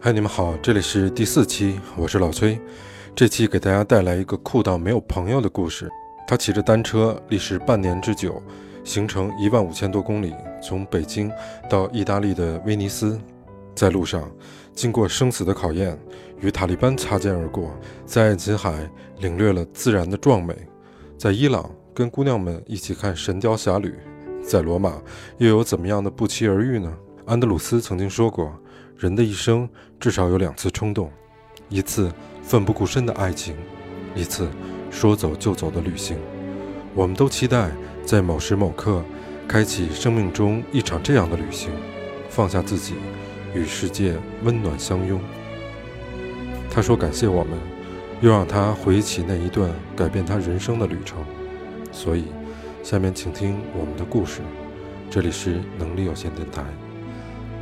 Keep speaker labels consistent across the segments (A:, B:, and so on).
A: 嗨，你们好，这里是第四期，我是老崔。这期给大家带来一个酷到没有朋友的故事。他骑着单车，历时半年之久，行程一万五千多公里，从北京到意大利的威尼斯。在路上，经过生死的考验，与塔利班擦肩而过，在爱琴海领略了自然的壮美，在伊朗跟姑娘们一起看《神雕侠侣》，在罗马又有怎么样的不期而遇呢？安德鲁斯曾经说过，人的一生至少有两次冲动，一次奋不顾身的爱情，一次说走就走的旅行。我们都期待在某时某刻，开启生命中一场这样的旅行，放下自己，与世界温暖相拥。他说感谢我们，又让他回忆起那一段改变他人生的旅程。所以，下面请听我们的故事。这里是能力有限电台，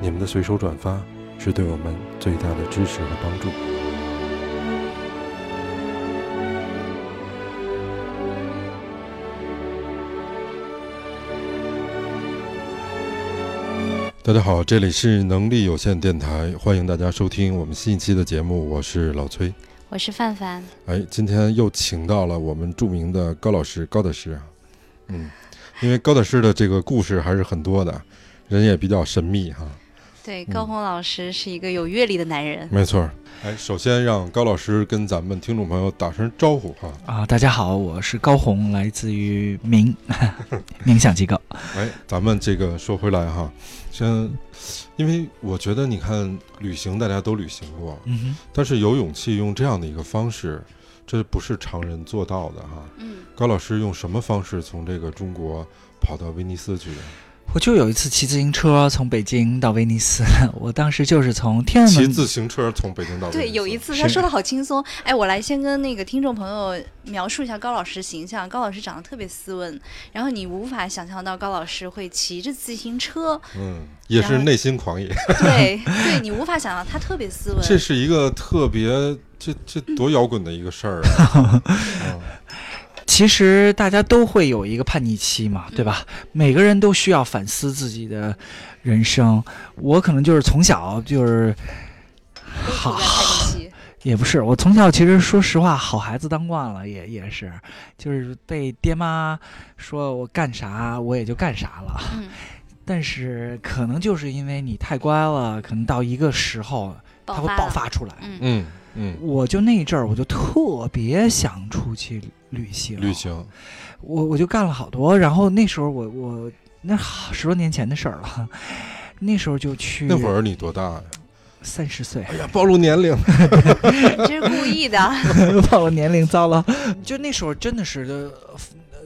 A: 你们的随手转发是对我们最大的支持和帮助。大家好，这里是能力有限电台，欢迎大家收听我们新一期的节目，我是老崔。
B: 我是范范，
A: 哎，今天又请到了我们著名的高老师高大师啊，嗯，因为高大师的这个故事还是很多的，人也比较神秘哈、
B: 对，高红老师是一个有阅历的男人。
A: 没错儿。哎，首先让高老师跟咱们听众朋友打声招呼哈、
C: 啊，大家好，我是高红，来自于冥 冥想机构。
A: 哎，咱们这个说回来哈，先，因为我觉得你看旅行大家都旅行过，
C: 嗯
A: 但是有勇气用这样的一个方式，这不是常人做到的哈。
B: 嗯，
A: 高老师用什么方式从这个中国跑到威尼斯去的？
C: 我就有一次骑自行车从北京到威尼斯， 我当时就是从天安
A: 骑
C: 门
A: 自行车从北京到威尼斯
B: 嗯对，有一次他
C: 是
B: 说的好轻松。哎，我来先跟那个听众朋友描述一下高老师形象。高老师长得特别斯文，然后你无法想象到高老师会骑着自行车，
A: 嗯，也是内心狂野，
B: 对，对你无法想象他特别斯文。
A: 这是一个特别这这多摇滚的一个事儿啊！ 嗯
C: 其实大家都会有一个叛逆期嘛，
A: 嗯
C: 对吧？每个人都需要反思自己的人生。我可能就是从小就是，
B: 都处在叛逆期。
C: 也不是，我从小其实说实话，好孩子当惯了，也也是，就是被爹妈说我干啥我也就干啥了。
B: 嗯，
C: 但是可能就是因为你太乖了，可能到一个时候它会
B: 发
C: 爆
B: 了。
C: 发出来。
B: 嗯，
A: 嗯嗯，
C: 我就那一阵儿，我就特别想出去旅行，
A: 旅，行，
C: 我我就干了好多。然后那时候我我那好十多年前的事儿了，那时候就去
A: 那会儿你多大呀？
C: 三十岁，
A: 哎呀，嗯 暴露年龄。
B: 这是故意的。
C: 暴露年龄，糟了。就那时候真的是呃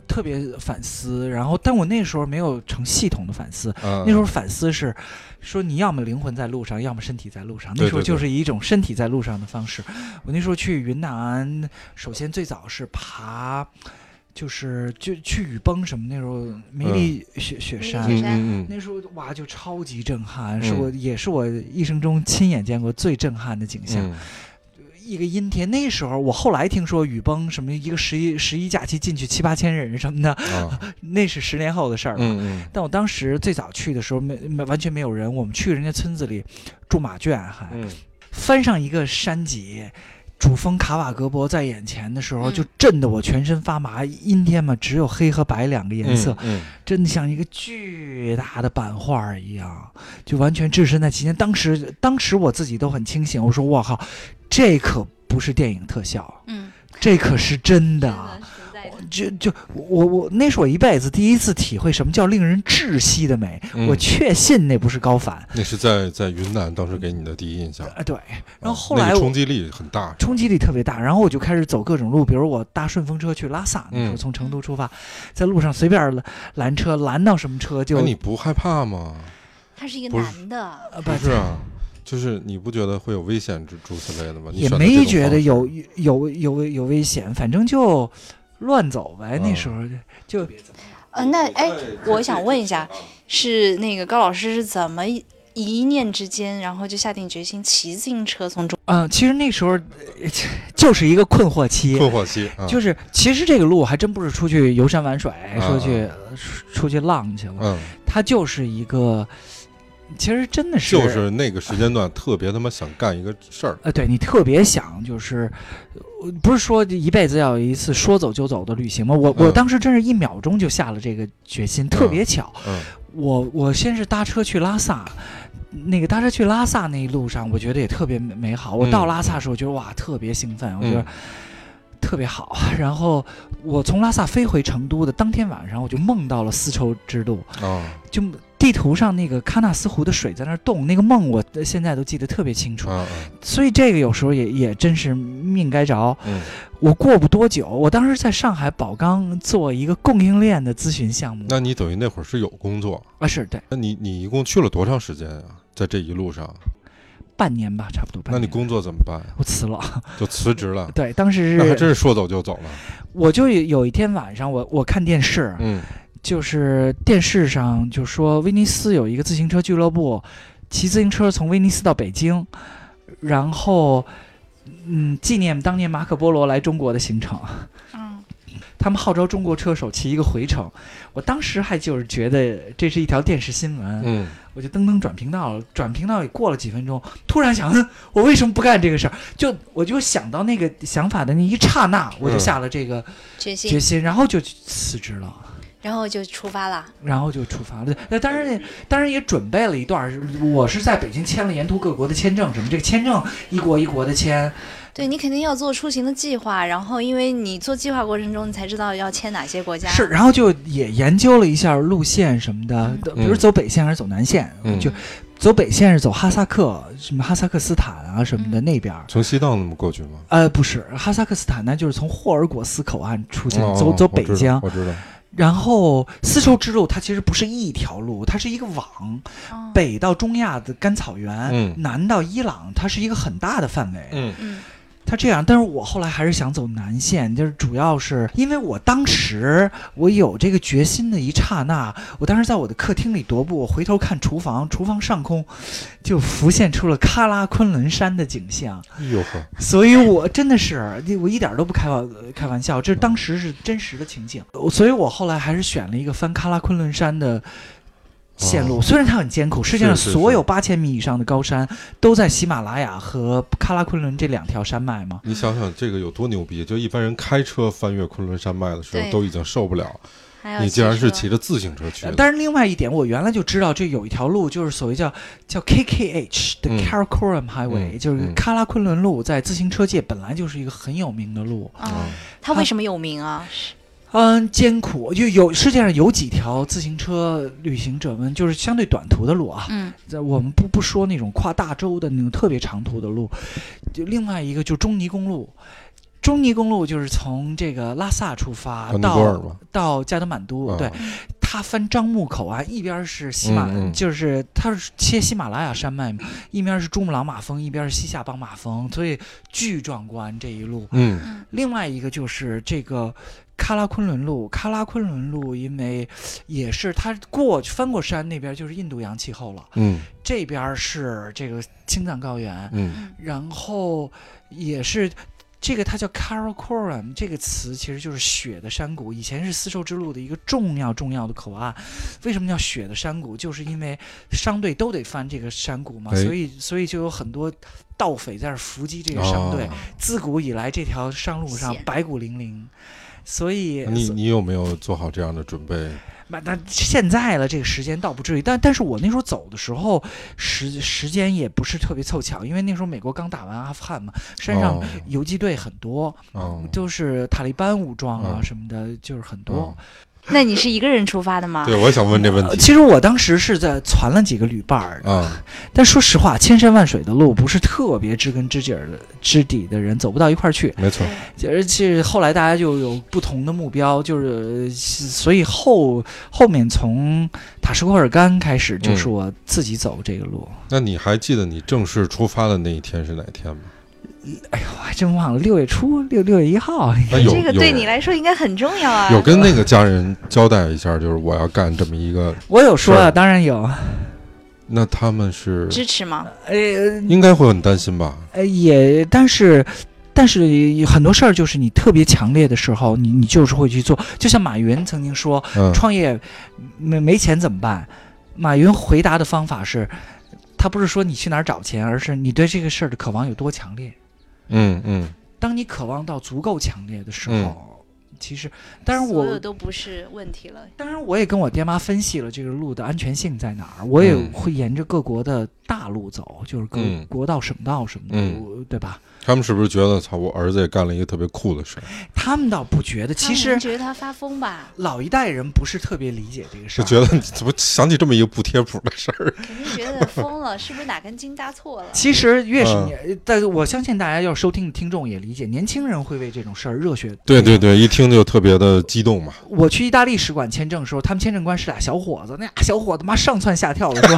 C: 特别反思，然后但我那时候没有成系统的反思，
A: 嗯
C: 那时候反思是说，你要么灵魂在路上，要么身体在路上。那
A: 对
C: 时候
A: 对
C: 就
A: 对
C: 是一种身体在路上的方式。我那时候去云南，首先最早是爬，就是就去雨崩什么，那时候梅里雪、雪山。
B: 嗯
A: 嗯嗯
C: 那时候哇，就超级震撼，是
A: 嗯
C: 我也是我一生中亲眼见过最震撼的景象。
A: 嗯，
C: 一个阴天，那时候我后来听说雨崩什么一个十一十一假期进去七八千人什么的，
A: 啊，
C: 那是十年后的事儿了。
A: 嗯嗯，
C: 但我当时最早去的时候没没完全没有人，我们去人家村子里住马圈，还、
A: 嗯，
C: 翻上一个山脊，主峰卡瓦格博在眼前的时候，
B: 嗯
C: 就震得我全身发麻。阴天嘛，只有黑和白两个颜色，
A: 嗯，
C: 真的像一个巨大的版画儿一样，就完全置身在其间。当时当时我自己都很清醒，我说我靠，这可不是电影特效，
B: 嗯，
C: 这可是真的
B: 真的
C: 啊。
B: 存在的。
C: 就就我我那是我一辈子第一次体会什么叫令人窒息的美，
A: 嗯
C: 我确信那不是高反。
A: 那是在在云南当时给你的第一印象，
C: 啊，对，然
A: 啊
C: 后后
A: 那
C: 来
A: 个
C: 我
A: 冲击力很大，
C: 冲击力特别大，然后我就开始走各种路，比如我搭顺风车去拉萨，那时候
A: 嗯
C: 从成都出发，在路上随便拦拦车，拦到什么车就
A: 哎，你不害怕吗？
B: 他是一
A: 不
B: 个
A: 是
B: 男的，
C: 呃不
A: 不是啊，就是你不觉得会有危险之诸此类的吗？你
C: 也
A: 选择这
C: 没
A: 种
C: 觉得
A: 方式
C: 有有有有危险，反正就乱走呗。那
A: 嗯
C: 时候就就
B: 呃，那哎，我想问一下，是那个高老师是怎么一一念之间，然后就下定决心骑自行车从中？
C: 啊、其实那时候呃就是一个困惑期，
A: 困惑期，啊
C: 就是其实这个路还真不是出去游呃山玩水，说去、出出去浪去了，
A: 嗯
C: 它就是一个其实真的是
A: 就是那个时间段特别他妈想干一个事儿，
C: 呃，对你特别想就是，呃不是说一辈子要有一次说走就走的旅行吗？我我
A: 嗯
C: 当时真是一秒钟就下了这个决心，特别巧，
A: 嗯
C: 我我先是搭车去拉萨。那个搭车去拉萨那一路上，我觉得也特别美美好。我
A: 嗯
C: 到拉萨的时候，我觉得哇，特别兴奋，我觉得
A: 嗯
C: 特别好。然后我从拉萨飞回成都的当天晚上，我就梦到了丝绸之路，
A: 啊
C: 就地图上那个喀纳斯湖的水在那儿动，那个梦我现在都记得特别清楚。
A: 啊啊
C: 所以这个有时候也也真是命该着。
A: 嗯
C: 我过不多久，我当时在上海宝钢做一个供应链的咨询项目
A: 那你等于那会儿是有工作，
C: 啊，是对，
A: 那你你一共去了多长时间啊？在这一路上，
C: 半年吧，差不多半
A: 那
C: 年。
A: 你工作怎么办呀？
C: 我辞了，？
A: 就辞职了
C: 对，当时
A: 那还真是
C: 是
A: 说走就走了。
C: 我就有一天晚上，我我看电视，
A: 嗯
C: 就是电视上就说威尼斯有一个自行车俱乐部，骑自行车从威尼斯到北京，然后嗯，纪念当年马可波罗来中国的行程。
B: 嗯，
C: 他们号召中国车手骑一个回程。我当时还就是觉得这是一条电视新闻，
A: 嗯
C: 我就噔噔转频道了，转频道也过了几分钟，突然想， 哼我为什么不干这个事儿？就我就想到那个想法的那一刹那，我就下了这个
B: 决
C: 决
B: 心，
C: 心，然后就辞职了。
B: 然后就出发了。
C: 然后就出发了。那当然也，当然也准备了一段儿。我是在北京签了沿途各国的签证，什么这个签证一国一国的签，
A: 嗯
B: 对你肯定要做出行的计划，然后因为你做计划过程中，你才知道要签哪些国家。
C: 是，然后就也研究了一下路线什么的，
A: 嗯
C: 比如走北线还是走南线，
A: 嗯，
C: 就走北线是走哈萨克，什么哈萨克斯坦啊什么的
B: 嗯
C: 那边儿。
A: 从西藏那么过去吗？
C: 呃，不是，哈萨克斯坦呢，就是从霍尔果斯口岸出境，
A: 哦
C: 走走北
A: 我知道
C: 疆，
A: 我知道。
C: 然后丝绸之路它其实不是一条路，它是一个网，
B: 哦，
C: 北到中亚的干草原，
A: 嗯
C: 南到伊朗，它是一个很大的范围。
A: 嗯
B: 嗯
C: 它这样，但是我后来还是想走南线，就是主要是因为我当时我有这个决心的一刹那，我当时在我的客厅里踱步，我回头看厨房，厨房上空就浮现出了喀拉昆仑山的景象，
A: 哎呦呵，
C: 所以我真的是我一点都不开玩开玩笑，这当时是真实的情景，我所以我后来还是选了一个翻喀拉昆仑山的。线路
A: 哦
C: 虽然它很艰苦，世界上
A: 是是
C: 所有
A: 是
C: 八千米以上的高山都在喜马拉雅和喀拉昆仑这两条山脉嘛，
A: 你想想这个有多牛逼！就一般人开车翻越昆仑山脉的时候
B: 对
A: 都已经受不了，
B: 还有嗯
A: 你竟然是
B: 骑
A: 骑着自行车去
C: 呃
A: 的。
C: 但是另外一点，我原来就知道这有一条路，就是所谓叫叫 KKH 的
A: 嗯
C: Karakoram Highway，、
A: 嗯
C: 就是
A: 嗯
C: 喀拉昆仑路，在自行车界本来就是一个很有名的路。
B: 车
A: 嗯
B: 啊，他为什么有名啊？是
C: 嗯，艰苦就有世界上有几条自行车旅行者们就是相对短途的路啊，
B: 嗯
C: 在我们不不说那种跨大洲的那种特别长途的路，就另外一个就中尼公路。中尼公路就是从这个拉萨出发
A: 尼泊尔
C: 啊到
A: 嘛，
C: 到加德满都，
A: 啊
C: 对，他翻樟木口岸，一边是喜马，
A: 嗯嗯
C: 就是它是切喜马拉雅山脉嘛，一边是珠穆朗玛峰，一边是西夏邦马峰，所以巨壮观这一路。
A: 嗯
C: 另外一个就是这个喀拉昆仑路，喀拉昆仑路因为也是它过翻过山那边就是印度洋气候了，
A: 嗯
C: 这边是这个青藏高原，
A: 嗯
B: 嗯
C: 然后也是。这个它叫 Karakoram 这个词，其实就是雪的山谷。以前是丝绸之路的一个重要重要的口岸。为什么叫雪的山谷？就是因为商队都得翻这个山谷嘛，
A: 哎
C: 所以所以就有很多盗匪在这儿伏击这个商队。
A: 哦
C: 自古以来，这条商路上
B: 险
C: 白骨嶙嶙，所以
A: 你你有没有做好这样的准备？
C: 那那现在了，这个时间倒不至于，但但是我那时候走的时候时时间也不是特别凑巧，因为那时候美国刚打完阿富汗嘛，山上
A: 哦
C: 游击队很多，
A: 哦
C: 就是塔利班武装啊
A: 嗯
C: 什么的，就是很多。
B: 那你是一个人出发的吗？
A: 对，我想问这问
C: 呃
A: 题
C: 其实我当时是在攒了几个旅伴儿，
A: 啊。
C: 但说实话，千山万水的路不是特别知根知底儿的知底的人走不到一块儿去。
A: 没错，
C: 而且后来大家就有不同的目标，就是所以后后面从塔什库尔干开始，
A: 嗯
C: 就是我自己走这个路。
A: 那你还记得你正式出发的那一天是哪天吗？
C: 我还哎真忘了六月初六六月一号，
A: 那有
B: 哎这个
A: 有
B: 对你来说应该很重要啊。
A: 有跟那个家人交代一下，就是我要干这么一个，
C: 我有说啊，
A: 是
C: 当然有，
A: 那他们是
B: 支持吗？
C: 呃
A: 应该会很担心吧？
C: 呃也，但是。但是很多事儿就是你特别强烈的时候，你你就是会去做。就像马云曾经说，
A: 嗯，
C: 创业没没钱怎么办？马云回答的方法是，他不是说你去哪儿找钱，而是你对这个事儿的渴望有多强烈。
A: 嗯嗯
C: 当你渴望到足够强烈的时候，其实，当然
B: 所
C: 我
B: 有都不是问题了。
C: 当然，我也跟我爹妈分析了这个路的安全性在哪儿。我也
A: 嗯
C: 会沿着各国的大路走，就是各
A: 嗯
C: 国道、省道什么的，
A: 嗯
C: 我对吧？
A: 他们是不是觉得操，我儿子也干了一个特别酷的事儿？
C: 他们倒不觉得，
B: 他
C: 其
B: 们
C: 实
B: 觉得他发疯吧，
C: 老一代人不是特别理解这个事
A: 就
C: 儿。
A: 觉得你怎么想起这么一个不贴谱的事 儿？
B: 肯定觉得疯了，是不是哪根筋搭错了？
C: 其实越是
A: 嗯
C: 年，呃但我相信大家要收听的听众也理解，年轻人会为这种事儿热血。
A: 对对对，一听就特别的激动嘛。
C: 我去意大利使馆签证的时候，他们签证官是俩小伙子，那俩小伙子妈上蹿下跳的说：“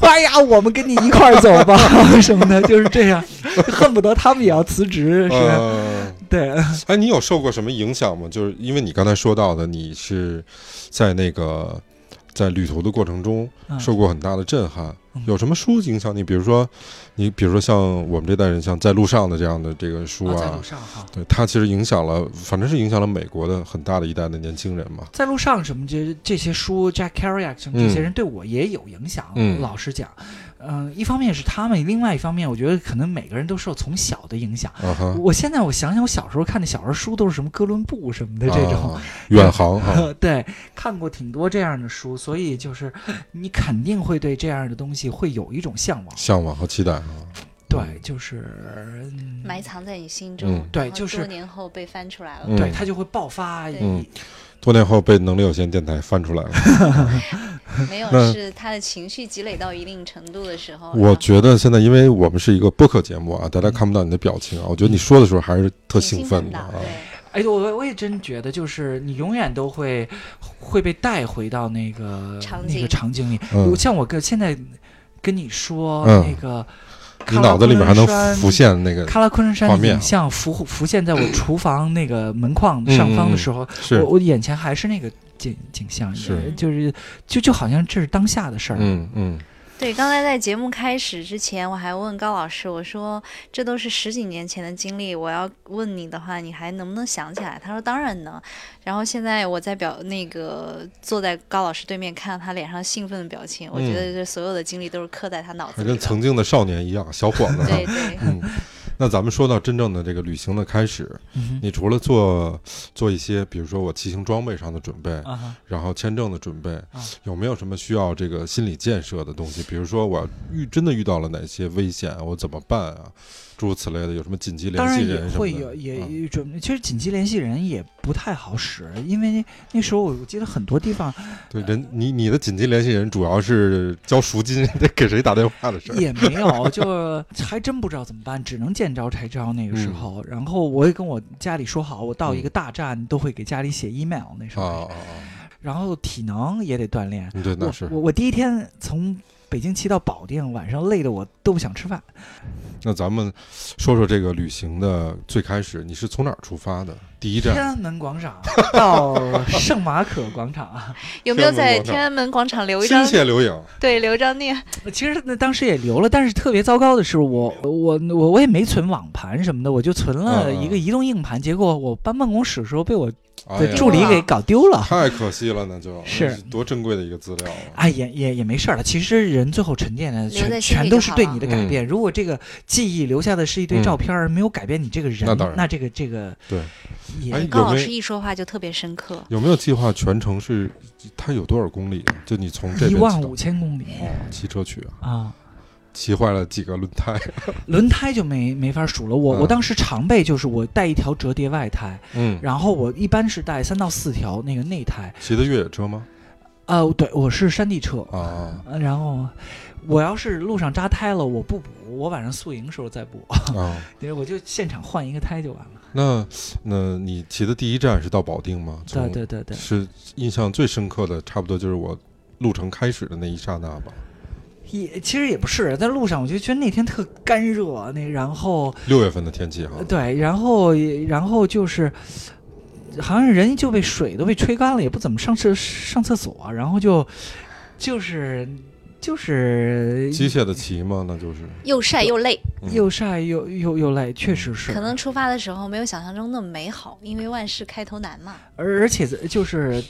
C: 哎呀，我们跟你一块儿走吧， 什么的，就是这样， 恨不得他们也要辞职，是吧？
A: 呃，
C: 对，
A: 哎，你有受过什么影响吗？就是因为你刚才说到的，你是在那个在旅途的过程中
C: 嗯
A: 受过很大的震撼
C: 嗯。
A: 有什么书影响你？比如说，你比如说像我们这代人，像在路上的这样的这个书
C: 啊在
A: 啊
C: 路，上哈。
A: 对，它其实影响了，反正是影响了美国的很大的一代的年轻人嘛。
C: 在路上什么这这些书，Jack Kerouac 什么这些人对我也有影响。
A: 嗯
C: 老实讲，嗯、一方面是他们，另外一方面，我觉得可能每个人都受从小的影响。
A: 啊哈，
C: 我现在我想想，我小时候看的小说书都是什么哥伦布什么的这种，
A: 啊、远航哈、
C: 对，看过挺多这样的书，所以就是你肯定会对这样的东西会有一种向往。
A: 向往和期待啊。
C: 对，就是嗯
B: 埋藏在你心中，
A: 嗯
B: 然后
C: 对就是
B: 多年后被翻出来了。
A: 嗯
C: 对，它就会爆发。
A: 嗯多年后被能力有限电台翻出
C: 哦
A: 来了。
C: 嗯
B: 没
A: 那
B: 有，是他的情绪积累到一定程度的时候，然
A: 我
B: 后
A: 觉得现在，因为我们是一个播客节目啊，大
C: 嗯
A: 家看不到你的表情啊，我觉得你说的时候还是特
B: 挺
A: 兴
B: 兴
A: 奋
B: 的。
A: 啊。
B: 对，
C: 哎，我我也真觉得，就是你永远都会会被带回到那个
B: 场
C: 那个
B: 景
C: 场景里。
A: 嗯
C: 我像我跟现在跟你说、
A: 嗯
C: 那个
A: 你
C: 喀拉
A: 脑
C: 昆仑山，
A: 子里面还能浮现那个
C: 喀拉昆仑
A: 画
C: 山的
A: 面啊嗯
C: 影像浮浮现在我厨房那个门框上方的时候，
A: 是
C: 我，我眼前还是那个景景象，
A: 是
C: 就是就就好像这是当下的事儿。
A: 嗯嗯
B: 对，刚才在节目开始之前，我还问高老师，我说这都是十几年前的经历，我要问你的话，你还能不能想起来？他说当然能。然后现在我在表那个坐在高老师对面，看到他脸上兴奋的表情，我觉得这所有的经历都是刻在他脑子
A: 嗯还
B: 里
A: 跟
B: 的。
A: 曾经的少年一样，小伙子啊。
B: 对对，
A: 嗯，那咱们说到真正的这个旅行的开始，
C: 嗯
A: 你除了做做一些，比如说我骑行装备上的准备，
C: 哼啊啊哈，
A: 然后签证的准备，有没有什么需要这个心理建设的东西？比如说我遇真的遇到了哪些危险，我怎么办啊？诸如此类的，有什么紧急联
C: 当然
A: 系
C: 也
A: 人什么
C: 会
A: 的
C: 有，也
A: 嗯
C: 也准备。其实紧急联系人也不太好使，因为那时候我记得很多地方
A: 对人，你你的紧急联系人主要是交赎金， 得给谁打电话的事儿。
C: 也没有，就还真不知道怎么办，只能见招拆招。那
A: 嗯
C: 个时候，然后我也跟我家里说好，我到一个大站都会给家里写 email 那时
A: 啊
C: 候，
A: 啊啊！
C: 然后体能也得锻炼。
A: 嗯对，那
C: 我
A: 是。
C: 我我第一天从北京骑到保定，晚上累得我都不想吃饭。
A: 那咱们说说这个旅行的最开始，你是从哪儿出发的？第一
C: 天
A: 站，
B: 啊
C: 安门广场 到圣马可广场啊，
B: 有没有
A: 天安门广
B: 在
A: 场
B: 天安门广场留一
A: 亲
B: 张？
A: 切留影。
B: 对，留张念。
C: 其实那当时也留了，但是特别糟糕的是我，我我我也没存网盘什么的，我就存了
A: 嗯嗯
C: 一个移动硬盘，结果我搬办公室的时候被我
A: 哎
C: 的
A: 呀，
C: 助理给搞丢了。
A: 太可惜了，那就那
C: 是
A: 多珍贵的一个资料啊！
C: 哎，也也也没事儿了。其实人最后沉淀的
B: 留在心里
C: 全全
B: 就
C: 都是
B: 好
C: 对
B: 了
C: 你的改变。如果这个记忆留下的是一堆
A: 嗯
C: 照片儿，没有改变你这个人，
A: 那当然
C: 这个这个
A: 对
C: 也，
A: 哎
B: 高
A: 有
B: 老
A: 没
B: 师一说话就特别深刻。
A: 有没有计划全程是它有多少公里？啊就你从这边
C: 一万
A: 骑到
C: 五千公里
A: 哦，骑车去啊，
C: 啊，
A: 骑坏了几个轮 胎。
C: 轮胎就没没法数了。我我
A: 嗯
C: 当时常备就是我带一条折叠外胎，
A: 嗯，
C: 然后我一般是带三到四条那个内胎。
A: 骑的越野车吗？
C: 呃，对，我是山地车，
A: 啊
C: 呃然后我要是路上扎胎了，我不补，我晚上宿营时候再补，
A: 啊，
C: 我就现场换一个胎就完了。
A: 那那你骑的第一站是到保定吗？
C: 对
A: 从
C: 对对对，
A: 是印象最深刻的，差不多就是我路程开始的那一刹那吧。
C: 也其实也不是，在路上我就觉得那天特干热，那然后
A: 六月份的天气哈
C: 呃，对，然后然后就是，好像人就被水都被吹干了，也不怎么上厕上厕所，然后就就是就是
A: 机械的骑嘛，那就是
B: 又晒又累，
A: 嗯
C: 又晒又又又累，确实是，
B: 可能出发的时候没有想象中那么美好，因为万事开头难嘛。
C: 而而且就是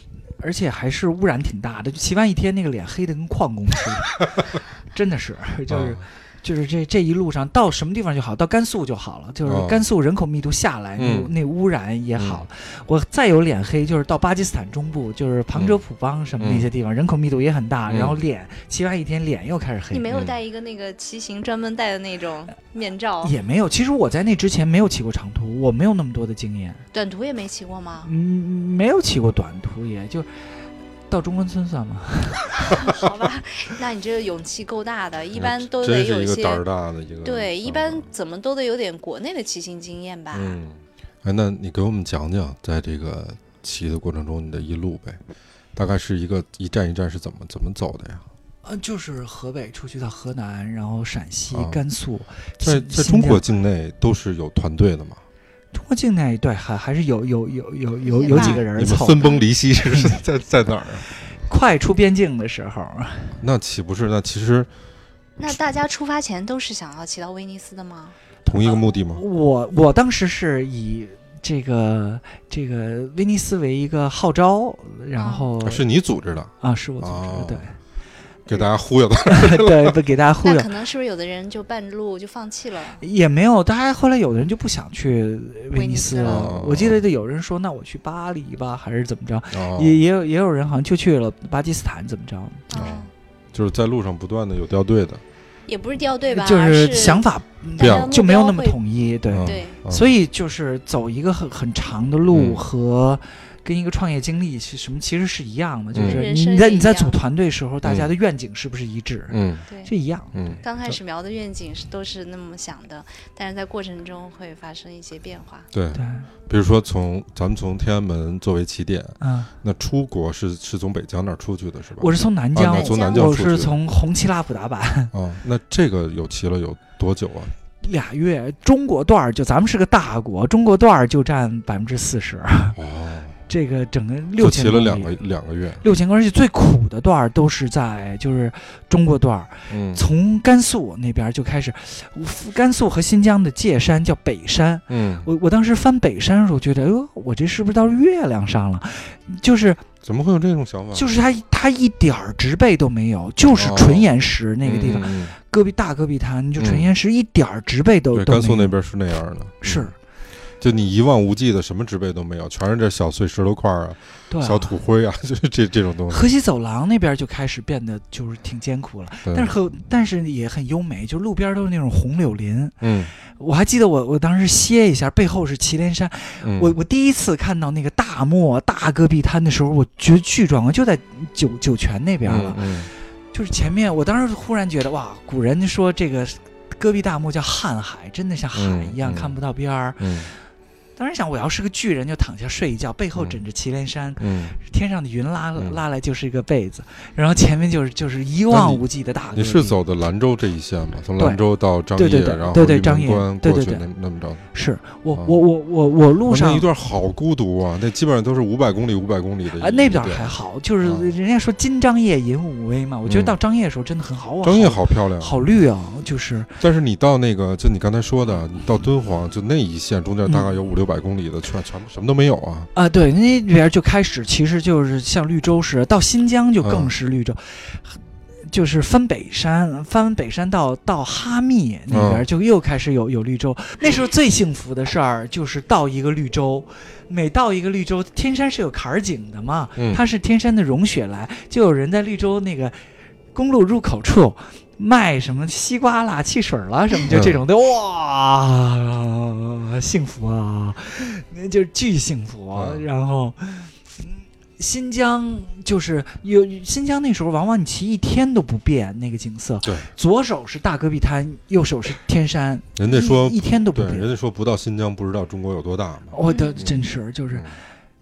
C: 而且还是污染挺大的，就骑完一天那个脸黑的跟矿工似的， 真的是，就是、
A: 啊
C: 就是这这一路上到什么地方就好，到甘肃就好了，就是
A: 哦
C: 甘肃人口密度下来，
A: 嗯
C: 那那污染也好了。我再有脸黑，就是到巴基斯坦中部，就是旁遮普邦什么那些地方，人口密度也很大，
A: 嗯
C: 然后脸骑完一天脸又开始黑
B: 你。没有
A: 嗯
B: 戴一个那个骑行专门戴的那种面罩，
A: 嗯
C: 也没有，其实我在那之前没有骑过长途，我没有那么多的经验，
B: 短途也没骑过吗？
C: 嗯，没有骑过短途也，就到中关村算吗？
B: 好吧， 那你这个勇气够大的，
A: 嗯
B: 一般都得
A: 真
B: 有
A: 是一个
B: 些
A: 胆儿大的一个。
B: 对，一
A: 嗯
B: 般怎么都得有点国内的骑行经验吧。
A: 嗯，哎，那你给我们讲讲，在这个骑的过程中，你的一路呗，大概是一个一站一站是怎么怎么走的呀？
C: 呃，就是河北出去到河南，然后陕西、
A: 啊
C: 甘肃，
A: 在
C: 新
A: 在
C: 新
A: 中国
C: 疆
A: 境内都是有团队的嘛？
C: 中国境内对还还是有有有有有
B: 也
C: 有
B: 罢
C: 几个人
A: 你们
C: 凑
A: 分崩离析是
C: 嗯
A: 在在哪儿啊？
C: 快出边境的时候，
A: 那岂不是？那其实
B: 那大家出发前都是想要骑到威尼斯的吗？
A: 同一个目的吗？
C: 我我当时是以这个这个威尼斯为一个号召，然
B: 啊
C: 后
A: 啊是哦你组织的，
C: 啊是我组织的，
A: 给大家忽悠的。
C: 对对，不给大家忽
B: 那
C: 悠
B: 可。能是不是有的人就半路就放弃了？
C: 也没有，大家后来有的人就不想去
B: 威
C: 威
B: 尼
C: 尼
B: 斯
C: 斯了。
A: 了
C: 我记得有人说，那我去巴黎吧，还是怎么着？
A: 哦
C: 也也有也有人好像就去了巴基斯坦，怎么着？
A: 啊
B: 嗯
A: 就是在路上不断的有掉队的，
B: 也不是掉队吧，
C: 就
B: 而
C: 是
B: 是
C: 想法
A: 这样
B: 大家目
C: 就没有那么
B: 标会
C: 统一，对。
A: 嗯
B: 对
A: 嗯
C: 所以就是走一个很很长的路
A: 嗯
C: 和跟一个创业经历其什么其实是一样的，就
A: 嗯
C: 是
B: 人生
C: 你在
B: 也
C: 你在
B: 一样
C: 组团队时候，大家的愿景是不是一致？
A: 嗯
C: 是
B: 对。
C: 一样。
A: 嗯，
B: 刚开始瞄的愿景是都是那么想的，但是在过程中会发生一些变化。
A: 对，
C: 对，
A: 比如说从咱们从天安门作为起点，
C: 嗯，
A: 那出国是是从北疆那儿出去的是吧？
C: 我是从南
A: 啊，
C: 疆
A: 那，从南疆
C: 我
A: 出去的
C: 是从红旗拉普达版
A: 啊，那这个有骑了有多久啊？
C: 俩月，中国段儿就咱们是个大国，中国段儿就占百分之四十，
A: 哦，
C: 这个整个
A: 就
C: 六千
A: 骑了两个两个月，
C: 六千公里，而且最苦的段儿都是在就是中国段儿，
A: 嗯
C: 从甘肃那边就开始，甘肃和新疆的界山叫北山。
A: 嗯，
C: 我我当时翻北山的时候，觉得，哎呦，我这是不是到月亮上了？就是
A: 怎么会有这种想法？
C: 就是它它一点儿植被都没有，就是纯岩石那个地方，
A: 哦嗯，嗯嗯
C: 戈壁大戈壁滩就
A: 嗯
C: 纯岩石，一点儿植被都
A: 对，
C: 都没
A: 甘
C: 有。
A: 肃那边是那样的，
C: 是
A: 嗯，就你一望无际的，什么植被都没有，全是这小碎石头块儿啊，
C: 对啊、
A: 小土灰啊， 就是这这种东西。
C: 河西走廊那边就开始变得就是挺艰苦了，
A: 对
C: 但是很但是也很优美，就路边都是那种红柳林。
A: 嗯
C: 我还记得我我当时歇一下，背后是祁连山，
A: 嗯，
C: 我我第一次看到那个大漠大戈壁滩的时候，我觉得巨壮观，就在酒酒泉那边了。
A: 嗯
C: 就是前面，我当时忽然觉得哇，古人说这个戈壁大漠叫瀚海，真的像海一样、
A: 嗯嗯
C: 看不到边儿。
A: 嗯
C: 当时想，我要是个巨人，就躺下睡一觉，背后枕着祁连山，
A: 嗯
C: 天上的云拉
A: 嗯
C: 拉来就是一个被子，然后前面就是就是一望无际的大
A: 嗯，
C: 戈壁。
A: 你是走的兰州这一线吗？从兰
C: 对
A: 州到张掖，
C: 对对对
A: 然后
C: 对对
A: 玉门
C: 张掖
A: 关
C: 对
A: 过
C: 对
A: 去那
C: 对
A: 那么着。
C: 是我
A: 啊
C: 我我我我路
A: 哇那
C: 上
A: 一段好孤独啊，那基本上都是五百公里、五百公里的一。
C: 啊，那边
A: 一
C: 还
A: 段
C: 好，就是
A: 啊
C: 人家说金张掖银武威嘛，我觉
A: 嗯
C: 得到张掖的时候真的很好，哇
A: 张掖好漂亮，
C: 好绿啊，就是
A: 但是你到那个，就你刚才说的，你到敦煌就那一线中间大
C: 嗯
A: 概有五六百公里的，全全部什么都没有啊。
C: 啊，对，那边就开始其实就是像绿洲似的，到新疆就更
A: 嗯
C: 是绿洲，就是翻北山，翻完北山到到哈密那边
A: 嗯
C: 就又开始有有绿洲。那时候最幸福的事儿就是到一个绿洲，每到一个绿洲，天山是有坎儿井的嘛，
A: 嗯
C: 它是天山的融雪来，就有人在绿洲那个公路入口处。卖什么西瓜啦、汽水啦什么，就这种的，哇，幸福啊！那就是巨幸福。
A: 嗯
C: 然后，嗯新疆就是有新疆那时候，往往你骑一天都不变那个景色。
A: 对，
C: 左手是大戈壁滩，右手是天山，
A: 人家说
C: 一一天都不
A: 对，人
C: 变。
A: 家说不到新疆不知道中国有多大嘛。
C: 我的
B: 嗯
C: 真是就是
A: 嗯，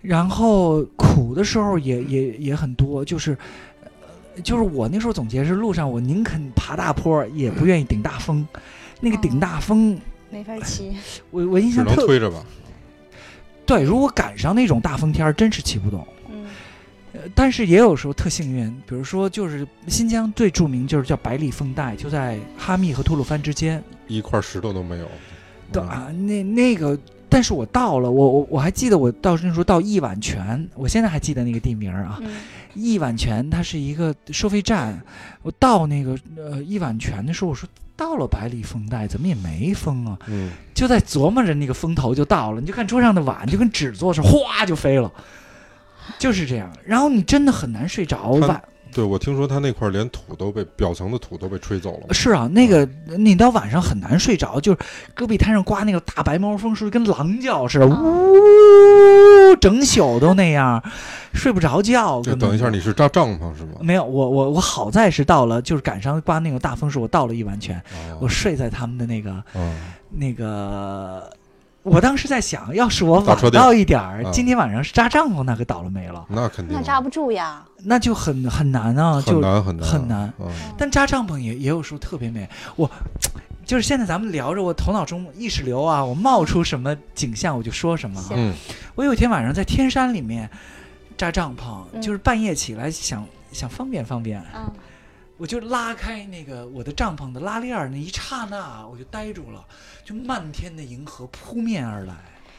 C: 然后苦的时候也也也很多，就是。呃就是我那时候总结是，路上我宁肯爬大坡，也不愿意顶大风。那个顶大风，
B: 没法骑，
C: 我我印
A: 只
C: 象
A: 能
C: 特
A: 推着吧。
C: 对。如果赶上那种大风天儿，真是骑不动。
B: 嗯，
C: 呃，但是也有时候特幸运，比如说就是新疆最著名就是叫百里风带，
A: 嗯
C: 就在哈密和吐鲁番之间
A: 一块石头都没有。
C: 的
A: 嗯
C: 啊，那那个但是我到了，我我我还记得我到那时候到一碗泉，我现在还记得那个地名儿啊。
B: 嗯
C: 一碗泉它是一个收费站，我到那个呃一碗泉的时候，我说到了百里风带，怎么也没风啊？
A: 嗯，
C: 就在琢磨着那个风头就到了，你就看桌上的碗就跟纸做似的，哗就飞了，就是这样。然后你真的很难睡着，
A: 它
C: 晚
A: 对我听说他那块儿连土都被表层的土都被吹走了嘛，
C: 是啊，那个你到晚上很难睡着，就是戈壁滩上刮那个大白毛风，是不是跟狼叫似的，
B: 啊
C: 呜，整宿都那样，睡不着觉。
A: 就
C: 根本
A: 等一下，你是扎帐篷是吗？
C: 没有我我我好在是到了，就是赶上刮那种大风时，我到了一完全，
A: 啊
C: 我睡在他们的那个
A: 啊，
C: 那个。我当时在想，要是我
A: 大车
C: 晚
A: 店
C: 到一点儿
A: 啊，
C: 今天晚上扎帐篷那可倒了霉了，
A: 那肯定啊
B: 那扎不住呀。
C: 那就很很难啊，
A: 很
C: 就
A: 难很难
C: 很难。
A: 嗯
C: 但扎帐篷也也有时候特别美。我就是现在咱们聊着，我头脑中意识流啊，我冒出什么景象我就说什么啊。
A: 嗯
C: 我有一天晚上在天山里面扎帐篷，
B: 嗯
C: 就是半夜起来想想方便方便，
B: 嗯
C: 我就拉开那个我的帐篷的拉链儿，那一刹那我就呆住了，就漫天的银河扑面而来。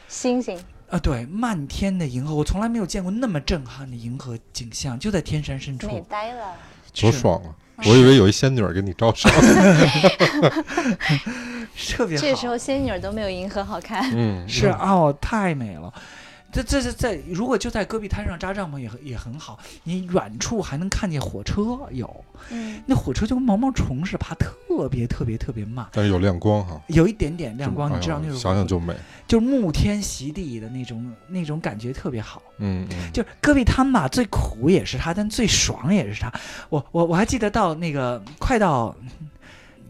B: 星星，
C: 啊，对，漫天的银河，我从来没有见过那么震撼的银河景象，就在天山深处，
B: 美呆了。
A: 多
C: 是
A: 爽啊！我以为有一仙女儿给你照相，
C: 特别好。
B: 这时候仙女儿都没有银河好看。
A: 嗯，
C: 是哦，太美了。这这这在如果就在戈壁滩上扎帐篷也很也很好，你远处还能看见火车有，
B: 嗯，
C: 那火车就跟毛毛虫似的爬，特别特别特别慢，
A: 但是有亮光哈，
C: 有一点点亮光，
A: 就
C: 你知道
A: 哎
C: 那
A: 呦
C: 种
A: 想想就美，
C: 就是沐天席地的那种那种感觉特别好。
A: 嗯嗯，
C: 就是戈壁滩吧，最苦也是它，但最爽也是它。我我我还记得到那个快到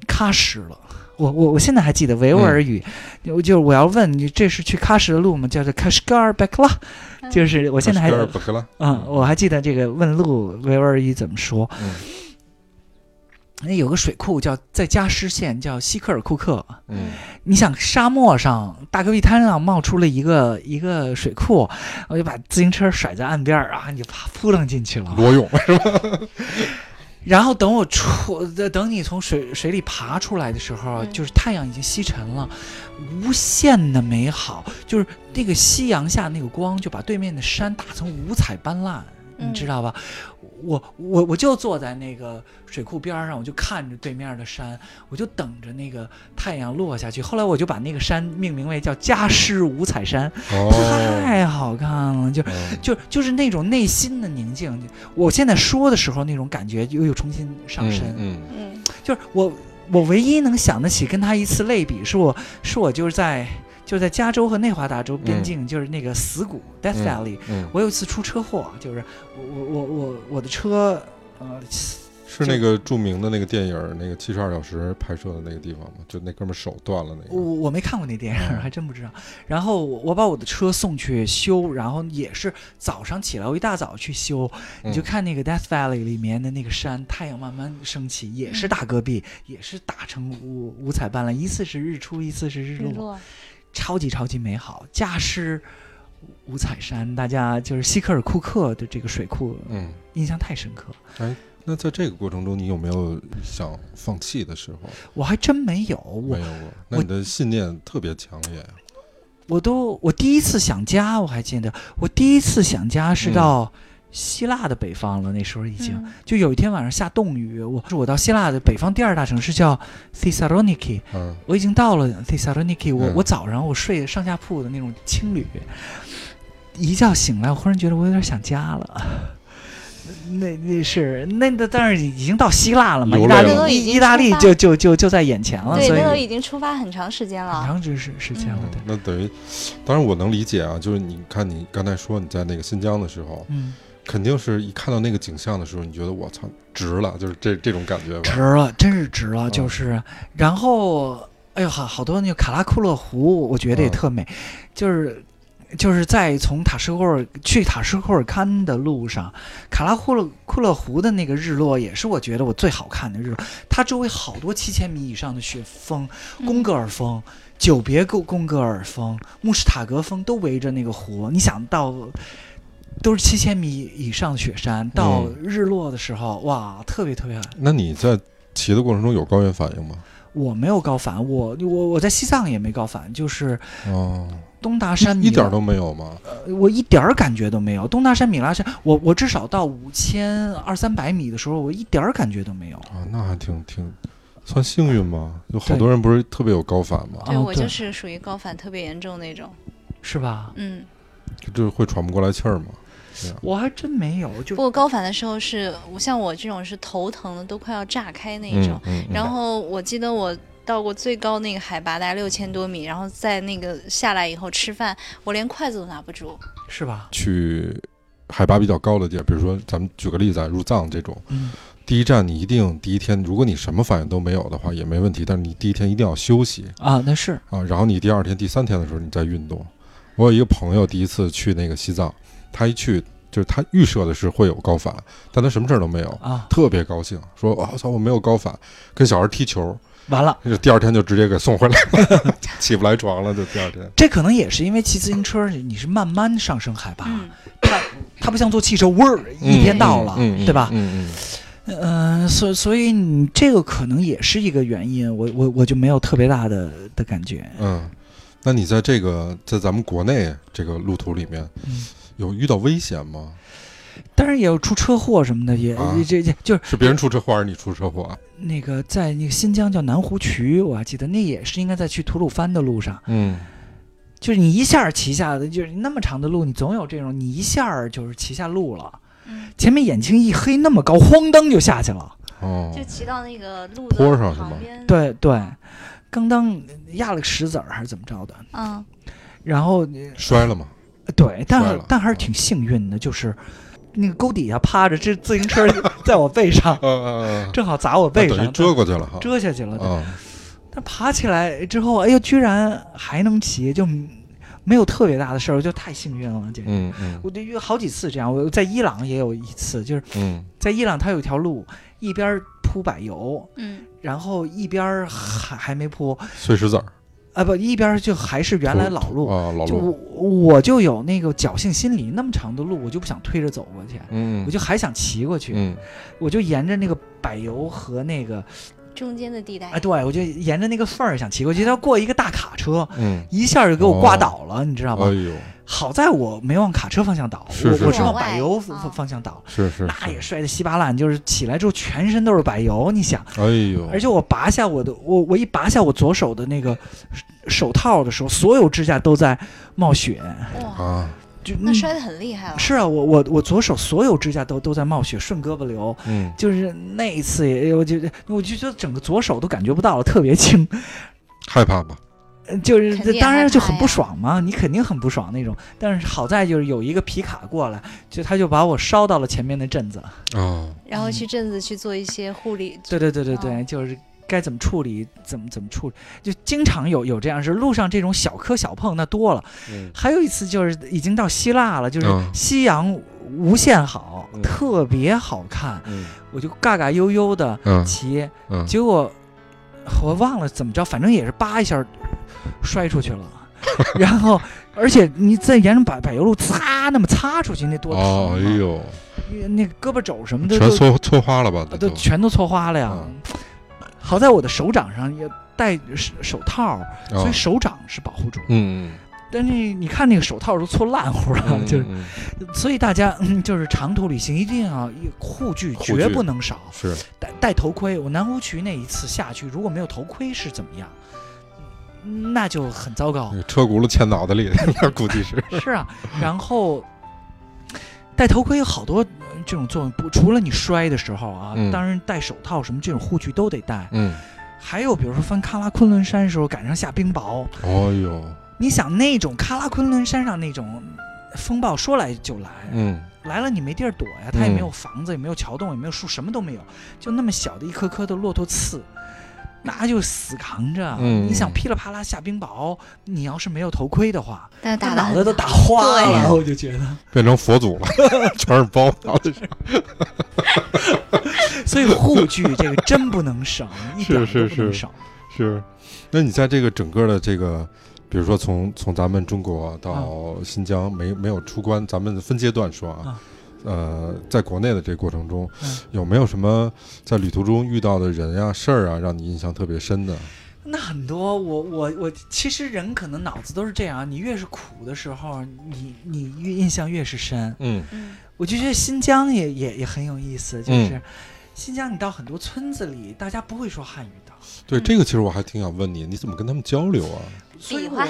C: 喀什了，我我我现在还记得维吾尔语，我就是我要问你，这是去喀什的路吗？叫做 Kashgar b e k l a
B: 嗯
C: 就是我
A: 我
C: 现在还
A: 不格拉，
C: 嗯，我还记得这个问路维吾尔语怎么说。
A: 嗯
C: 那有个水库叫在加湿县，叫锡克尔库克。
A: 嗯
C: 你想沙漠上大戈壁滩上冒出了一个一个水库，我就把自行车甩在岸边儿啊，你就啪扑棱进去了。
A: 裸泳，
C: 然后等我出，等你从水水里爬出来的时候，
B: 嗯
C: 就是太阳已经西沉了，无限的美好，就是那个夕阳下那个光就把对面的山打成五彩斑斓，
B: 嗯
C: 你知道吧？我我我就坐在那个水库边上，我就看着对面的山，我就等着那个太阳落下去。后来我就把那个山命名为叫加湿五彩山，
A: 哦，
C: 太好看了，就
A: 嗯
C: 就就是那种内心的宁静。我现在说的时候，那种感觉又又重新上身。
A: 嗯
B: 嗯，
C: 就是我我唯一能想得起跟他一次类比，是我是我就是在就是在加州和内华达州边境，就是那个死谷 Death
A: 嗯
C: Valley、
A: 嗯，
C: 我有一次出车祸，就是我我我我我的车呃
A: 是那个著名的那个电影儿，那个七十二小时拍摄的那个地方吗？就那哥们儿手断了那
C: 我
A: 个，
C: 我没看过那电影，
A: 嗯
C: 还真不知道。然后我我把我的车送去修，然后也是早上起来，我一大早去修，
A: 嗯
C: 你就看那个 Death Valley 里面的那个山，太阳慢慢升起，也是大戈壁，也是打成五五彩斑斓，一次是日出，一次是日
B: 日
C: 落，
B: 落，
C: 超级超级美好。加湿五彩山，大家就是希克尔库克的这个水库
A: 嗯。
C: 印象太深刻，
A: 那在这个过程中，你有没有想放弃的时候？
C: 我还真没有，我
A: 没有过。那你的信念特别强烈啊
C: 我都我第一次想家，我还记得我第一次想家是
A: 嗯
C: 到希腊的北方了，那时候已经、
B: 嗯
C: 就有一天晚上下冻雨，我我到希腊的北方第二大城市叫 Thessaloniki，
A: 嗯，
C: 我已经到了 Thessaloniki，我、
A: 嗯
C: 我早上我睡上下铺的那种青旅，一觉醒来，我忽然觉得我有点想家了。 那那是那那，但是已经到希腊了嘛？
A: 流
C: 意
A: 泪
C: 大
A: 了
B: 都
C: 利
B: 已经
C: 意意大利
B: 出发
C: 就就就就在眼前了，
B: 对，
C: 所以
B: 那都
C: 很
B: 已经出发很长时间了。
C: 长时时时间了
A: 嗯，
C: 对，
A: 那等于，当然我能理解啊，就是你看你刚才说你在那个新疆的时候，
C: 嗯。
A: 肯定是一看到那个景象的时候，你觉得我操值了，就是这这种感觉吧。
C: 值了，真是值了，
A: 嗯
C: 就是，然后，哎呦，好好多那个卡拉库勒湖，我觉得也
A: 嗯
C: 特美，就是。就是在从塔什库尔去塔什库尔堪的路上，卡拉库勒库勒湖的那个日落也是我觉得我最好看的日落。它周围好多七千米以上的雪峰，贡格尔峰、久别贡贡格尔峰、穆什塔格峰都围着那个湖。你想到，都是七千米以上的雪山，到
A: 嗯
C: 日落的时候，哇，特别特别好。
A: 那你在骑的过程中有高原反应吗？
C: 我没有高反，我我我在西藏也没高反，就是
A: 哦，
C: 东达山
A: 一
C: 米
A: 点
C: 拉
A: 儿都没有吗？
C: 我一点儿感觉都没有。东大山、米拉山，我我至少到五千二三百米的时候，我一点儿感觉都没有。
A: 啊，那还挺挺算幸运吗？有好
C: 对
A: 多人不是特别有高反吗？
B: 对
C: 哦
B: 我就
C: 对
B: 是属于高反特别严重那种，
C: 是吧？
B: 嗯，
A: 就是会喘不过来气儿吗？
C: 我还真没有，
B: 不
C: 就
B: 过高反的时候是我像我这种是头疼的都快要炸开那一种
A: 嗯，嗯，嗯
B: 然后我记得我到过最高那个海拔大概六千多米，然后在那个下来以后吃饭，我连筷子都拿不住。
C: 是吧？
A: 去海拔比较高的地儿，比如说咱们举个例子啊，入藏这种，
C: 嗯，
A: 第一站你一定第一天，如果你什么反应都没有的话也没问题，但是你第一天一定要休息
C: 啊，那是
A: 啊，然后你第二天、第三天的时候你再运动。我有一个朋友第一次去那个西藏，他一去就是他预设的是会有高反，但他什么事儿都没有，
C: 啊，
A: 特别高兴，说啊我操我没有高反，跟小孩踢球，
C: 完了。
A: 就第二天就直接给送回来了， 起不来床了，就第二天。
C: 这可能也是因为骑自行车，你是慢慢上升海拔，
B: 嗯，
C: 它不像坐汽车，嗡儿一天到了，
A: 嗯嗯嗯
C: 对吧？
A: 嗯嗯，
C: 嗯、所所以你这个可能也是一个原因，我我我就没有特别大的的感觉。
A: 嗯，那你在这个在咱们国内这个路途里面
C: 嗯，
A: 有遇到危险吗？
C: 当然也有出车祸什么的，也、
A: 啊
C: 这这就是
A: 是别人出车祸还是你出车祸啊？
C: 那个在那个新疆叫南湖渠，我还记得那也是应该在去吐鲁番的路上，
A: 嗯，
C: 就是你一下儿骑下的，就是那么长的路，你总有这种你一下儿就是骑下路了，
B: 嗯，
C: 前面眼睛一黑，那么高，咣当就下去了。
A: 哦
B: 就，骑到那个路
A: 坡
B: 的
A: 上是吗
B: 旁边。，
C: 对对，刚当压了个石子儿还是怎么着的，
B: 嗯，
C: 然后呃
A: 摔了吗？
C: 对，
A: 摔
C: 但
A: 了
C: 但还是挺幸运的，就是那个沟底下趴着，这自行车在我 背上，
A: 呃呃，
C: 正好砸我背
A: 那等于
C: 上，
A: 遮过去了哈。
C: 遮下去了。对
A: 啊，
C: 但爬起来之后，哎呀，居然还能骑，就没有特别大的事儿，我就太幸运了，简直。
A: 嗯嗯
C: 我就有好几次这样，我在伊朗也有一次，就是
A: 嗯，
C: 在伊朗，它有一条路，一边儿铺柏油，
B: 嗯，
C: 然后一边儿还还没铺，
A: 碎石子儿，
C: 啊不，一边儿就还是原来老路。
A: 啊，老
C: 就
A: 路，
C: 我我就有那个侥幸心理，那么长的路，我就不想推着走过去，
A: 嗯，
C: 我就还想骑过去，
A: 嗯
C: 我就沿着那个柏油和那个，
B: 中间的地带。
C: 哎，对我就沿着那个缝儿想骑过去，要过一个大卡车，
A: 嗯，
C: 一下就给我挂倒了，你知道吗？
A: 哎呦，
C: 好在我没往卡车方向倒，
A: 是是
C: 我我
A: 是
C: 是往
B: 往外
C: 柏油方
B: 哦
C: 方方向倒，
A: 是是，
C: 那
A: 是
C: 也摔得稀巴烂，就是起来之后全身都是柏油，你想，
A: 哎呦，
C: 而且我拔下我的我我一拔下我左手的那个手套的时候，所有指甲都在冒血，
B: 哇，
A: 啊，
C: 就
B: 那
C: 嗯
B: 摔得很厉害了。哦
C: 是啊，我我我左手所有指甲都都在冒血，顺胳膊瘤。
A: 嗯
C: 就是那一次也，我就我就觉得整个左手都感觉不到了，特别轻，
A: 害怕吧？
C: 呃就是
B: 肯定
C: 当
B: 害
C: 然
B: 怕
C: 就很不
B: 呀
C: 爽嘛，你肯定很不爽那种。但是好在就是有一个皮卡过来，就他就把我捎到了前面的镇子。
A: 啊，
B: 然后去镇子去做一些护理。
A: 嗯
C: 对对对对对，
B: 哦
C: 就是该怎么处理怎么怎么处理，就经常有有这样事。路上这种小磕小碰那多了，
A: 嗯
C: 还有一次就是已经到希腊了，就是
A: 嗯
C: 夕阳无限好，
A: 嗯
C: 特别好看，
A: 嗯
C: 我就嘎嘎悠悠的
A: 嗯
C: 骑，
A: 嗯，
C: 结果我忘了怎么着，反正也是叭一下摔 出去了。然后，而且你再沿着柏柏油路擦，那么擦出去，那多疼、啊
A: 哦，哎，呦，
C: 那个胳膊肘什么的
A: 全
C: 都
A: 搓搓花了吧？
C: 啊
A: 这
C: 都全都搓花了呀。
A: 嗯
C: 好在我的手掌上也戴手手套，所
A: 啊
C: 以手掌是保护住的。
A: 嗯，
C: 但是你看那个手套都搓烂乎了，
A: 嗯
C: 啊就是，
A: 嗯
C: 所以大家、嗯就是长途旅行一定要护具
A: 护
C: 绝
A: 具
C: 不能少，
A: 是
C: 戴戴头盔。我南湖渠那一次下去，如果没有头盔是怎么样？嗯那就很糟糕
A: 那。个车轱辘嵌脑袋里， 那估计是。
C: 是啊，然后戴头盔有好多呃这种作用，不除了你摔的时候啊，
A: 嗯
C: 当然戴手套什么这种护具都得戴。
A: 嗯，
C: 还有比如说翻喀拉昆仑山的时候赶上下冰雹，
A: 哦呦，
C: 你想那种喀拉昆仑山上那种风暴说来就来，
A: 嗯
C: 来了你没地儿躲呀，它也没
A: 嗯
C: 有房子，也没有桥洞，也没有树，什么都没有，就那么小的一颗颗的骆驼刺，那就死扛着。啊
A: 嗯
C: 你想噼里啪啦下冰雹，你要是没有头盔的话，
B: 但是
C: 那
B: 打得
C: 脑
B: 很
C: 袋都打花
B: 对呀
C: 了，我就觉得。
A: 变成佛祖了， 全是包脑袋上。
C: 所以护具这个真不 能省，一点儿
A: 是
C: 都
A: 是
C: 不能
A: 是
C: 省。
A: 是，那你在这个整个的这个，比如说从从咱们中国到新疆没没有出关，咱们分阶段说啊
C: 啊，
A: 呃，在国内的这个过程中
C: 嗯，
A: 有没有什么在旅途中遇到的人呀、事儿啊，让你印象特别深的？
C: 那很多，我我我，其实人可能脑子都是这样，你越是苦的时候，你你越印象越是深。
A: 嗯
B: 嗯
C: 我就觉得新疆也也也很有意思，就
A: 嗯
C: 是、新疆你到很多村子里，大家不会说汉语的，
A: 对，
B: 嗯
A: 这个其实我还挺想问你，你怎么跟他们交流啊？
C: 所以
B: 比
C: 我
B: 划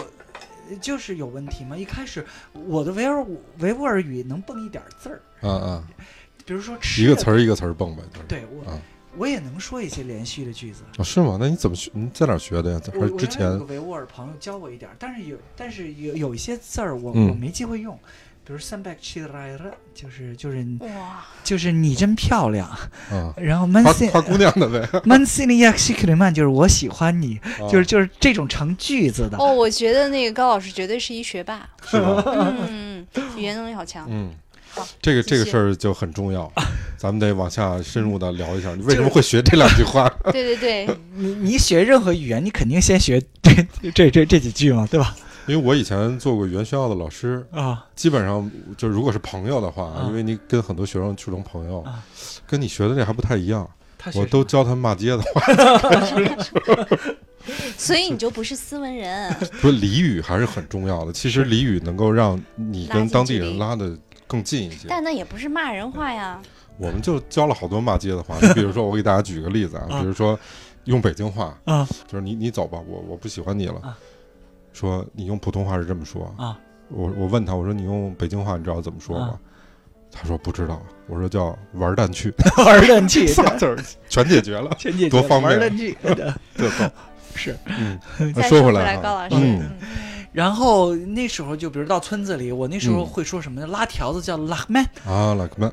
C: 呃就是有问题嘛。一开始我的维吾尔语维吾尔语能蹦一点字儿，
A: 啊啊，
C: 比如说吃
A: 一个
C: 的
A: 词儿一个词儿蹦呗，就是。
C: 对我、
A: 啊
C: 我也能说一些连续的句子。
A: 啊，是吗？那你怎么学？你在哪儿学的呀？在
C: 我
A: 还是
C: 我
A: 之
C: 原来
A: 前
C: 有个？维吾尔朋友教我一点儿，但是有但是有有一些字儿我、
A: 嗯
C: 我没机会用，比如三百七来了，就是就是
A: 嗯
B: 哇，
C: 就是你真漂亮，
A: 啊，
C: 然后 man
A: 夸
C: sin
A: 夸姑娘的呗，
C: man sin ya s h i k r m a n 就是我喜欢你，
A: 啊
C: 就是就是这种成句子的。
B: 哦，我觉得那个高老师绝对是一 学霸，
A: 是吧？
B: 嗯，嗯语言能力好强。
A: 嗯
B: 好，
A: 这个
B: 继
A: 这个
B: 续
A: 事儿就很重 要，咱们得往下深入的聊一下，你为什么会学这两句话？
B: 对对对，
C: 你你学任何语言，你肯定先学这 这这这几句嘛，对吧？
A: 因为我以前做过语言学校的老师，
C: 啊，
A: 基本上就如果是朋友的话，
C: 啊
A: 因为你跟很多学生处成朋友
C: 啊，
A: 跟你学的这还不太一样，
C: 他
A: 我都教他们骂街的话，
B: 所以你就不是斯文人，
A: 不 是俚语还是很重要的。其实俚语能够让你
B: 拉
A: 跟
B: 近
A: 当地
B: 距离
A: 人拉的更近一些。
B: 但那也不是骂人话呀。
A: 我们就教了好多骂街的话，你比如说，我给大家举个例子啊，
C: 啊
A: 比如说用北京话，
C: 啊
A: 就是你你走吧，我我不喜欢你了
C: 啊。
A: 说你用普通话是这么说
C: 啊，
A: 我我问他，我说你用北京话你知道怎么说吗
C: 啊？
A: 他说不知道，我说叫玩蛋去，
C: 玩 蛋去，
A: 仨字儿全解决了，
C: 前几
A: 多方便
C: 玩蛋去。
A: 特逗。
C: 是，
A: 嗯，
B: 再
A: 说
B: 回
A: 来
B: 来，
A: 哈，
B: 高老师，
A: 嗯，
B: 嗯
C: 然后那时候就比如到村子里，我那时候
A: 嗯
C: 会说什么呢拉条子叫拉面，
A: 啊，老哥们，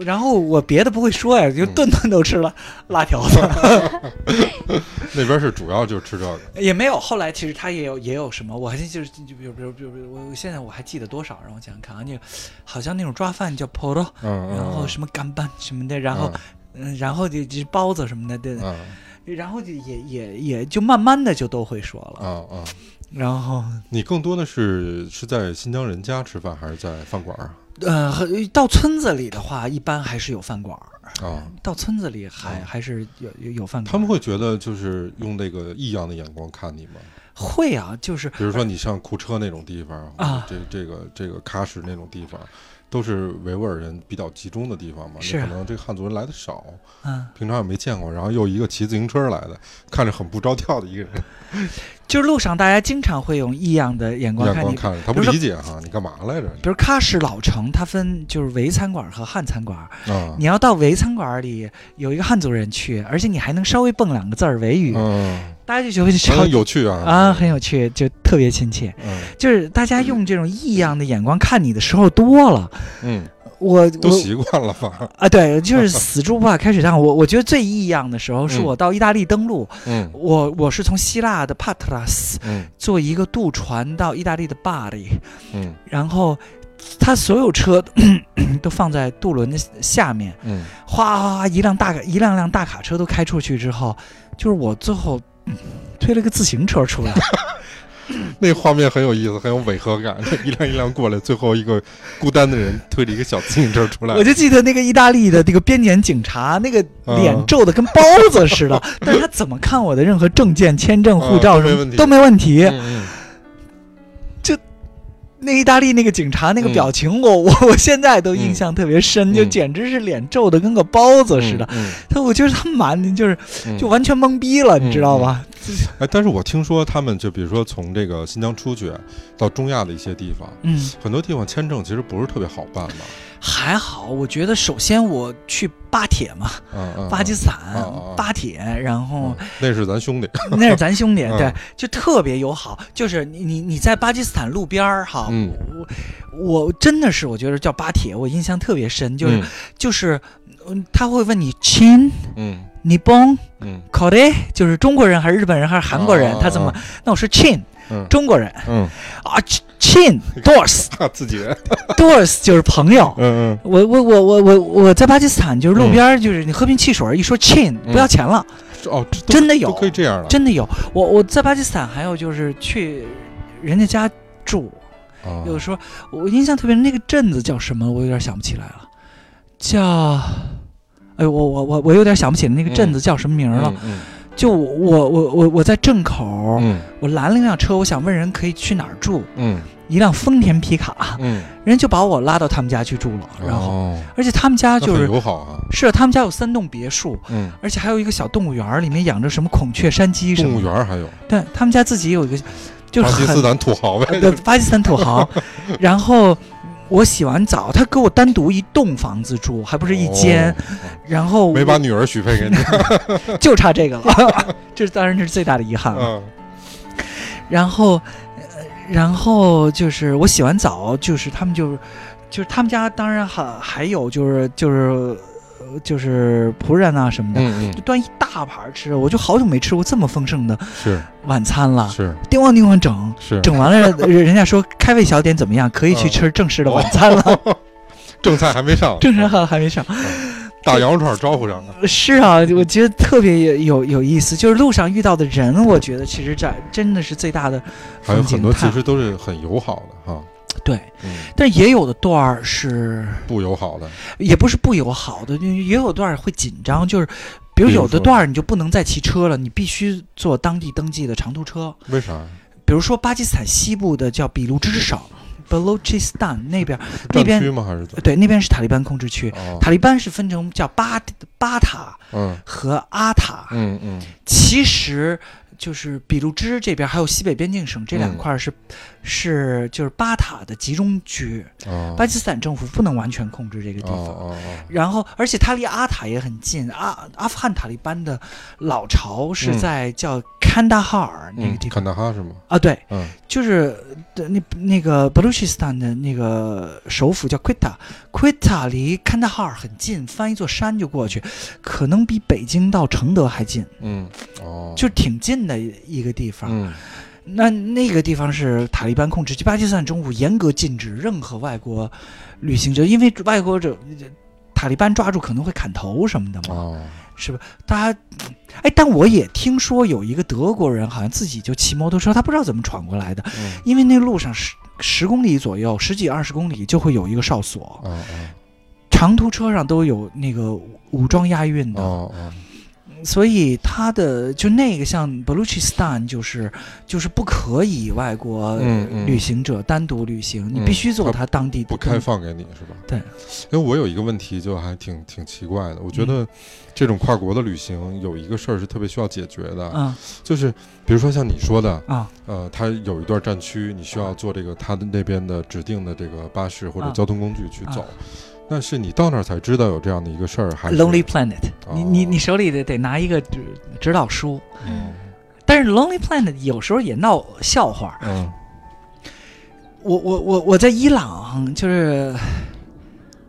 C: 然后我别的不会说呀，就
A: 嗯
C: 顿顿都吃了拉条子，
A: 那边是主要就吃这个，
C: 也没有。后来其实他也有也有什么，我还记就是就比如比如比如比如我我现在我还记得多少，让我想想看啊，那个好像那种抓饭叫 poro，
A: 嗯，
C: 然后什么干拌什么的，然后嗯，然后就就包子什么的，对
A: 嗯，嗯
C: 然后就也也也就慢慢的就都会说了。
A: 嗯嗯，
C: 然后
A: 你更多的是是在新疆人家吃饭，还是在饭馆儿啊
C: 呃，和到村子里的话，一般还是有饭馆儿。
A: 啊？
C: 到村子里还
A: 嗯
C: 还是有有有饭馆儿。
A: 他们会觉得就是用那个异样的眼光看 你吗？
C: 会啊，就是
A: 比如说你上库车那种地方，
C: 啊
A: 或者这这个这个喀什那种地方，都是维吾尔人比较集中的地方嘛。
C: 是
A: 那可能这个汉族人来的少，
C: 嗯，
A: 平常也没见过，然后又一个骑自行车来的，看着很不着调的一个人，
C: 就是路上大家经常会用异样的眼 光
A: 眼
C: 看
A: 光
C: 你。
A: 看着他不
C: 比如说
A: 理解哈，你干嘛来 着？
C: 比如喀什老城，它分就是维餐馆和汉餐馆儿。
A: 啊
C: 你，要到维餐馆儿里有一个汉族人去，而且你还能稍微蹦两个字儿维语，
A: 嗯，
C: 大家就觉得
A: 反
C: 超
A: 正有趣啊，
C: 啊很有趣，就特别亲切。
A: 嗯
C: 就是大家用这种异样的眼光看你的时候多了，
A: 嗯，
C: 我
A: 都
C: 我
A: 习惯了 吧？
C: 啊，对，就是死猪不怕开水烫。我 我觉得最异样的时候是
A: 嗯
C: 我到意大利登陆，
A: 嗯
C: 我我是从希腊的帕特拉斯
A: 嗯
C: 坐一个渡船到意大利的巴黎，
A: 嗯
C: 然后他所有车 都放在渡轮的下面，
A: 嗯，
C: 哗哗哗，一辆大卡一辆辆大卡车都开出去之后，就是我最后。嗯推了个自行车出来，
A: 那画面很有意思，很有违和感， 一辆一辆过来，最后一个孤单的人推着一个小自行车出来
C: 我，就记得那个意大利的那个边检警察，那个脸
A: 嗯
C: 皱的跟包子似 的，但是他怎么看我的任何证件、签证、护
A: 嗯
C: 照
A: 都
C: 什
A: 没
C: 么、
A: 问题
C: 都没问题。
A: 嗯嗯
C: 那意大利那个警察那个表情我，我我现在都印象特别深，
A: 嗯
C: 就简直是脸皱的跟个包子似的。
A: 嗯
C: 他我觉得他满的就是
A: 嗯
C: 就完全懵逼了，
A: 嗯
C: 你知道吧？
A: 哎，但是我听说他们就比如说从这个新疆出去到中亚的一些地方，
C: 嗯，
A: 很多地方签证其实不是特别好办吧？
C: 还好，我觉得首先我去巴铁嘛，
A: 嗯嗯，
C: 巴基斯坦、
A: 嗯嗯嗯
C: 巴铁，然后
A: 嗯、那是咱兄弟，
C: 那是咱兄弟，
A: 嗯
C: 对，就特别友好。就是你你你在巴基斯坦路边儿哈，
A: 嗯
C: 我我真的是我觉得叫巴铁，我印象特别深，就是、就是，嗯，他会问你亲
A: 嗯
C: 你崩。
A: 嗯嗯
C: 考的就是中国人还是日本人还是韩国人，
A: 啊
C: 他怎么？那我说 Chin
A: 嗯
C: 中国人
A: 嗯，
C: 啊，Ch-，Chin Doors
A: 哈 自己人，
C: Doors 就是朋友。
A: 嗯
C: 我我我我我我在巴基斯坦就是路边儿就是你喝瓶汽水一说 Chin
A: 嗯
C: 不要钱了，
A: 嗯，哦，这都
C: 真的有
A: 都可以这样了，
C: 真的有。我我在巴基斯坦还有就是去人家家住，
A: 啊
C: 有时候我印象特别那个镇子叫什么，我有点想不起来了。叫，哎，我我我我有点想不起来那个镇子叫什么名儿了。
A: 嗯
C: 就我我我我在镇口，
A: 嗯
C: 我拦了一辆车，我想问人可以去哪儿住，
A: 嗯
C: 一辆丰田皮卡，
A: 嗯，
C: 人就把我拉到他们家去住了。然后，
A: 哦
C: 而且他们家
A: 那
C: 就
A: 很
C: 是
A: 友好啊，
C: 是他们家有三栋别墅，
A: 嗯，
C: 而且还有一个小动物园儿，里面养着什么孔雀、山鸡什
A: 动
C: 么
A: 物
C: 的。
A: 园儿还有
C: 对他们家自己有一个，就是
A: 巴基斯
C: 很
A: 坦土豪呗，
C: 呃对巴基斯坦土 豪。然后我洗完澡，他给我单独一栋房子住，还不是一间。
A: 哦，
C: 然后
A: 没把女儿许配给你，
C: 我就差这个了， 这当然是最大的遗憾了。
A: 嗯
C: 然后，呃然后就是我洗完澡，就是他们就是，就是他们家当然还还有就是就是呃就是仆人啊什么的，
A: 嗯
C: 就端一大盘吃，我就好久没吃过这么丰盛的
A: 嗯，是
C: 晚餐了，
A: 是
C: 叮咣叮咣整。
A: 是，
C: 整完了，人人家说开胃小点怎么样？可以去吃正式的晚餐了。
A: 正菜还没上，
C: 正式还还没上。
A: 大羊肉串招呼上了，
C: 是啊，我觉得特别有有有意思。就是路上遇到的人，我觉得其实这真的是最大的
A: 还有
C: 风景
A: 很多
C: 看
A: 其实都是很友好的哈，
C: 对，
A: 嗯，
C: 但也有的段儿是
A: 不友好的，
C: 也不是不友好的，因为也有段儿会紧张，就是比如
A: 比如
C: 有的
A: 说
C: 段儿你就不能再骑车了，你必须坐当地登记的长途车。
A: 为啥呀？
C: 比如说巴基斯坦西部的叫俾路支省 （Balochistan） 那边儿，
A: 是
C: 那
A: 战
C: 边呃
A: 区吗？还是怎么？
C: 对，那边是塔利班控制区。
A: 哦，
C: 塔利班是分成叫巴巴塔
A: 嗯
C: 和阿塔，
A: 嗯嗯，
C: 其实就是俾路支这边还有西北边境省这两
A: 嗯
C: 块儿是、是就是巴塔的集中区，
A: 哦
C: 巴基斯坦政府不能完全控制这个地
A: 哦
C: 方。
A: 哦哦，
C: 然后，而且它离阿塔也很近，阿阿富汗塔利班的老巢是
A: 嗯
C: 在叫堪达哈尔那个
A: 嗯
C: 地，方、
A: 坎大哈是吗？
C: 啊，对，
A: 嗯
C: 就是呃那那个 Baluchistan 的那个首府叫 Quetta，Quetta 离堪达哈尔很近，翻一座山就过去，可能比北京到承德还近，
A: 嗯，哦，
C: 就是啊挺近的一个地方。
A: 嗯
C: 那那个地方是塔利班控制，巴基斯坦政府严格禁止任何外国旅行者，因为外国者塔利班抓住可能会砍头什么的嘛，
A: 哦，
C: 是吧？大家，哎，但我也听说有一个德国人好像自己就骑摩托车，他不知道怎么闯过来的，
A: 嗯
C: 因为那路上十十公里左右，十几二十公里就会有一个哨
A: 哦
C: 所，
A: 哦
C: 长途车上都有那个武武装押运的，
A: 哦哦，
C: 所以他的就那个像 Baluchistan 就是就是不可以外国
A: 嗯嗯
C: 呃旅行者单独旅行，你
A: 嗯
C: 必须做
A: 他
C: 他当地的
A: 不开放给你是吧？
C: 对，
A: 因为我有一个问题，就还挺挺奇怪的。我觉
C: 嗯
A: 得这种跨国的旅行有一个事儿是特别需要解决的，
C: 嗯
A: 就是比如说像你说的，
C: 啊
A: 呃，它有一段战区，你需要坐这个它的那边的指定的这个巴士或者
C: 啊
A: 交通工具去
C: 啊
A: 走。但是你到那儿才知道有这样的一个事儿，还是
C: ，Lonely Planet，、
A: 哦
C: 你你你手里得得拿一个指指导书，
A: 嗯
C: 但是 Lonely Planet 有时候也闹笑话，
A: 嗯
C: 我我我我在伊朗，就是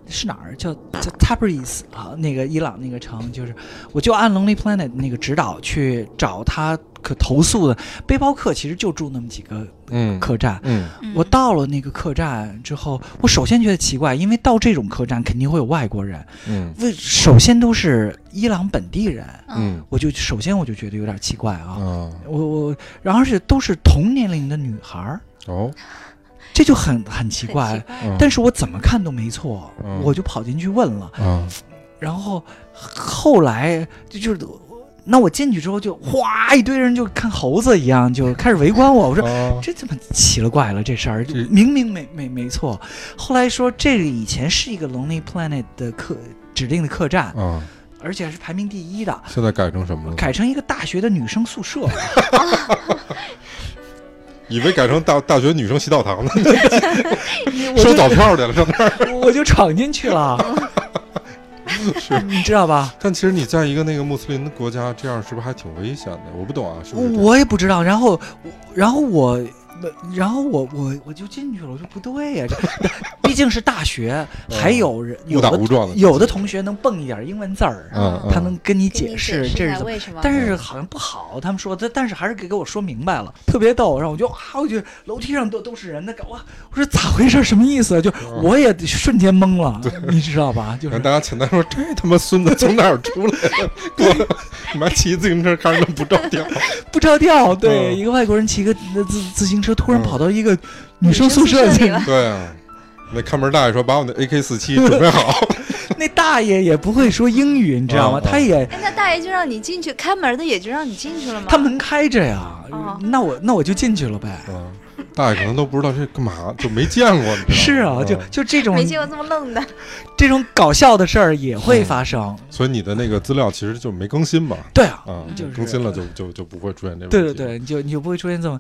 C: 是哪儿叫叫 Tabriz 啊，那个伊朗那个城，就是我就按 Lonely Planet 那个指导去找他可投诉的背包客，其实就住那么几个
A: 嗯
C: 客栈。
A: 嗯
B: 嗯
C: 我到了那个客栈之后，我首先觉得奇怪，因为到这种客栈肯定会有外国人，
A: 嗯
C: 为首先都是伊朗本地人，
A: 嗯
C: 我就首先我就觉得有点奇怪啊。
A: 啊
C: 我我，然后而且都是同年龄的女孩儿，
A: 哦，
C: 这就很很奇
B: 很
C: 怪。
A: 嗯
C: 但是我怎么看都没错，
A: 嗯
C: 我就跑进去问了，
A: 啊
C: 然后后来就就是。那我进去之后就哗，一堆人就看猴子一样就开始围观我。我说
A: 啊
C: 这怎么奇了怪了？这事儿
A: 这
C: 明明没没没错。后来说这个以前是一个 Lonely Planet 的客指定的客栈，
A: 啊，
C: 而且还是排名第一的，
A: 现在改成什么了？
C: 改成一个大学的女生宿舍。
A: 以为改成大大学女生洗澡堂 呢，
C: 我
A: 收
C: 就
A: 早票去了，上那儿。
C: 我就闯进去了，
A: 是
C: 你知道吧？
A: 但其实你在一个那个穆斯林的国家，这样是不是还挺危险的？我不懂啊，是不是这样？
C: 我也不知道。然后我，然后我，然后我我我就进去了，我说不对呀、这毕竟是大学，
A: 嗯
C: 还有人有
A: 误打
C: 的
A: 误撞的，
C: 有的同学能蹦一点英文字儿，
A: 嗯，嗯
C: 他能跟你
B: 给你
C: 解释
B: 一
C: 这
B: 下
C: 是怎么。
B: 为什么？
C: 但是好像不好，他们说，但但是还是给给我说明白了，特别逗。然后我就啊，我觉得楼梯上都都是人的，哇，我说咋回事？什么意思啊？就
A: 嗯
C: 我也瞬间懵了，你知道吧？就是
A: 让大家简单说，这他妈孙子从哪儿出来 的？给我妈骑自行车看着那不着调，
C: 不着调，对，
A: 嗯
C: 一个外国人骑个自自行车，突然
A: 嗯
C: 跑到一个
B: 女
C: 女生
B: 生
C: 宿
B: 宿舍
C: 舍
B: 里
C: 去，
B: 了
A: 对啊。那看门大爷说：“把我那 AK 四七准备好。
C: 那大爷也不会说英语，你知道吗？
A: 嗯嗯
C: 他也
B: 哎，那大爷就让你进去，开门的也就让你进去了吗？
C: 他门开着呀
B: 哦，
C: 那我那我就进去了呗。
A: 啊， 大爷可能都不知道这干嘛，就没见过，你知道吗
C: 嗯
A: 嗯
C: 是啊，就就这种
B: 没见过这么愣的。
C: 这种搞笑的事儿也会发生。
A: 所以你的那个资料其实就没更新嘛，
C: 对啊，
A: 啊，
C: 就是
A: 更新了就就就不会出现这问题。
C: 对对对，你就你就不会出现这么，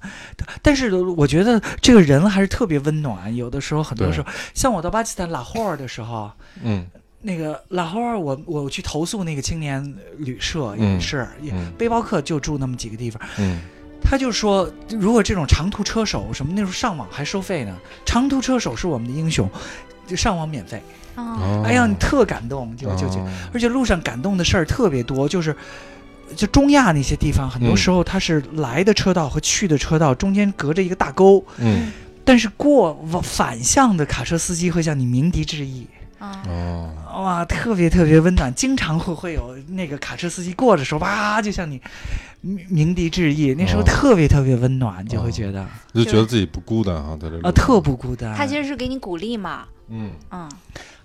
C: 但是我觉得这个人还是特别温暖。有的时候，很多
A: 对
C: 时候，像我到巴基斯坦拉霍尔的时候，
A: 嗯
C: 那个拉霍尔，我我去投诉那个青年旅社也
A: 嗯
C: 是，也
A: 嗯
C: 背包客就住那么几个地方，
A: 嗯
C: 他就说，如果这种长途车手什么那时候上网还收费呢，长途车手是我们的英雄，就上网免费。
B: 哦，
A: 哦
C: 哎呀，你特感动，就就就，
A: 哦
C: 而且路上感动的事儿特别多，就是。就中亚那些地方，很多
A: 嗯
C: 时候它是来的车道和去的车道中间隔着一个大沟，
A: 嗯
C: 但是过往反向的卡车司机会向你鸣笛致意，嗯
B: 哦，
A: 哦，
C: 哇，特别特别温暖。经常会会有那个卡车司机过的时候，哇，就向你鸣鸣笛致意，那时候
A: 哦
C: 特别特别温暖，就会觉得
A: 就觉得自己不孤单啊，在这
C: 啊，
A: 里
C: 特不孤单。
B: 他其实是给你鼓励嘛，
A: 嗯
B: 嗯，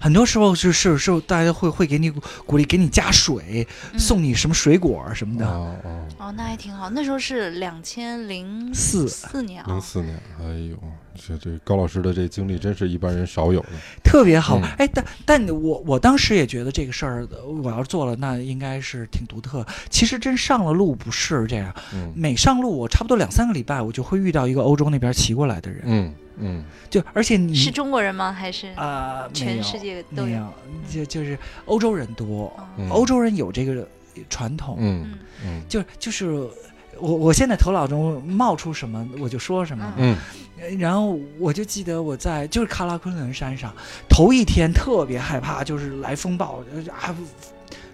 C: 很多时候是是是，大家会会给你鼓鼓励，给你加水，
B: 嗯
C: 送你什么水果什么的。
A: 哦哦，
B: 哦，那还挺好。那时候是两千零
C: 四
B: 四年啊
A: 零，四年，哎呦，这这高老师的这经历真是一般人少有的。
C: 特别好
A: 嗯。
C: 哎，但但我我当时也觉得这个事儿，呃我要是做了，那应该是挺独特。其实真上了路不是这样，
A: 嗯
C: 每上路我差不多两三个礼拜，我就会遇到一个欧洲那边骑过来的人，
A: 嗯嗯
C: 就而且你
B: 是中国人吗？还是
C: 啊、没
B: 全
C: 有
B: 世界都
C: 没
B: 有？
C: 有，就就是欧洲人多，
B: 哦
A: 嗯，
C: 欧洲人有这个传统，
A: 嗯
B: 嗯
A: 嗯
C: 就就是我我现在头脑中冒出什么我就说什么。呃
B: 嗯
A: 嗯
C: 然后我就记得我在就是喀拉昆仑山上，头一天特别害怕，就是来风暴呃啊，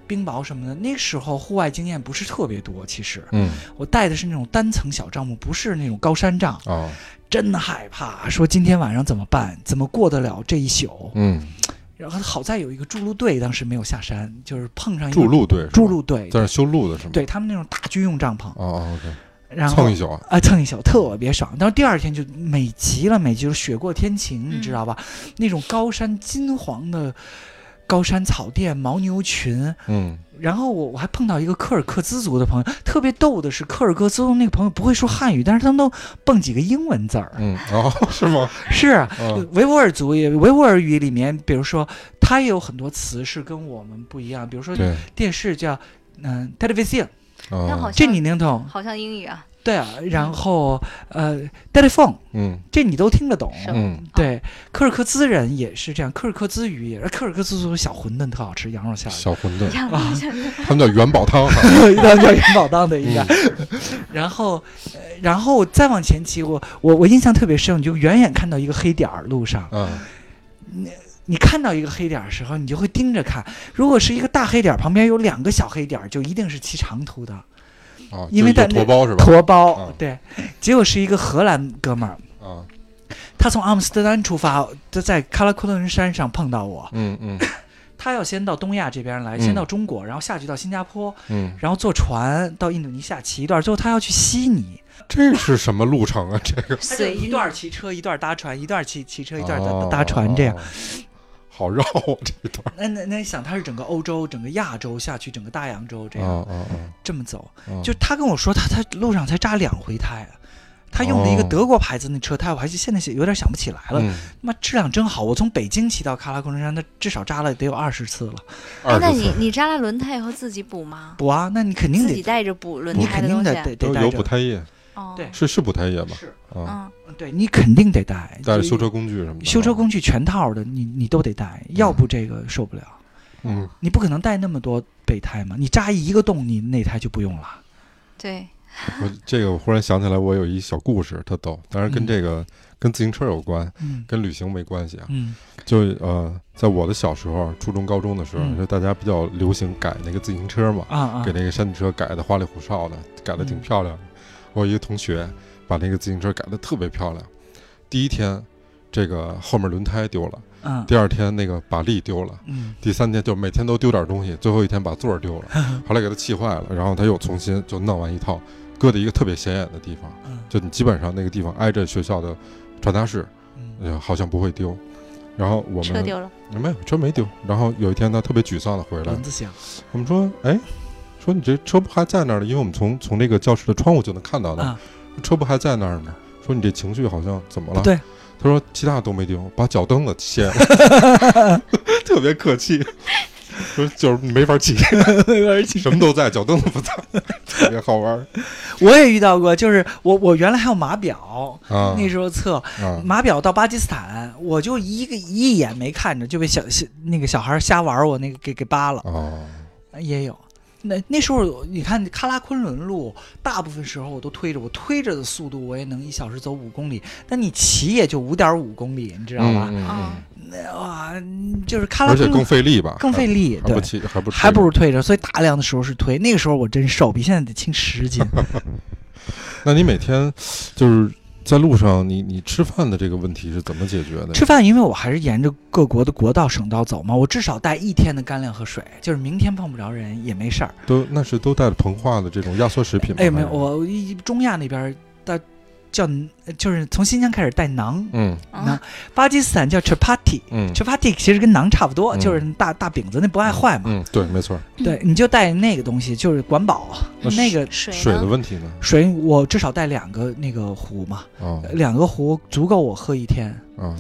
C: 冰雹什么的。那时候户外经验不是特别多，其实
A: 嗯
C: 我带的是那种单层小帐幕，不是那种高山帐，
A: 哦
C: 真的害怕。说今天晚上怎么办？怎么过得了这一宿？
A: 嗯，
C: 然后好在有一个筑路队，当时没有下山，就是碰上一个
A: 筑路队是吧
C: 筑路队，
A: 在那修路的是吗？
C: 对他们那种大军用帐篷，
A: 哦哦，OK，
C: 然后
A: 蹭一宿啊，
C: 啊，蹭一宿特别爽。但是第二天就美极了，美极了，雪过天晴，
A: 嗯
C: 你知道吧？那种高山金黄的高山草甸、牦牛群。
A: 嗯
C: 然后我我还碰到一个柯尔克孜族的朋友，特别逗的是，柯尔克孜族那个朋友不会说汉语，但是他们都蹦几个英文字儿。
A: 嗯，哦是 吗？
C: 是啊
A: 嗯
C: 维吾尔族也维吾尔语里面，比如说它也有很多词是跟我们不一样，比如说
A: 对，
C: 电视叫嗯 television，
B: 那
A: 嗯
B: 好
A: 嗯
C: 这
B: 像
C: 你能懂？
B: 好像英语啊，
C: 对啊，然后呃 telephone
A: 嗯
C: 这你都听得懂。
B: 是
A: 嗯
C: 对，柯尔克孜人也是这样，柯尔克孜语也是，柯尔克孜族小馄饨特好吃，羊肉馅儿 的，
A: 小馄饨，
B: 样
C: 啊
B: 像
A: 他们叫元宝汤哈。
C: 那叫元宝当的应该。
A: 嗯
C: 然后，呃然后再往前骑，我我我印象特别深，你就远远看到一个黑点儿，路上
A: 嗯
C: 你看到一个黑点儿的时候，你就会盯着看，如果是一个大黑点儿，旁边有两个小黑点儿，就一定是骑长途的
A: 啊，
C: 因为
A: 就
C: 在
A: 有驼
C: 那
A: 包是吧？
C: 驼包
A: 嗯。
C: 对，结果是一个荷兰哥们儿，
A: 啊，
C: 他从阿姆斯特丹出发，他在喀拉昆仑山上碰到我，
A: 嗯嗯
C: 他要先到东亚这边来，
A: 嗯
C: 先到中国，然后下去到新加坡，
A: 嗯，
C: 然后坐船到印度尼西亚骑一段，最后他要去悉尼，
A: 这是什么路程啊？这个
C: 他就
B: 随
C: 一
B: 意
C: 段骑车，一段搭船，一段骑骑车，一段搭
A: 哦
C: 搭船这样。
A: 哦好绕啊这一段。
C: 那那那想他是整个欧洲、整个亚洲下去，整个大洋洲 这样
A: 啊啊啊
C: 这么走。
A: 啊！
C: 就他跟我说，他他路上才扎两回胎。他用的一个
A: 哦
C: 德国牌子那车胎，我还是现在有点想不起来了。哎
A: 嗯，
C: 妈，质量真好！我从北京骑到喀拉昆仑山，他至少扎了得有二十次了。
B: 哎，那
A: 二十
B: 你
A: 次
B: 你扎了轮胎以后自己补吗？
C: 补啊，那你肯定
B: 自己
C: 得，
B: 带着补轮
C: 你
B: 胎
C: 肯
B: 的
C: 定
B: 东西
C: 得
B: 啊？
C: 得得
A: 都
C: 带
A: 有
C: 着
A: 补胎液，
B: 哦，
C: 对
A: 是是补胎液吧？
C: 是
A: 啊，
B: 嗯，
C: 对你肯定得带，
A: 带着
C: 就
A: 修车工嗯具什么的。
C: 修车工具全套的，你你都得带，要不这个受不了。
A: 嗯，
C: 你不可能带那么多备胎嘛，你扎一个洞，你内胎就不用了。
B: 对，
A: 我这个我忽然想起来，我有一小故事，特逗，当然跟
C: 嗯
A: 这个跟自行车有关，
C: 嗯
A: 跟旅行没关系啊。
C: 嗯
A: 就呃，在我的小时候，初中、高中的时候，
C: 嗯
A: 就大家比较流行改那个自行车嘛，
C: 啊啊
A: 给那个山地车改的花里胡哨的，改的挺
C: 嗯
A: 漂亮的。我有一个同学把那个自行车改的特别漂亮，第一天这个后面轮胎丢了，
C: 嗯
A: 第二天那个把力丢了。
C: 嗯
A: 第三天就每天都丢点东西，最后一天把座儿丢
C: 嗯
A: 了，后来给他气坏了，然后他又重新就弄完一套，搁在一个特别显眼的地方，
C: 嗯
A: 就你基本上那个地方挨着学校的传达室，
C: 嗯
A: 呃，好像不会丢。然后我
B: 车
A: 们
B: 丢了，
A: 没有车没丢。然后有一天他特别沮丧的回来
C: 蚊，子响，
A: 我们说，哎，说你这车不还在那儿呢？因为我们从从这个教室的窗户就能看到的，
C: 啊
A: 车不还在那儿呢？说你这情绪好像怎么了？
C: 对，
A: 他说其他都没丢，把脚蹬子掀了， 特别客气。说就是没法骑，
C: 而且
A: 什么都在，脚蹬子不 在，特别好玩
C: 我也遇到过，就是我我原来还有码表，
A: 啊
C: 那时候测
A: 啊！
C: 码表到巴基斯坦，我就一个一眼没看着就被小小那个小孩瞎玩，我那个给给扒了，
A: 哦，
C: 也有。那那时候你看喀拉昆仑路，大部分时候我都推着，我推着的速度我也能一小时走五公里，但你骑也就五点五公里，你知
A: 知
C: 道吧？啊
B: 嗯
C: 那哇，就是喀拉
A: 而且
C: 昆
A: 更
C: 仑
A: 费力吧？
C: 更费
A: 力，
C: 力，
A: 还
C: 对
A: 不。骑，还不
C: 还
A: 骑
C: 不如推着，所以大量的时候是推。那个时候我真瘦，比现在得轻 十斤。
A: 那你每天就是在路上你，你吃饭的这个问题是怎么解决的？
C: 吃饭，因为我还是沿着各国的国道、省道走嘛，我至少带一天的干粮和水，就是明天碰不着人也没事儿。
A: 都那是都带了膨化的这种压缩食品吗？
C: 哎，没有，
A: 还是
C: 我一中亚那边带叫就是从新疆开始带馕，
A: 嗯
C: 那
B: 啊，
C: 巴基斯坦叫 chapati，chapati
A: 嗯
C: chapati 其实跟馕差不多，
A: 嗯
C: 就是大大饼子那不爱坏嘛。
A: 嗯，对，没错。
C: 对，你就带那个东西，就是管饱。啊
A: 那
C: 那个
B: 水
A: 水的
B: 呢？
A: 问题呢？
C: 水我至少带两个那个壶嘛，
A: 啊
C: 两个壶足够我喝一天。
A: 啊，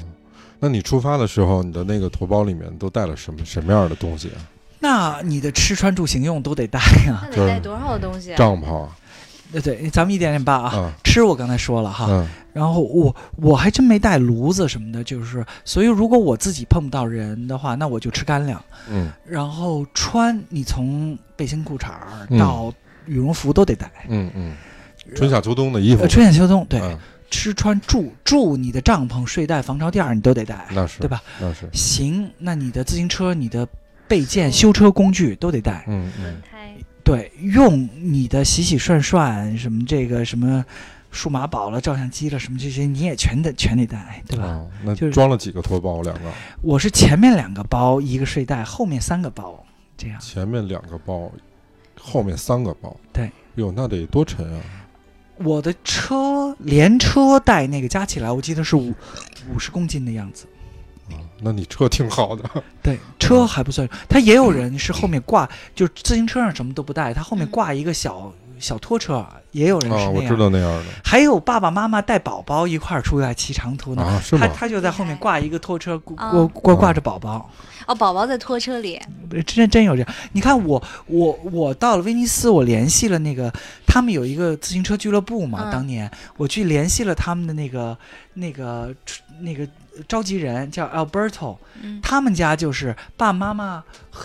A: 那你出发的时候，你的那个驮包里面都带了什么什么样的东西啊？
C: 那你的吃穿住行用都得带呀、
B: 那
A: 就
B: 得
A: 是
B: 带多少东西啊？
A: 帐篷啊
C: 对对，咱们一点点扒啊。
A: 啊，
C: 吃我刚才说了哈，
A: 嗯
C: 然后我我还真没带炉子什么的，就是所以如果我自己碰不到人的话，那我就吃干粮。
A: 嗯
C: 然后穿你从背心裤衩儿到羽绒服都得带，
A: 嗯嗯，春夏秋冬的衣服
C: 呃，，春夏秋冬对，
A: 嗯
C: 吃穿住住你的帐篷、睡袋、防潮垫儿你都得带，
A: 那是
C: 对吧？
A: 那是，
C: 行，那你的自行车、你的备件、修车工具都得带，
A: 嗯嗯
B: 轮胎，
C: 对，用你的洗洗涮涮什么这个什么数码宝了、照相机了什么这些你也全得全得带，对吧？
A: 啊，那
C: 就是
A: 装了几个驮包？两个，
C: 我是前面两个包一个睡袋，后面三个包，这样
A: 前面两个包，后面三个包。
C: 对，
A: 哟，那得多沉啊！
C: 我的车连车带那个加起来，我记得是五五十公斤的样子。
A: 啊，那你车挺好的。
C: 对，车还不算，他也有人是后面挂，就是自行车上什么都不带，他后面挂一个小小拖车，也有人是
A: 啊，我
C: 那
A: 知
C: 样。
A: 道那样
C: 还有爸爸妈妈带宝宝一块儿出来骑长途
A: 的
C: 呢，
A: 啊，是
C: 他
A: 吗？
C: 他就在后面挂一个拖车，
B: 啊
C: 挂挂挂挂着宝宝。
B: 哦，宝宝在拖车里，
C: 真真有这样。你看我我我到了威尼斯，我联系了那个他们有一个自行车俱乐部嘛，
B: 嗯
C: 当年我去联系了他们的那个那个那个召集人叫 Alberto，
B: 嗯，
C: 他们家就是爸爸妈妈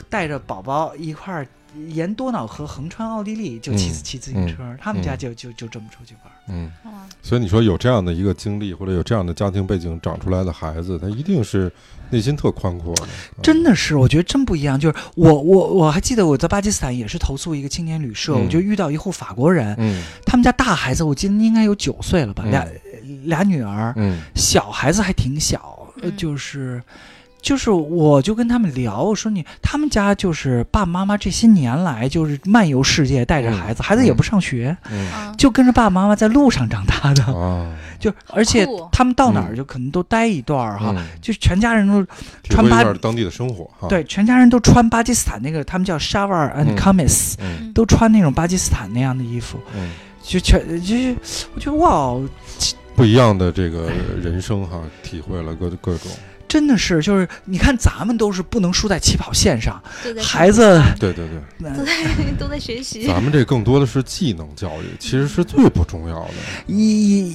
C: 带着宝宝一块儿。沿多瑙河横穿奥地利，就骑
A: 嗯
C: 骑自行车，他们家就就就这么出去玩儿。
A: 嗯，
B: 哇
A: 所以你说有这样的一个经历，或者有这样的家庭背景长出来的孩子，他一定是内心特宽阔的。啊
C: 真的是，我觉得真不一样。就是我我我还记得我在巴基斯坦也是投诉一个青年旅社，
A: 嗯
C: 我就遇到一户法国人，
A: 嗯
C: 他们家大孩子，我记得应该有九岁了吧，
A: 嗯
C: 俩俩女儿，
A: 嗯
C: 小孩子还挺小，呃
B: 嗯
C: 就是就是，我就跟他们聊，我说你他们家就是爸爸妈妈这些年来就是漫游世界，带着
A: 嗯
C: 孩子，孩子也不上学，
A: 嗯
B: 啊，
C: 就跟着爸爸妈妈在路上长大的，
A: 啊，
C: 就而且
B: 嗯酷
C: 他们到哪儿就可能都待一段儿哈，
A: 嗯，
C: 就是全家人都
A: 体
C: 穿
A: 会一
C: 巴
A: 下当地的生活哈。
C: 对，，全家人都穿巴基斯坦那个他们叫 shawar
A: 嗯
C: and kamis，
A: 嗯
C: 都穿那种巴基斯坦那样的衣服，
A: 嗯，
C: 就全就是我觉得哇。
A: 不一样的这个人生哈，体会了各各种。
C: 真的是，就是你看，咱们都是不能输在起跑线上，
B: 都在
C: 孩子
A: 对对对，
B: 都在都在学习，
A: 咱们这更多的是技能教育，其实是最不重要的。
C: 也也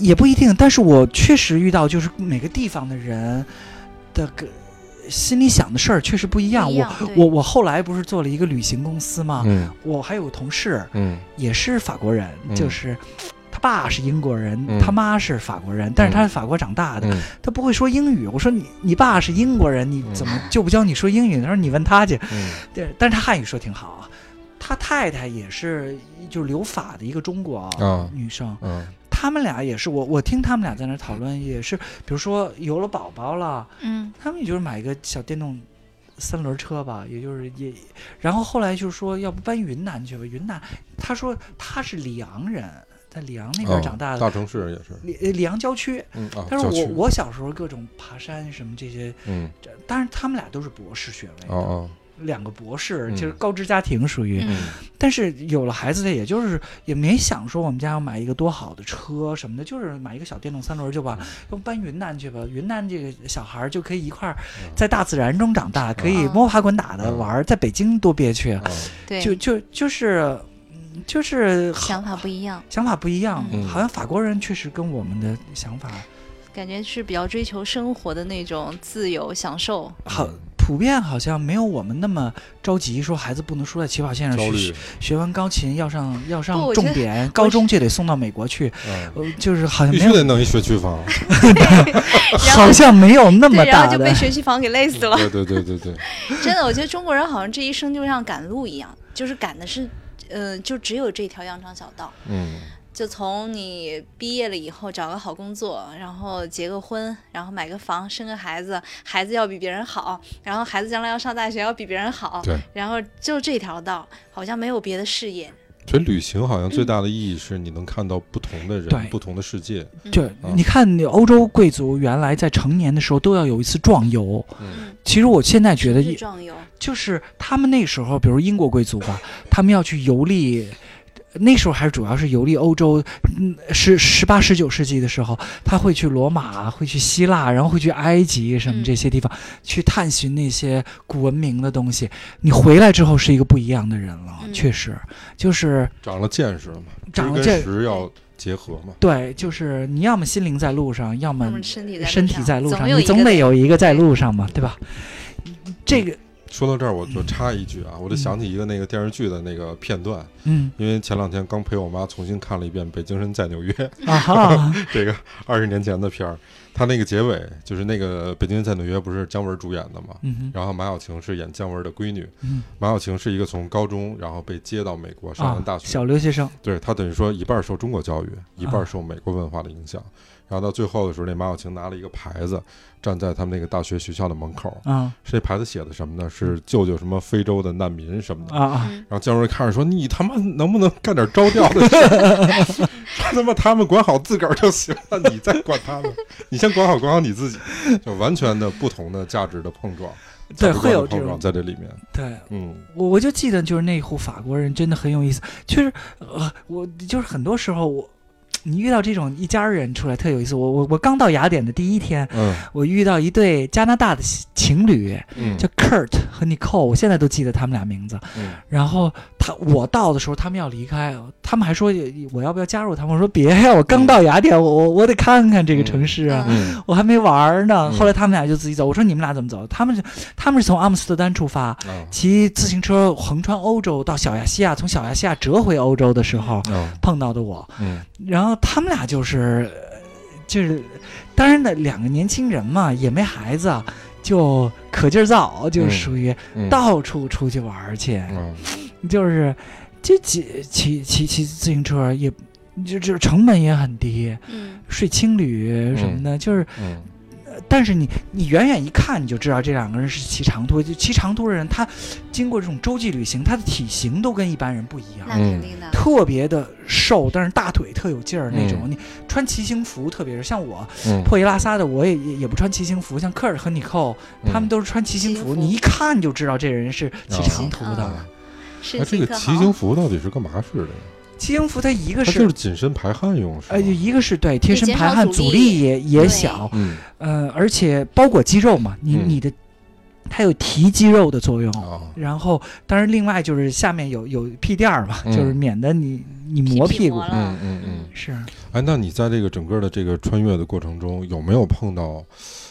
C: 也不一定。但是我确实遇到，就是每个地方的人的个心里想的事儿确实不一样。
B: 不一样
C: 我
B: 对
C: 我我后来不是做了一个旅行公司吗？
A: 嗯
C: 我还有个同事
A: 嗯
C: 也是法国人，
A: 嗯
C: 就是他爸是英国人，
A: 嗯
C: 他妈是法国人，但是他是法国长大的，
A: 嗯
C: 他不会说英语。我说你你爸是英国人，你怎么就不教你说英语呢？他说你问他去。
A: 嗯
C: 对，但是他汉语说挺好啊。他太太也是就是留法的一个中国
A: 啊
C: 女生，
A: 嗯
C: 他们俩也是我我听他们俩在那儿讨论，也是比如说有了宝宝了，
B: 嗯，
C: 他们也就是买个小电动三轮车吧，也就是也，然后后来就说要不搬云南去吧，云南他说他是里昂人，在里昂那边长大
A: 啊
C: 的，
A: 大城市也是，
C: 里里昂郊区。
A: 嗯啊，
C: 但是
A: 郊
C: 我
A: 区，
C: 我小时候各种爬山什么这些，
A: 嗯，
C: 这当然他们俩都是博士学位，
A: 哦哦，
C: 两个博士，
A: 嗯
C: 就是高知家庭属于。
B: 嗯
A: 嗯
C: 但是有了孩子的，也就是也没想说我们家要买一个多好的车什么的，就是买一个小电动三轮就把
A: 嗯
C: 要不搬云南去吧，云南这个小孩儿就可以一块儿
A: 嗯
C: 在大自然中长大，可以
B: 嗯
C: 摸爬滚打的
A: 嗯
C: 玩儿，在北京多憋屈啊！
A: 啊，
B: 对，
C: 就就就是，嗯就是好
B: 想法不一样，
C: 想法不一样，
A: 嗯
C: 好像法国人确实跟我们的想法
B: 感觉是比较追求生活的那种自由享受。
C: 好
A: 嗯，
C: 普遍好像没有我们那么着急，说孩子不能输在起跑线上，
A: 焦虑
C: 学，学完钢琴要上要上
B: 不我觉
C: 重
B: 得
C: 点，高中就得送到美国去，
A: 嗯，
C: 呃，就是好像
A: 必
C: 没
A: 须
C: 有，
A: 得弄一学区房，
B: 后
C: 呃好像没有那么
B: 对，然
C: 大
B: 后就
C: 的
B: 被。学区房给累死了。
A: 对对对对对，
B: 真的，我觉得中国人好像这一生就像赶路一样，就是赶的是，呃，就只有这条羊肠小道。
A: 嗯
B: 就从你毕业了以后找个好工作，然后结个婚，然后买个房，生个孩子，孩子要比别人好，然后孩子将来要上大学要比别人好，
A: 对，
B: 然后就这条道，好像没有别的事业。
A: 所以旅行好像最大的意义是你能看到不同的
C: 对
A: 人、不同的世界，
B: 嗯
C: 就你看，欧洲贵族原来在成年的时候都要有一次壮游。
A: 嗯
B: 嗯，
C: 其实我现在觉得，嗯
B: 是壮游，
C: 就是他们那时候，比如英国贵族吧，他们要去游历，那时候还是主要是游历欧洲，嗯，十十八十九世纪的时候，他会去罗马，会去希腊，然后会去埃及什么
B: 嗯
C: 这些地方，去探寻那些古文明的东西。你回来之后是一个不一样的人了，
B: 嗯
C: 确实，就是
A: 长了见识了嘛，
C: 长了
A: 知
C: 见
A: 跟识要结合嘛，
C: 对，就是你要么心灵在路上，要么
B: 嗯那么身体在
C: 身体在路
B: 上，
C: 上，
B: 有
C: 你
B: 一个
C: 总得
B: 在嗯
C: 有一个在路上嘛，对吧？这个，
A: 说到这儿，我就插一句啊，我就想起一个那个电视剧的那个片段，
C: 嗯
A: 因为前两天刚陪我妈重新看了一遍《北京人在纽约》
C: 啊哈，
A: 这个二十年前的片儿，它那个结尾就是那个《北京人在纽约》不是姜文主演的嘛，
C: 嗯哼
A: 然后马晓晴是演姜文的闺女，
C: 嗯，
A: 马晓晴是一个从高中然后被接到美国 上完大
C: 啊、
A: 学，
C: 小留学生。
A: 对她等于说一半儿受中国教育，一半
C: 啊
A: 儿受美国文化的影响，然后到最后的时候，那马晓晴拿了一个牌子站在他们那个大学学校的门口，
C: 啊
A: 这牌子写的什么呢？是救救什么非洲的难民什么的
C: 嗯啊。啊！
B: 嗯
A: 然后姜文看着说：“你他妈能不能干点招调的事儿？ 说他妈他们管好自个儿就行了，你再管他们，你先管好管好你自己。”就完全的不同的价值的碰撞，
C: 对，
A: 价值观
C: 会有
A: 的
C: 这
A: 碰撞
C: 种。
A: 在这里面。
C: 对
A: 嗯
C: 我我就记得，就是那户法国人真的很有意思。就是呃，我就是很多时候我。你遇到这种一家人出来特有意思。我我我刚到雅典的第一天，
A: 嗯
C: 我遇到一对加拿大的情侣，
A: 嗯
C: 叫 Kurt 和 Nicole，我现在都记得他们俩名字。
A: 嗯
C: 然后他我到的时候，他们要离开，他们还说我要不要加入他们？我说别呀，我刚到雅典，我我我得看看这个城市啊。
A: 嗯
C: 我还没玩儿呢。
A: 嗯
C: 后来他们俩就自己走。我说你们俩怎么走？他们是他们是从阿姆斯特丹出发，
A: 啊
C: 骑自行车横穿欧洲到小亚细亚，从小亚细亚折回欧洲的时候
A: 啊
C: 碰到的我。
A: 嗯
C: 然后他们俩就是呃就是，当然的两个年轻人嘛，也没孩子啊，就可劲儿造，就
A: 嗯
C: 属于
A: 嗯
C: 到处出去玩儿去。
A: 嗯
C: 就是就骑骑骑骑自行车也。就就成本也很低，
B: 嗯，
C: 睡青旅什么的，就是
A: 嗯
C: 但是你你远远一看你就知道这两个人是骑长途，就骑长途的人，他经过这种洲际旅行，他的体型都跟一般人不一样
B: 那，肯定的。
C: 特别的瘦，但是大腿特有劲儿那种。
A: 嗯
C: 你穿骑行服，特别是像我
A: 嗯，
C: 破衣拉撒的，我也也也不穿骑行服，像科尔和尼寇他们
A: 都
C: 都是穿骑行
B: 骑
C: 服，
B: 行服
C: 你一看就知道这人是骑
A: 嗯哦
C: 长途的。
B: 啊
C: 嗯
B: 是
A: 哎，这个
B: 可
A: 骑
B: 好
A: 行服到底是干嘛使的呀？
C: 骑行服它一个
A: 它就是是紧身排汗用是
C: 呃，
A: 吗？
C: 一个是对贴身
B: 减
C: 排
B: 少
C: 汗
B: 阻
C: 阻
B: 力
C: 力也也
B: 对
C: 小，
A: 嗯
C: 呃，而且包裹肌肉嘛，你
A: 嗯
C: 你的它有提肌肉的作用。
A: 啊
C: 然后，当然，另外就是下面有有屁垫儿嘛，
A: 嗯
C: 就是免得你你
B: 屁
C: 磨
B: 屁
C: 股
B: 磨。了
A: 嗯嗯嗯。
C: 是，
A: 哎，那你在这个整个的这个穿越的过程中，有没有碰到，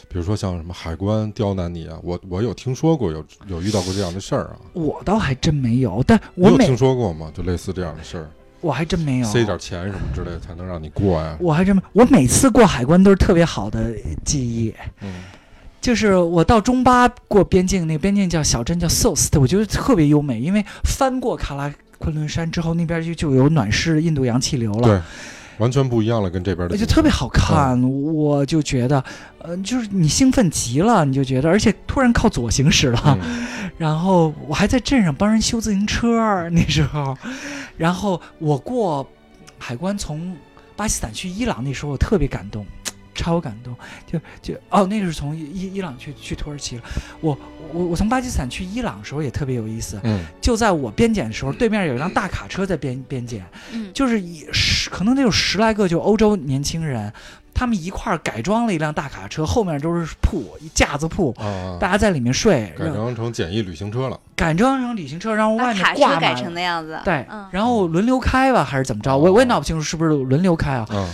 A: 比如说像什么海关刁难你啊？我我有听说过，有有遇到过这样的事儿啊？
C: 我倒还真没有，但
A: 你
C: 我
A: 有
C: 每
A: 听说过吗？就类似这样的事儿，
C: 我还真没有。
A: 塞点钱什么之类的才能让你过呀？
C: 我还真没，我每次过海关都是特别好的记忆。
A: 嗯
C: 就是我到中巴过边境，那个边境叫小镇叫 Sost，我觉得特别优美，因为翻过喀拉昆仑山之后，那边就就有暖湿的印度洋气流了。
A: 对，完全不一样了，跟这边的
C: 而
A: 景
C: 且
A: 色
C: 特别好看，我就觉得，呃，就是你兴奋极了，你就觉得，而且突然靠左行驶了，
A: 嗯
C: 然后 我还在镇上帮人修自行车儿那时候，然后我过海关从巴基斯坦去伊朗那时候，我特别感动，超感动。就就哦，那个是从伊伊朗去去土耳其了。我我我从巴基斯坦去伊朗的时候也特别有 意思。
A: 嗯，
C: 就在我边检的时候，对面有一辆大卡车在边边检，
B: 嗯
C: 就是一十可能得有十来个就欧洲年轻人，他们一块儿改装了一辆大卡车，后面都是铺一架子铺。
A: 啊啊，
C: 大家在里面睡，
A: 改装成简易旅行车了，
C: 改装成旅行车，然后
B: 把
C: 外
B: 卡
C: 面
B: 车
C: 挂
B: 改
C: 满
B: 成
C: 了。
B: 那样子，
C: 对
B: 嗯，
C: 然后轮流开吧，还是怎么着？我我也闹不清楚是不是轮流开啊？
A: 啊，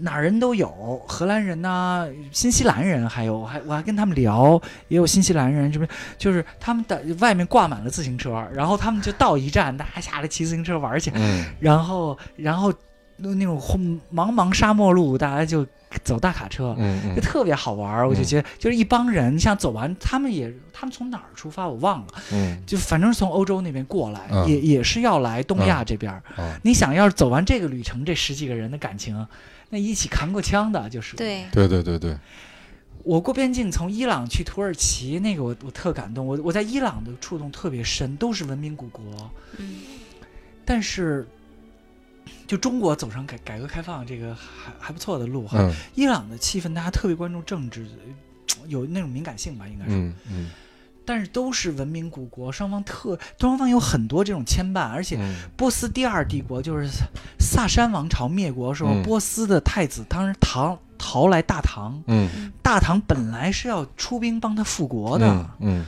C: 哪儿人都有，荷兰人呐、新西兰人，还有我还我还跟他们聊，也有新西兰人，这边就是他们的外面挂满了自行车，然后他们就到一站，大家下来骑自行车玩去，
A: 嗯，
C: 然后然后那种轰茫茫沙漠路，大家就走大卡车，
A: 嗯 嗯，
C: 就特别好玩儿。我就觉得就是一帮人，你想走完，他们也他们从哪儿出发我忘了，
A: 嗯，
C: 就反正是从欧洲那边过来，
A: 嗯
C: 也也是要来东亚这边儿。
A: 嗯啊
C: 你想要是走完这个旅程，这十几个人的感情，那一起扛过枪的，就是
B: 对。
A: 对对对对，
C: 我过边境从伊朗去土耳其，那个我我特感动，我我在伊朗的触动特别深，都是文明古国，
B: 嗯
C: 但是。就中国走上改改革开放这个还还不错的路哈，
A: 嗯
C: 伊朗的气氛大家特别关注政治，呃有那种敏感性吧，应该是。
A: 嗯嗯，
C: 但是都是文明古国，双方特双方有很多这种牵绊，而且
A: 嗯
C: 波斯第二帝国就是萨珊王朝灭国的时候，
A: 嗯
C: 波斯的太子当时逃逃来大唐，
A: 嗯，
C: 大唐本来是要出兵帮他复国的，啊
A: 嗯，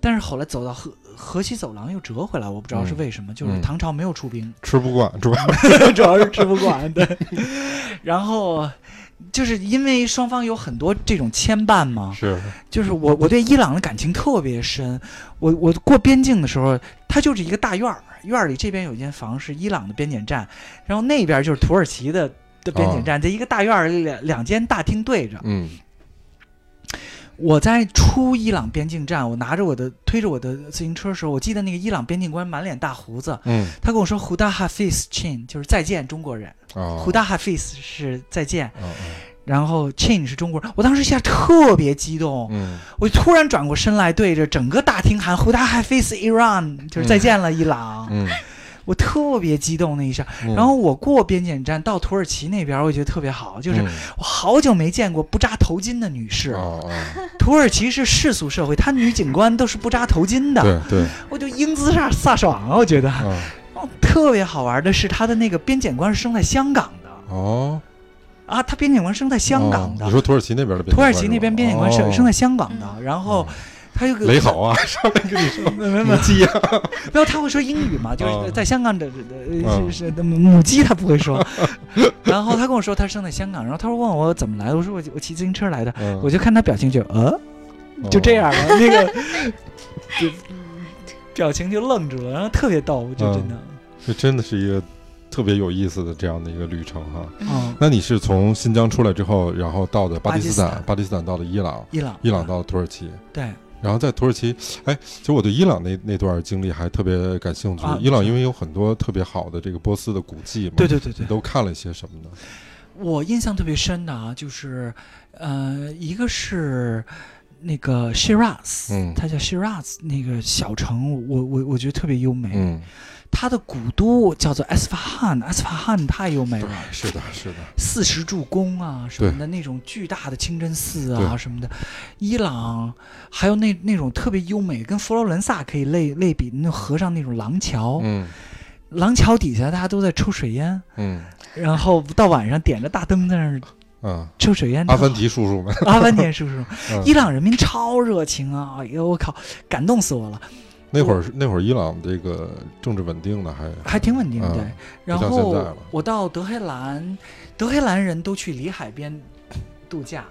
C: 但是后来走到河河西走廊又折回来，我不知道
A: 嗯
C: 是为什么，就是唐朝没有出兵，
A: 吃不惯主
C: 嗯
A: 要，
C: 主要是吃不惯，对， 然后。就是因为双方有很多这种牵绊嘛，
A: 是，
C: 就是我我对伊朗的感情特别深。我我过边境的时候，它就是一个大院儿，院儿里这边有一间房是伊朗的边检站，然后那边就是土耳其的的边检站，在一个大院儿里两两间大厅对着。
A: 嗯
C: 我在出伊朗边境站，我拿着我的推着我的自行车的时候，我记得那个伊朗边境官满脸大胡子，
A: 嗯
C: 他跟我说 “Huda Hafiz Chin”，就是再见中国人
A: 啊，
C: ，“Huda Hafiz” 是再见，
A: 啊啊
C: 然后 “Chin” 是中国人。我当时一下特别激动，
A: 嗯
C: 我突然转过身来，对着整个大厅喊“胡大海 face Iran”，就是再见了伊朗。
A: 嗯，
C: 我特别激动那一下。 然后我过边检站到土耳其那边，我觉得特别好，就是
A: 嗯
C: 我好久没见过不扎头巾的女士。
A: 啊啊，
C: 土耳其是世俗社会，她女警官都是不扎头巾的，
A: 对对
C: 我就英姿飒飒爽啊！我觉得、
A: 啊，
C: 哦特别好玩的是，她的那个边检官是生在香港的
A: 哦，
C: 啊，她边检官生在香港的。
A: 你说土耳其那边的
C: 土耳其那边边检官生生在香港的，
B: 嗯
C: 然后她又给
A: 雷哦好啊，上来跟你说
C: 没没没
A: 母， 鸡呀，
C: 没有，他会说英语嘛，就是
A: 啊
C: 在香港的呃
A: 啊
C: 是是母鸡他不会说。
A: 嗯
C: 然后他跟我说他生在香港，然后他说问我怎么来的，我说我我骑自行车来
A: 嗯
C: 的，我就看他表情就呃就这样 了，那个就表情就愣住了，然后特别逗，就真的。
A: 哦这真的是一个特别有意思的这样的一个旅程哈。
C: 嗯，
A: 那你是从新疆出来之后，然后到的巴基斯
C: 巴基斯
A: 坦，
C: 坦
A: 巴基斯坦到了伊朗，
C: 伊朗
A: 伊朗嗯到了土耳其，
C: 对
A: 然后在土耳其，哎，其实我对伊朗那那段经历还特别感兴趣。
C: 啊
A: 伊朗因为有很多特别好的这个波斯的古迹嘛，
C: 对对对对
A: 你，都看了些什么呢？
C: 我印象特别深的啊，就是呃，一个是那个 Shiraz，
A: 嗯
C: 它叫 Shiraz 那个小城，我我我觉得特别优美，
A: 嗯，
C: 它的古都叫做埃斯法罕，埃斯法罕太优美
A: 对
C: 了，，
A: 是的，是的，
C: 四十柱宫啊什么的，那种巨大的清真寺啊
A: 对
C: 什么的，伊朗还有那那种特别优美，跟佛罗伦萨可以类类比，那河上那种廊桥，
A: 嗯
C: 廊桥底下大家都在抽水烟，
A: 嗯
C: 然后到晚上点着大灯在那儿
A: 啊，
C: 抽水烟。
A: 阿凡提叔叔们，
C: 特好，阿凡提叔叔，
A: 嗯
C: 伊朗人民超热情啊！哎呦我靠，感动死我了，
A: 那会儿是那会儿伊朗这个政治稳定的还
C: 还挺稳定的。
A: 嗯
C: 对然
A: 像现在
C: 后
A: 了
C: 我到德黑兰，德黑兰人都去里海边度假，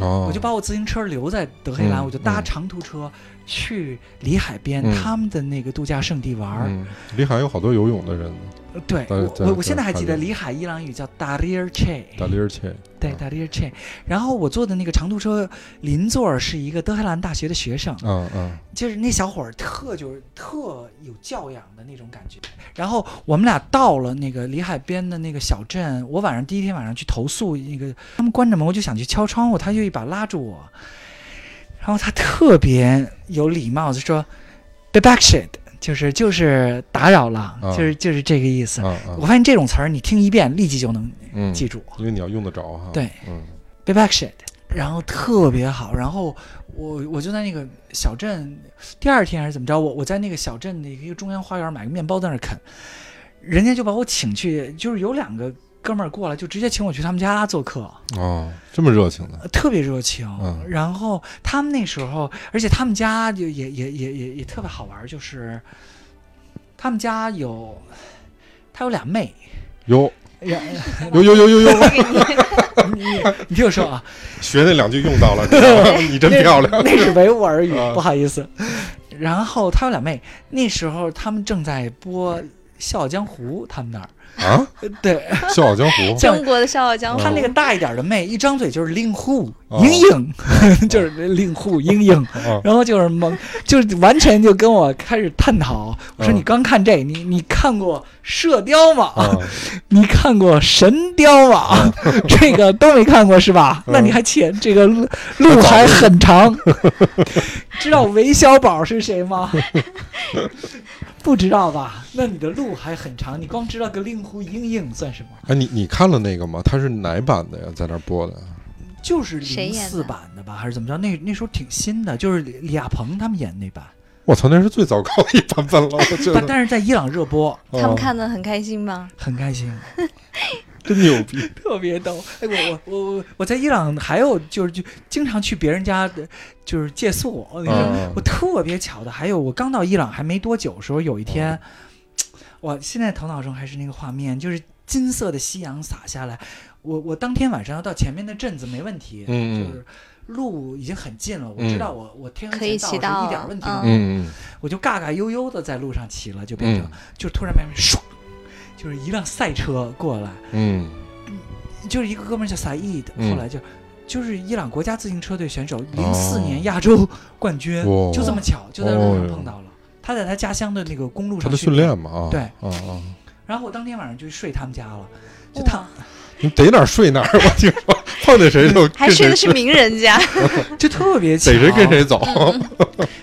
A: 哦，
C: 我就把我自行车留在德黑兰，
A: 嗯
C: 我就搭
A: 嗯
C: 长途车去里海边、
A: 嗯
C: 他们的那个度假胜地玩儿。
A: 嗯，里海有好多游泳的人，
C: 呃对
A: 在
C: 我
A: 在
C: 我我现在
A: 在
C: 还
A: 海
C: 记得
A: 边
C: 里海伊朗语叫 Darir Che，
A: 达里尔切，
C: 对 Darir Che。然后我坐的那个长途车邻座是一个德黑兰大学的学生，
A: 嗯嗯
C: 就是那小伙儿特就是特有教养的那种感觉。然后我们俩到了那个里海边的那个小镇，我晚上第一天晚上去投诉那个他们关着门，我就想去敲窗户，他就一把拉住我，然后他特别有礼貌，就说 b e b a k s h i d 就是就是打扰了，
A: 啊
C: 就是就是这个意思。
A: 啊啊
C: 我，发现这种词儿你听一遍立即就能
A: 嗯，
C: 记住、
A: 因为你要用得着哈。
C: 对，
A: 嗯
C: b a b a c k shit，然后特别好。然后我我就在那个小镇，第二天还是怎么着，我我在那个小镇的一个中央花园买个面包在那儿啃，人家就把我请去，就是有两个哥们儿过来，就直接请我去他们家做客。
A: 哦，这么热情的，
C: 特别热情。
A: 嗯
C: 然后他们那时候，而且他们家就也也也也也特别好玩儿，就是他们家有他有俩妹。
A: 哟
C: 然
A: 哟哟哟哟哟，
C: 你你你听我说啊，
A: 学那两句用到了，你知道吗你真漂亮。
C: 那是维吾尔语，
A: 啊
C: 不好意思。然后他有俩妹，那时候他们正在播《笑傲江湖》，他们那儿
A: 啊，
C: 对
A: 《 笑傲江 湖》
C: 像
B: 中国的《笑傲江湖
C: 哦他》那个大一点的妹，一张嘴就是令狐
A: 哦
C: 英英， 就是令狐英英，
A: 啊，
C: 然后就是猛，就是完全就跟我开始探讨。我说
A: 嗯
C: 你刚看这，你你看过《射雕》吗？
A: 啊
C: 你看过《神雕》吗？ 这个都没看过是吧？
A: 嗯
C: 那你还且这个路路还很 长。知道韦小宝是谁吗？ 不知道吧？那你的路还很长，你光知道个令狐英英算什么？
A: 哎，你你看了那个吗？它是哪版的呀？在那儿播的？
C: 就是
B: 谁
C: 零
B: 演
C: 四
B: 的
C: 版的吧，还是怎么着？那那时候挺新的，就是李李亚鹏他们演那版，
A: 我操，那是最糟糕的一版本了，我觉
C: 但
A: 得。
C: 但是在伊朗热播。
B: 他们
A: 啊
B: 看得很开心吗？
C: 很开心，
A: 真牛 逼
C: 特别逗。哎，我我我我我在伊朗还有就是就经常去别人家的，就是借宿。我跟你说
A: 啊
C: 我！特别巧的，还有我刚到伊朗还没多久的时候，有一天，我现在头脑中还是那个画面，就是金色的夕阳洒下来。我我当天晚上要到前面的镇子没问题，
A: 嗯嗯
C: 就是路已经很近了，我
A: 嗯
C: 知道我我天黑
B: 可以
C: 前
B: 骑
C: 到
B: 到
C: 是一点问题没有
B: 嗯
A: 嗯嗯
C: 我就嘎嘎悠悠的在路上骑了，就变成、
A: 嗯
C: 就突然外面唰，就是一辆赛车过来。
A: 嗯
C: 就是一个哥们儿叫萨义的，
A: 嗯
C: 后来就就是伊朗国家自行车队选手，零四
A: 哦
C: 年亚洲 冠军，
A: 哇
C: 就这么巧，就在路
A: 哦
C: 上
A: 哟
C: 碰到了。他在他家乡的那个公路
A: 他
C: 上
A: 的训练，嘛啊，
C: 对
A: 啊啊，
C: 然后我当天晚上就睡他们家了，就他
A: 你逮哪儿睡哪儿，我听说
C: 嗯
A: 碰见谁就
B: 还
A: 跟
B: 睡
A: 谁
B: 的是名人家，
C: 就特别巧，
A: 逮谁跟谁走，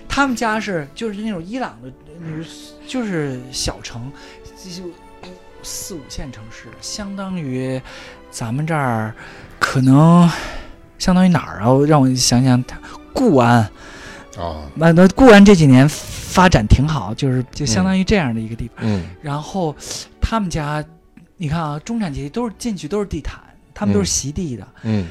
C: 他们家是就是那种伊朗的，那种就是小城，就四五线城市，相当于咱们这儿可能相当于哪儿啊？我让我想想，固安。嗯
A: 啊，
C: 那那固安这几年发展挺好，就是就相当于这样的一个地方。
A: 嗯
C: 然后他们家，你看啊，中产阶级都是进去都是地毯，他们都是席地的。
A: 嗯，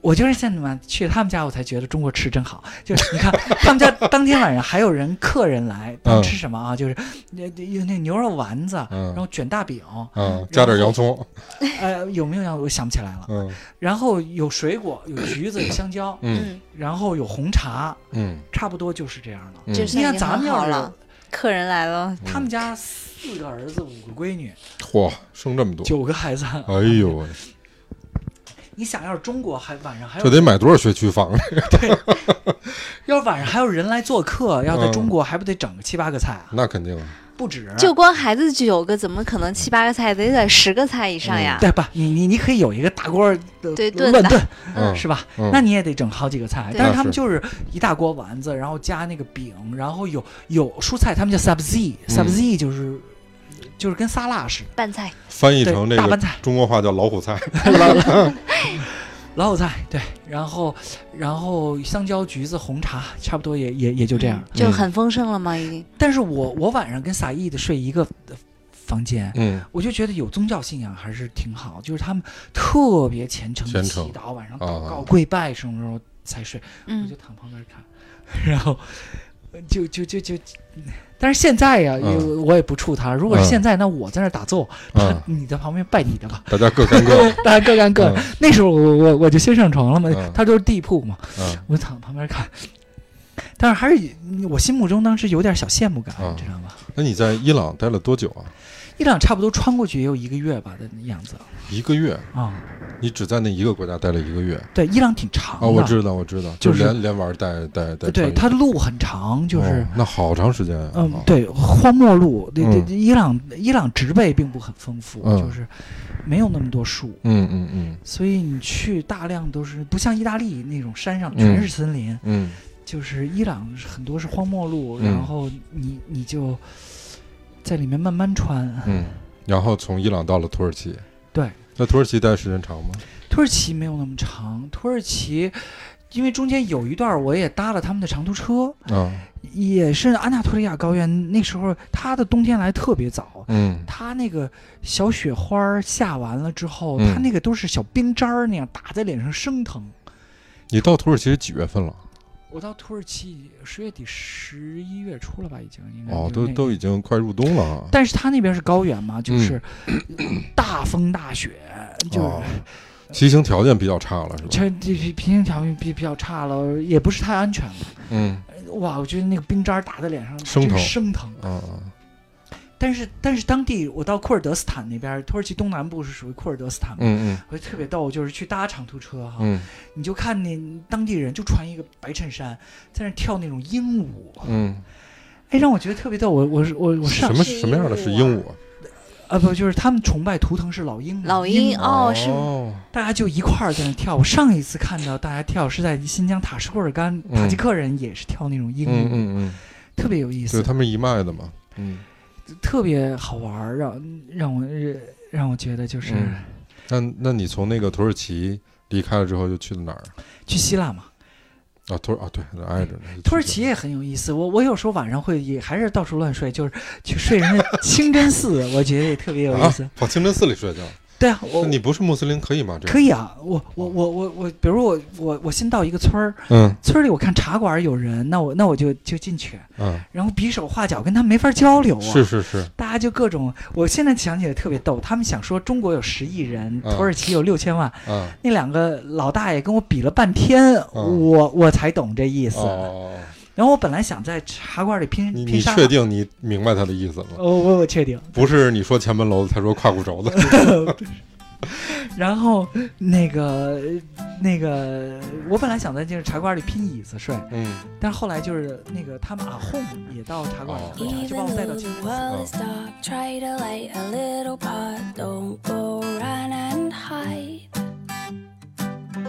C: 我就是现在嘛去他们家，我才觉得中国吃真好。就是你看他们家当天晚上还有人客人来，他们吃什么啊？就是那那那牛肉丸子，
A: 嗯
C: 然后卷大饼，
A: 啊，加点洋葱，
C: 呃，有没有呀？我想不起来了。
A: 嗯
C: 然后有水果，有橘子，有香蕉，
A: 嗯
B: 嗯，
C: 然后有红茶，
A: 嗯
C: 差不多就是这样了。
A: 嗯，
B: 就
C: 你
B: 是
C: 看咱们要
B: 好
C: 是
B: 了，客人来了，
C: 他们家四个儿子，五个闺女，
A: 嗯嚯，生这么多，
C: 九个孩子。
A: 哎呦喂，
C: 你想要是中国还晚上还
A: 这
C: 有，
A: 得买多少学区房？啊
C: 要是晚上还有人来做客，要在
A: 嗯
C: 中国还不得整个七八个菜啊？
A: 那肯定啊，
C: 不止，
B: 就光孩子九个，怎么可能七八个菜？得得十个菜以上呀。
C: 嗯对吧？你你你可以有一个大锅的
B: 对
C: 乱
B: 炖
C: 炖
B: 的
A: 嗯
C: 是吧？
A: 嗯
C: 那你也得整好几个菜，
B: 对
C: 但是他
A: 那
C: 们
A: 是
C: 就是一大锅丸子，然后加那个饼，然后有有蔬菜，他们叫
A: 嗯
C: subzi，subzi 就是就是跟沙拉似的，
B: 拌菜，
A: 翻译
C: 对
A: 成这
C: 大拌
A: 个
C: 菜。
A: 中国话叫老虎 菜，
C: 老虎菜对，然后然后香蕉、橘子、红茶，差不多也也也就这样。
B: 嗯就很丰盛了嘛，已经。
C: 但是我我晚上跟萨义的睡一个呃房间，
A: 嗯
C: 我就觉得有宗教信仰还是挺好，就是他们特别虔诚地
A: 虔诚
C: 祈祷，晚上
A: 啊
C: 祷告跪拜什么时候才睡，我
B: 嗯
C: 就，躺旁边看，然后呃就就就就。但是现在呀、
A: 嗯
C: 我我也不怵他。如果是现在，那我在那儿打坐，他
A: 嗯，
C: 你在旁边拜你的吧，
A: 大家各干各的，
C: 大家各干各的。
A: 嗯
C: 那时候我我我就先上床了嘛，
A: 嗯
C: 他就是地铺嘛，
A: 嗯
C: 我躺旁边看。但是还是我心目中当时有点小羡慕感，
A: 嗯
C: 你知道吗？
A: 那你在伊朗待了多久啊？
C: 伊朗差不多穿过去也有一个月吧的样子
A: 一个月，
C: 啊、
A: 你只在那一个国家待了一个月
C: 对，伊朗挺长的，
A: 啊？我知道，我知道，
C: 哦就是
A: 是连连玩带带带穿越，
C: 对，它的路很长，就是
A: 哦、那好长时间啊，
C: 嗯，对，荒漠路。对对，
A: 嗯
C: 伊朗伊朗植被并不很丰富，
A: 嗯
C: 就是没有那么多树，
A: 嗯嗯嗯
C: 所以你去大量都是不像意大利那种山上全是森林，
A: 嗯
C: 就是伊朗很多是荒漠路，
A: 嗯
C: 然后你你就在里面慢慢穿。
A: 嗯，然后从伊朗到了土耳其。
C: 对，
A: 那土耳其待时间长吗？
C: 土耳其没有那么长，土耳其因为中间有一段我也搭了他们的长途车，
A: 啊，
C: 也是安纳托利亚高原，那时候它的冬天来特别早。
A: 嗯
C: 它那个小雪花儿下完了之后，
A: 嗯
C: 它那个都是小冰渣儿那样打在脸上生疼。
A: 你到土耳其几月份了？
C: 我到土耳其十月底、十一月初了吧，已经应该
A: 哦，
C: 就
A: 都
C: 是那
A: 都已经快入冬了啊。
C: 但是它那边是高原嘛，就是大风大雪，就是
A: 哦，骑行条件比较差了，是吧？
C: 这这平行条件比比较差了，也不是太安全了。
A: 嗯
C: 哇，我觉得那个冰渣打在脸上
A: 生
C: 真
A: 疼
C: 生疼。
A: 啊啊
C: 但是但是当地我到库尔德斯坦那边，土耳其东南部是属于库尔德斯坦嘛，
A: 嗯嗯
C: 我就特别逗，就是去搭长途车哈，
A: 嗯
C: 你就看那当地人就穿一个白衬衫，在那跳那种鹦鹉，
A: 嗯，
C: 哎，让我觉得特别逗。我我是我我上
A: 什么
B: 是
A: 什么样的
B: 鹦鹉
A: 是
B: 啊
A: 鹦鹉啊？
C: 啊不就是他们崇拜图腾是老鹰嘛，
B: 老鹰
A: 啊
C: 鹉
B: 哦是
C: 大家就一块儿在那跳。我上一次看到大家跳是在新疆塔什库尔干，塔吉克人也是跳那种鹦鹉，
A: 嗯嗯嗯，
C: 特别有意
A: 对
C: 思，
A: 他们一脉的嘛。嗯，
C: 特别好玩儿，让让我让我觉得就是、
A: 嗯那那你从那个土耳其离开了之后，又去了哪儿？
C: 去希腊嘛。
A: 啊，土耳啊，对，那挨着呢。
C: 土耳其也很有意思，我我有时候晚上会也还是到处乱睡，就是去睡人家清真寺， 我觉得也特别有意思。
A: 啊，跑清真寺里睡觉？
C: 对啊，我
A: 那你不是穆斯林可以吗？这
C: 可以啊，我我我我我，比如我我我新到一个村儿，
A: 嗯
C: 村儿里我看茶馆有人，那我那我就就进去，
A: 嗯，
C: 然后比手画脚，跟他没法交流啊。
A: 是是是，
C: 大家就各种，我现在想起来特别逗。他们想说中国有十亿人，
A: 嗯
C: 土耳其有六千万，
A: 啊
C: 那两个老大爷跟我比了半天，
A: 嗯
C: 我我才懂这意思。
A: 哦，
C: 然后我本来想在茶馆里拼
A: 你
C: 拼
A: 你
C: 杀，
A: 确定你明白他的意思吗？
C: 嗯我哦我我确定。
A: 不是你说前门楼子，他说胯骨轴子。
C: 然后那个那个，我本来想在就是茶馆里拼椅子睡，
A: 嗯
C: 但是后来就是那个他们阿訇也到茶馆里喝茶，就把
D: Even
C: 我带到
D: though
C: 清
D: the
C: 真寺。
D: world is dark, try to light a little part. Don't go run and hide.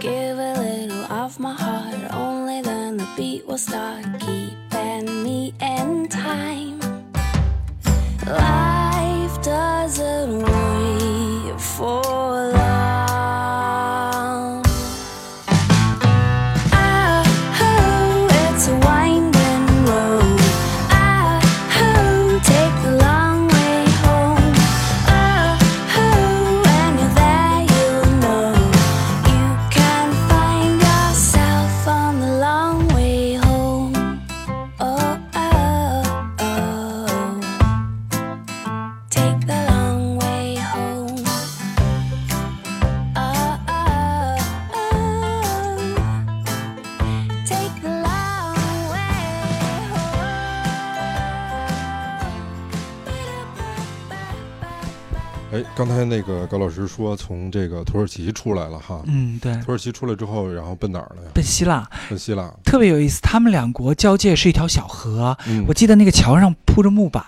D: Give a little of my heart, only then the beat will start keeping me in time. Life doesn't wait for long. Oh, it's a winding road. Oh, take the long way home. Oh, when you're there, you know you can find yourself on the long way home. Oh, oh, oh, take the long way home. Oh, oh, oh. Take the long way
A: 哎，刚才那个高老师说从这个土耳其出来了哈，
C: 嗯，对，
A: 土耳其出来之后，然后奔哪儿了呀？
C: 奔希腊
A: 奔希腊。
C: 特别有意思，他们两国交界是一条小河，
A: 嗯
C: 我记得那个桥上铺着木板，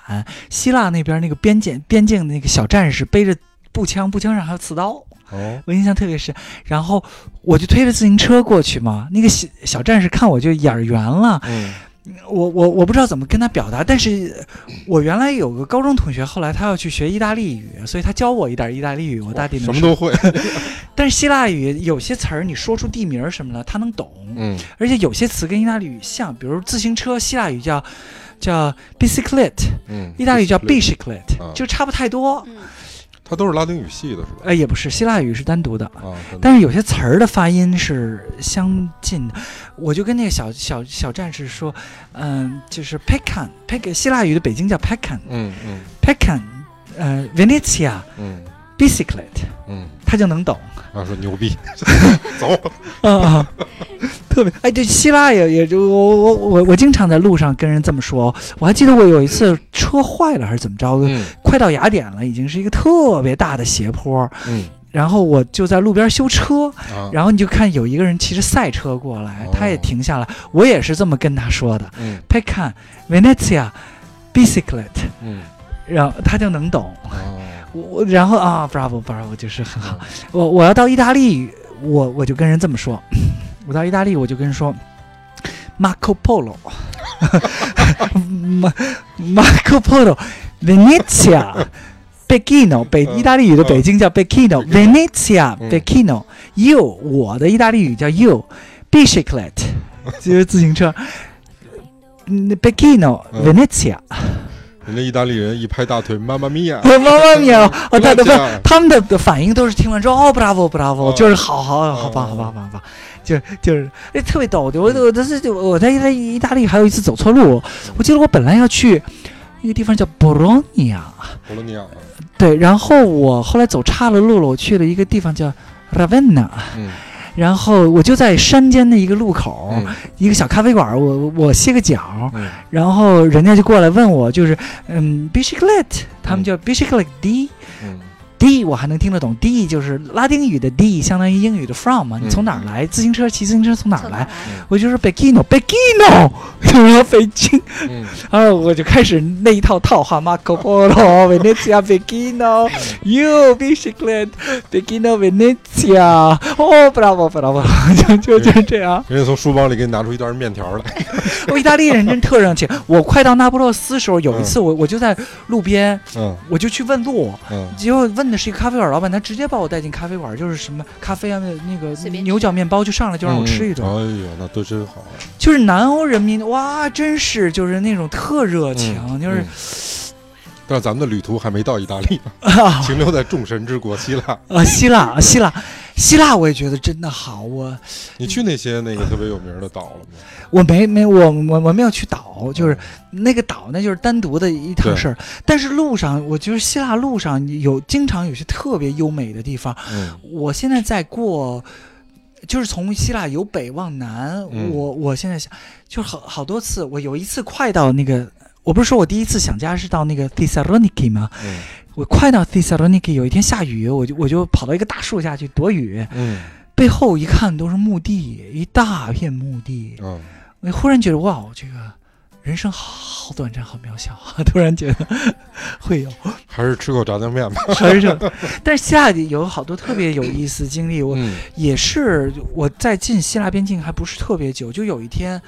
C: 希腊那边那个边境边境的那个小战士背着步枪，步枪上还有刺刀，
A: 哦
C: 我印象特别深。然后我就推着自行车过去嘛，那个小小战士看我就眼儿圆了，
A: 嗯
C: 我我我不知道怎么跟他表达，但是我原来有个高中同学，后来他要去学意大利语，所以他教我一点意大利语，我大
A: 哇
C: 体能
A: 什么
C: 说
A: 都会。
C: 但是希腊语有些词儿你说出地名儿什么了，他能懂。
A: 嗯
C: 而且有些词跟意大利语像，比如自行车，希腊语叫叫 bicyclette，
A: 嗯，
C: 意大利语叫
A: 必，
C: bicyclette，
A: 啊
C: 就差不太多。
B: 嗯，
A: 它都是拉丁语系的是吧？
C: 呃，也不是，希腊语是单独的，
A: 啊，真的
C: 但是有些词儿的发音是相近的。我就跟那个小小小战士说，嗯，就是 pecan pec，希腊语的北京叫 pecan
A: 嗯嗯
C: pecan，呃，Venezia
A: 嗯
C: bicyclette，
A: 嗯，
C: 他就能懂。
A: 然啊后说牛 逼，走。
C: 啊， 特别哎，对，希腊也也就我我我我经常在路上跟人这么说。我还记得我有一次车坏了还是怎么着的，
A: 嗯
C: 快到雅典了，已经是一个特别大的斜坡，
A: 嗯
C: 然后我就在路边修车，
A: 啊，
C: 然后你就看有一个人骑着赛车过来
A: 哦，
C: 他也停下来，我也是这么跟他说的
A: 嗯
C: p e c a n Venezia bicyclette，
A: 嗯
C: 然后他就能懂。
A: 哦
C: 我我然后啊，bravo bravo，就是很好。
A: 嗯
C: 我我要到意大利，我我就跟人这么说，我到意大利我就跟人说 Marco Polo，马 Marco Polo Venezia。Becchino，北
A: 嗯
C: 意大利语的北京叫 Becchino，Venezia
A: 嗯
C: Becchino。You，我的意大利语叫 You，bicyclet，就是 自行车。嗯 Becchino
A: 嗯
C: Venezia，
A: 人家意大利人一拍大腿，妈妈 咪呀！
C: 我妈妈咪呀！哦，他
A: 不
C: 的不
A: 要这样，
C: 他们的的反应都是听完之后哦，bravo bravo，
A: 嗯
C: 就是好好好棒
A: 嗯
C: 好棒好棒好棒，就就是哎特别逗。我我当时就我在在意大利还有一次走错路，我记得我本来要去一个地方叫 Bologna，
A: 博洛尼亚，
C: 对，然后我后来走岔了路了，我去了一个地方叫 Ravenna，
A: 嗯
C: 然后我就在山间的一个路口，
A: 嗯
C: 一个小咖啡馆，我我我歇个脚，
A: 嗯
C: 然后人家就过来问我，就是嗯 b i c y c l e t 他们叫 b i c y c l e t D。
A: 嗯
C: D 我还能听得懂，D 就是拉丁语的 D，相当于英语的 from 嘛。你从哪儿来？自行车骑自行车从哪儿来？
B: 嗯
C: 我就是 Begino，Begino，就是 说北京。
A: 嗯
C: 然后我就开始那一套套话，Marco Polo、Venezia、Begino、You、Biciclet、Begino、Venezia。哦，bravo bravo，就 就就是这样。
A: 人家从书包里给你拿出一袋面条来，
C: 我意大利人真特热情。我快到那不勒斯时候，有一次我我就在路边，
A: 嗯
C: 我就去问路。
A: 嗯
C: 结果问的是一个咖啡馆老板，他直接把我带进咖啡馆，就是什么咖啡啊，那个
B: 随便吃
C: 牛角面包就上来就让我吃一顿，
A: 嗯哎呦，那都真好，
C: 就是南欧人民哇，真是就是那种特热情，
A: 嗯
C: 就是
A: 嗯、但是咱们的旅途还没到意大利呢，
C: 啊
A: 停留在众神之国希腊。
C: 啊，希腊，希腊，希腊，我也觉得真的好，我
A: 你去那些那个特别有名的岛了吗？
C: 我没没我我我没有去岛， 就是那个岛那就是单独的一趟
A: 对
C: 事儿，但是路上我觉得希腊路上有经常有些特别优美的地方，
A: 嗯
C: 我现在在过，就是从希腊由北往南，
A: 嗯
C: 我我现在想，就是好好多次，我有一次快到那个，我不是说我第一次想家是到那个 Thessaloniki 吗？
A: 嗯
C: 我快到 Thessaloniki，有一天下雨，我就我就跑到一个大树下去躲雨，
A: 嗯
C: 背后一看都是墓地，一大片墓地，
A: 嗯，
C: 我忽然觉得哇，这个人生好短暂，好渺小 啊！突然觉得会有。
A: 还是吃口炸酱面吧。
C: 还是，但是希腊有好多特别有意思的经历，我
A: 嗯
C: 也是我在进希腊边境还不是特别久，就有一天，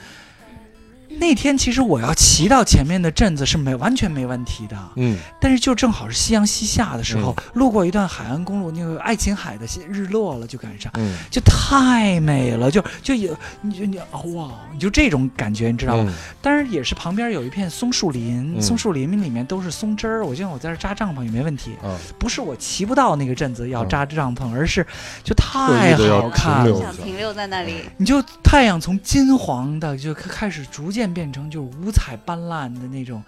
C: 那天其实我要骑到前面的镇子是没完全没问题的，
A: 嗯
C: 但是就正好是夕阳西下的时候，路过一段海岸公路，那个爱琴海的日落了就赶上。
A: 嗯，
C: 就太美了，就就有你就你哦哇，你就这种感觉，你知道吗？
A: 嗯
C: 当然也是旁边有一片松树林，
A: 嗯
C: 松树林里面都是松枝儿，我觉得我在这扎帐篷也没问题。
A: 啊，
C: 不是我骑不到那个镇子要
A: 嗯
C: 扎帐篷，而是就
A: 刻
C: 太
A: 意地要
C: 好
A: 停
C: 看
A: 留
C: 了。
B: 想停留在那里，
C: 你就太阳从金黄的就开开始逐渐变成就是五彩斑斓的那种，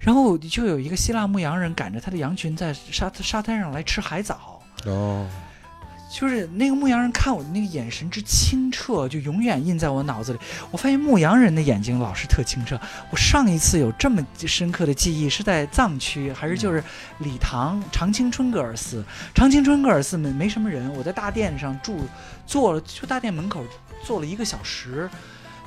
C: 然后就有一个希腊牧羊人赶着他的羊群在沙沙滩上来吃海藻，
A: 哦，
C: 就是那个牧羊人看我的那个眼神之清澈，就永远印在我脑子里。我发现牧羊人的眼睛老是特清澈。我上一次有这么深刻的记忆是在藏区，还是就是礼堂长青春格尔寺。长青春格尔寺没没什么人，我在大殿上住坐了，就大殿门口坐了一个小时。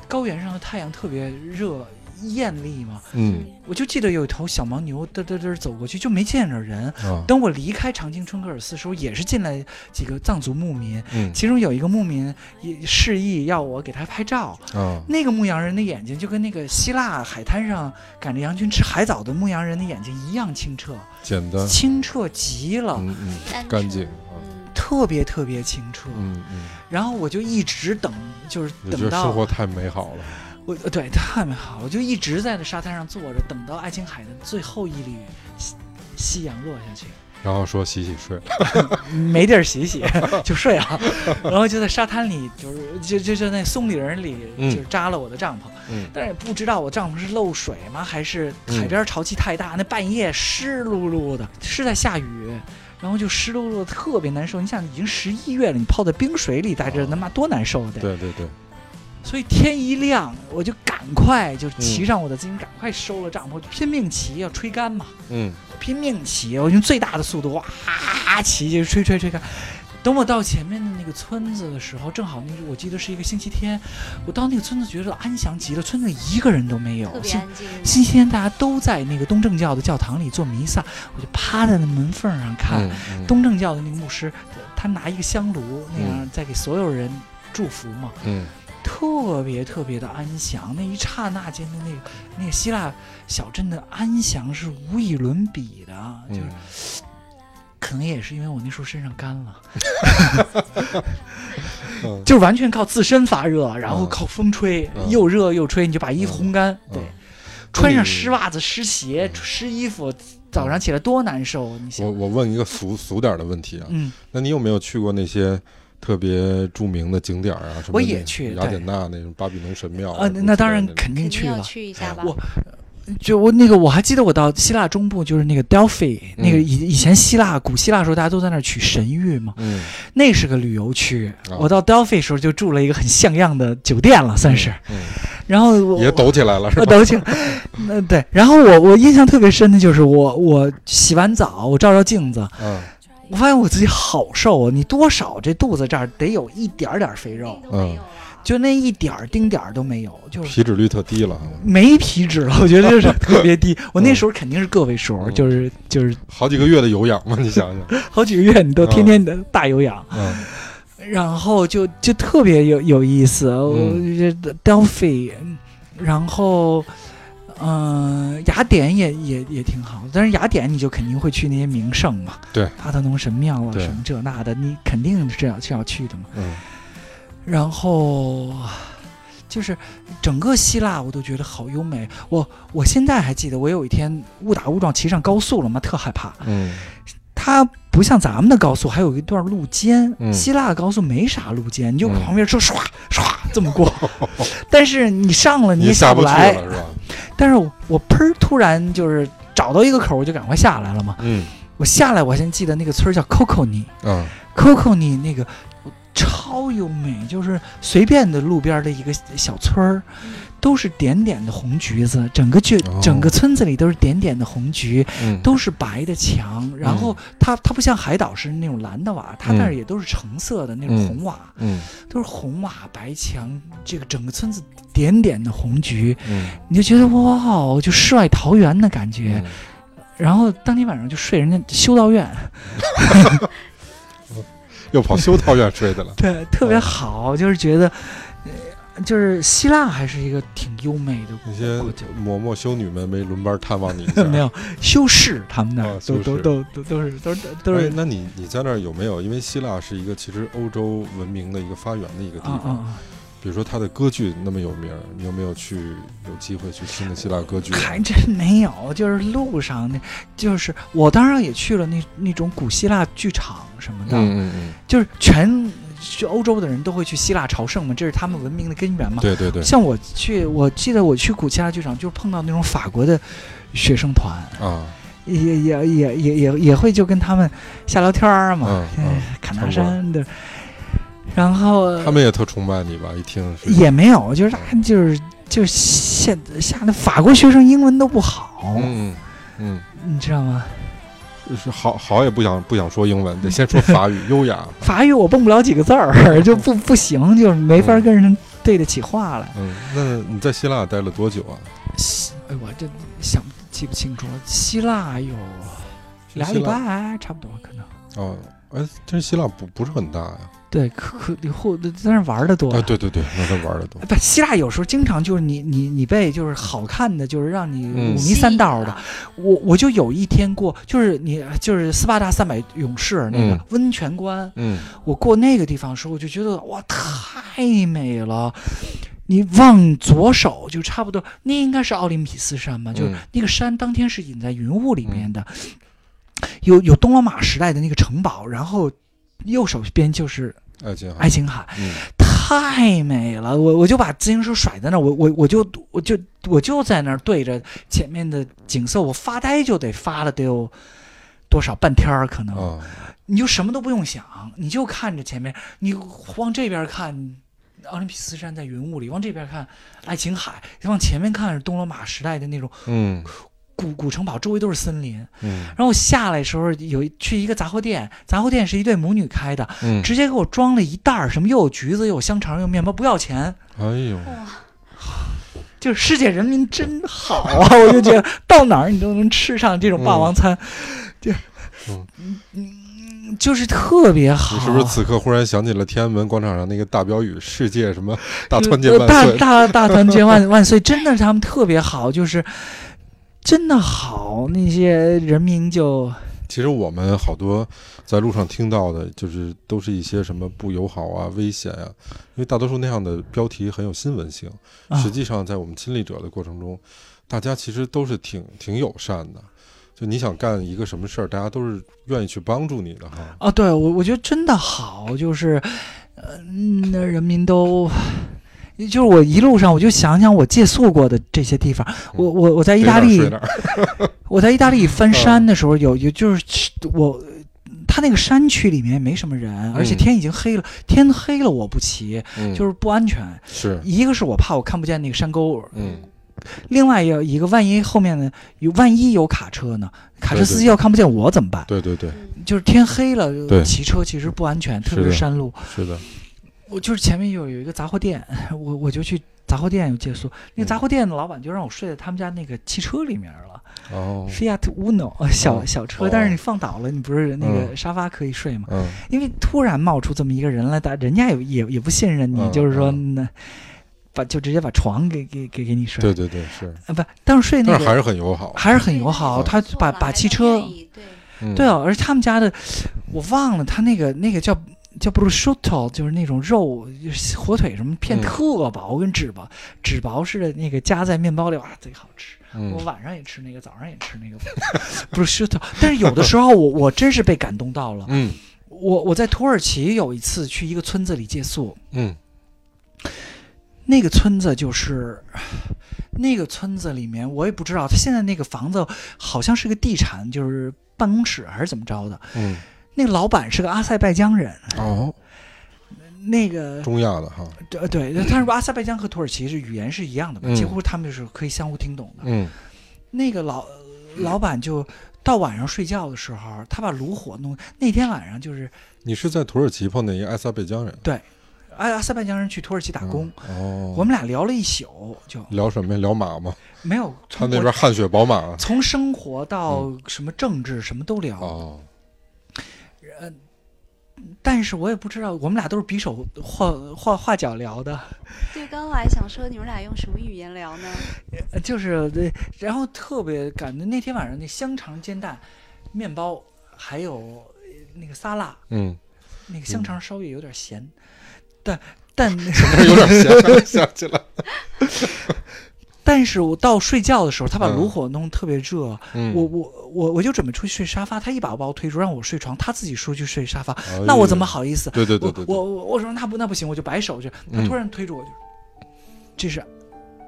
C: 高原上的太阳特别热艳丽嘛，
A: 嗯
C: 我就记得有一头小牦牛嘚嘚嘚走过去，就没见着人。
A: 啊，
C: 等我离开长青春格尔寺的时候，也是进来几个藏族牧民，
A: 嗯
C: 其中有一个牧民也示意要我给他拍照。
A: 啊，
C: 那个牧羊人的眼睛就跟那个希腊海滩上赶着羊群吃海藻的牧羊人的眼睛一样清澈，
A: 简单，
C: 清澈极了，
A: 嗯嗯，
B: 单
A: 干
B: 纯
A: 净啊，
B: 嗯
C: 特别特别清澈。
A: 嗯嗯，
C: 然后我就一直等，就是
A: 我觉
C: 等
A: 得生
C: 到
A: 活太美好了。
C: 我呃对太美好了，我就一直在那沙滩上坐着，等到爱琴海的最后一缕夕夕阳落下去。
A: 然后说洗洗睡，
C: 没地儿 洗洗就睡了，然后就在沙滩里，就是就就就那松林里，
A: 嗯
C: 就是扎了我的帐篷，
A: 嗯
C: 但是也不知道我帐篷是漏水吗，还是海边潮气太大，
A: 嗯
C: 那半夜湿漉漉的，是在下雨。然后就湿漉漉的，特别难受。你想，已经十一月了，你泡在冰水里，在这
A: 哦
C: 他妈多难受啊得。
A: 对对对，
C: 所以天一亮，我就赶快就骑上我的自行车，赶快收了帐篷，拼命骑，要吹干嘛。
A: 嗯
C: 拼命骑，我用最大的速度哇骑，就吹吹吹开。等我到前面的那个村子的时候，正好那个我记得是一个星期天，我到那个村子觉得啊安详极了，村子里一个人都没有
B: 特。别
C: 星
B: 安静。
C: 星期天大家都在那个东正教的教堂里做弥撒，我就趴在那门缝上看、
A: 嗯嗯
C: 东正教的那个牧师，他拿一个香炉那样在给所有人祝福嘛。
A: 嗯
C: 特别特别的安详。那一刹那间的那个那个希腊小镇的安详是无与伦比的，就是
A: 嗯，
C: 可能也是因为我那时候身上干了
A: 嗯，
C: 就是完全靠自身发热，然后
A: 嗯
C: 靠风吹，
A: 嗯
C: 又热又吹，你就把衣服烘干。
A: 嗯
C: 对
A: 嗯，
C: 穿上
A: 你
C: 湿袜子、湿鞋、湿衣服，早上起来多难受！你
A: 我
C: 想，
A: 我问一个俗俗点儿的问题啊，
C: 嗯，
A: 那你有没有去过那些特别著名的景点儿啊？什么
C: 我也
A: 那
C: 去
A: 雅
C: 对
A: 典娜那种巴比伦神庙啊
C: 呃，那那当然肯定
B: 肯
C: 去
B: 定要
C: 了。哎
B: 去一下吧。
C: 我就我那个我还记得我到希腊中部，就是那个 Delphi，、那个
A: 嗯
C: 以以前希腊古希腊的时候，大家都在那儿取神域嘛，
A: 嗯
C: 那是个旅游区。
A: 啊
C: 我到 Delphi 的时候就住了一个很像样的酒店了，算是。
A: 嗯，
C: 然后 我
A: 也抖起来了是
C: 我
A: 吧？
C: 抖起来，那对。然后我我印象特别深的就是我我洗完澡，我照照镜子，
A: 嗯
C: 我发现我自己好瘦啊！你多少这肚子这儿得有一点儿点儿肥肉，
A: 嗯，
C: 就那一点儿丁点儿都没有，就是
A: 体脂率特低了，
C: 没皮脂了。我觉得就是特 别低。我那时候肯定是个位数，
A: 嗯
C: 就是就是
A: 好几个月的有氧嘛，你想 想，
C: 好几个月你都天天的大有氧，
A: 嗯
C: 然后就就特别有有意思。我
A: 嗯
C: 觉得 Delphi，然后。嗯、雅典也也也挺好，但是雅典你就肯定会去那些名胜嘛，
A: 对，
C: 帕特农神庙啊，
A: 对
C: 什么这那的，你肯定是要是要去的嘛。
A: 嗯
C: 然后就是整个希腊，我都觉得好优美。我我现在还记得，我有一天误打误撞骑上高速了嘛，特害怕。
A: 嗯
C: 它不像咱们的高速，还有一段路肩。
A: 嗯
C: 希腊的高速没啥路肩，你就
A: 嗯
C: 旁边车唰唰这 么过。但是你上了，
A: 你
C: 也
A: 下
C: 下
A: 不去
C: 来。
A: 了是吧？
C: 但是我我砰儿突然就是找到一个口，我就赶快下来了嘛。
A: 嗯
C: 我下来，我还先记得那个村儿叫 Coconi。
A: 嗯
C: Coco，你那个超优美，就是随便的路边的一个小村儿，都是点点的红橘子，整个就、
A: 嗯哦
C: 整个村子里都是点点的红橘，
A: 嗯，
C: 都是白的墙。然后它它不像海岛是那种蓝的瓦，它
A: 嗯
C: 那儿也都是橙色的那种
A: 嗯
C: 红瓦，
A: 嗯
C: 都是红瓦白墙，这个整个村子点点的红橘，
A: 嗯
C: 你就觉得哇哦，就世外桃源的感觉。
A: 嗯
C: 然后当天晚上就睡人家修道院，
A: 又跑修道院睡去了，
C: 对，特别
A: 嗯
C: 好，就是觉得，呃就是希腊还是一个挺优美的
A: 那 些
C: 国家。
A: 嬷嬷修女们没轮班探望你一下
C: 没有修士，他们那儿
A: 啊
C: 都
A: 修
C: 都
A: 士
C: 都都都是都是都
A: 哎
C: 是
A: 那你你在那儿有没有？因为希腊是一个其实欧洲文明的一个发源的一个地
C: 啊啊
A: 方，
C: 啊！
A: 比如说它的歌剧那么有名儿，你有没有去有机会去听的希腊歌剧啊？
C: 还真没有，就是路上那，就是我当然也去了那那种古希腊剧场什么的，
A: 嗯嗯嗯，
C: 就是全就欧洲的人都会去希腊朝圣嘛，这是他们文明的根源嘛。
A: 对对对，
C: 像我去，我记得我去古希腊剧场，就是碰到那种法国的学生团，
A: 啊，
C: 也也也也也也会就跟他们瞎聊天儿嘛，
A: 嗯嗯
C: 哎侃大山的，然后
A: 他们也特崇拜你吧？一听是
C: 也没有，就是大家就是就是现现在法国学生英文都不好，
A: 嗯嗯，
C: 你知道吗？
A: 就是好好也不想不想说英文，得先说法语，优雅，
C: 法语我蹦不了几个字儿，就不不行，就是没法跟人对得起话来。
A: 嗯，那你在希腊待了多久啊？
C: 希哎，我这想记不清楚了，希腊有啊俩
A: 希
C: 礼
A: 腊
C: 拜差不多可能。
A: 哦，哎，真希腊不不是很大呀？
C: 对，可可或在那玩的多
A: 啊，对对对，那他玩的多，
C: 不，希腊有时候经常就是你你你被就是好看的，就是让你
A: 嗯
C: 五迷三道的。我我就有一天过，就是你就是斯巴达三百勇士那
A: 嗯
C: 个温泉关，
A: 嗯
C: 我过那个地方的时候，我就觉得哇，太美了。你往左手就差不多，那应该是奥林匹斯山吧？啊就是
A: 嗯
C: 那个山当天是隐在云雾里面的，有有东罗马时代的那个城堡，然后右手边就是
A: 爱琴海
C: 爱，琴海。
A: 嗯
C: 太美了，我我就把自行车甩在那儿，我我我就我就我就在那儿对着前面的景色，我发呆就得发了得有多少半天儿可能，
A: 啊，
C: 你就什么都不用想，你就看着前面，你往这边看。奥林匹斯山在云雾里，往这边看爱琴海，往前面看是东罗马时代的那种
A: 嗯
C: 古古城堡，周围都是森林。
A: 嗯
C: 然后我下来的时候有一去一个杂货店，杂货店是一对母女开的，
A: 嗯，
C: 直接给我装了一袋儿什么又有橘子又有香肠又有面包，不要钱，
A: 哎呦，
C: 就是世界人民真好啊！ 我就觉得到哪儿你都能吃上这种霸王餐，就
A: 嗯
C: 嗯，就是特别好。
A: 你是不是此刻忽然想起了天安门广场上那个大标语“世界什么大团结
C: 呃
A: 万岁
C: 大大大团 结万万岁！真的，他们特别好，就是真的好，那些人民就”？
A: 其实我们好多在路上听到的，就是都是一些什么不友好啊、危险啊，因为大多数那样的标题很有新闻性。
C: 啊
A: 实际上，在我们亲历者的过程中，大家其实都是挺挺友善的。就你想干一个什么事儿，大家都是愿意去帮助你的哈。
C: 哦，对我我觉得真的好，就是呃，嗯那人民都。就是我一路上，我就想想我借宿过的这些地方。我我我在意大利
A: 这嗯哪儿睡哪嗯儿
C: 我在意大利翻山的时候，有有就是我，他那个山区里面也没什么人，而且
A: 嗯
C: 天已经黑了，天黑了我不骑，
A: 嗯
C: 就是不安全。
A: 是
C: 一个是我怕我看不见那个山沟，
A: 嗯，
C: 另外有一个万一后面呢，有万一有卡车呢，卡车
A: 对
C: 司
A: 对
C: 机要看不见我怎么办？
A: 对对对，
C: 就是天黑了，呃
A: 对
C: 骑车其实不安全，
A: 是
C: 特别是
A: 的
C: 山路。
A: 是的，
C: 我就是前面有有一个杂货店， 我我就去杂货店有借宿，那个杂
A: 嗯
C: 货店的老板就让我睡在他们家那个汽车里面了。
A: 哦，
C: Fiat Uno 呃小
A: 哦
C: 小车，
A: 哦
C: 但是你放倒了，你不是那个
A: 嗯
C: 沙发可以睡吗？
A: 嗯，
C: 因为突然冒出这么一个人来，大人家也也也不信任你，
A: 嗯
C: 就是说
A: 嗯
C: 那把就直接把床给给给给你睡，
A: 对对对是，
C: 啊不，但是睡那
A: 但是还
C: 个
A: 是很友好。
C: 还是很友好，
A: 对
C: 他
B: 不错
C: 把
B: 了
C: 把
B: 还
C: 汽
B: 都
C: 车
B: 愿意对
A: 嗯
C: 对啊，而且他们家的我忘了他那个那个叫。叫 prosciutto，就是那种肉，就是火腿什么片
A: 嗯
C: 特薄，跟纸薄纸薄似的，那个夹在面包里，哇，贼好吃。我
A: 嗯
C: 晚上也吃那个，早上也吃那个， 不是石头。但是有的时候我我真是被感动到了。
A: 嗯
C: 我我在土耳其有一次去一个村子里借宿，
A: 嗯
C: 那个村子就是那个村子里面，我也不知道他现在那个房子好像是个地产，就是办公室还是怎么着的。
A: 嗯，
C: 那个老板是个阿塞拜疆人，
A: 哦，
C: 那个
A: 中亚的哈，
C: 呃对，但是阿塞拜疆和土耳其是语言是一样的嘛，
A: 嗯
C: 几乎他们是可以相互听懂的。
A: 嗯
C: 那个老老板就到晚上睡觉的时候，他把炉火弄。那天晚上就是，
A: 你是在土耳其碰见一个阿塞拜疆人
C: 阿阿塞拜疆人去土耳其打工，
A: 嗯哦，
C: 我们俩聊了一宿，就
A: 聊什么呀？聊马吗？
C: 没有
A: 他
C: 从
A: 那
C: 我
A: 边嗯汗血宝马。啊
C: 从生活到什么政治什么都聊，
A: 哦，
C: 但是我也不知道，我们俩都是比手画画画脚聊的，
B: 对，刚来想说你们俩用什么语言聊 呢？
C: 呃就是对，然后特别感觉那天晚上那香肠煎蛋、面包还有呃那个沙拉，
A: 嗯，
C: 那个香肠稍微有点咸，但但
A: 有点咸，想起来。
C: 但是我到睡觉的时候，他把
A: 嗯
C: 炉火弄得特别热，
A: 嗯，
C: 我我我我就准备出去睡沙发，他一把我把我推出，让我睡床，他自己出去睡沙发，
A: 哎
C: 那我怎
A: 呦
C: 么？好意思？
A: 对对对
C: 我
A: 对，对
C: 我我我说那不那不行，我就摆手就，他
A: 嗯
C: 突然推着我就，这是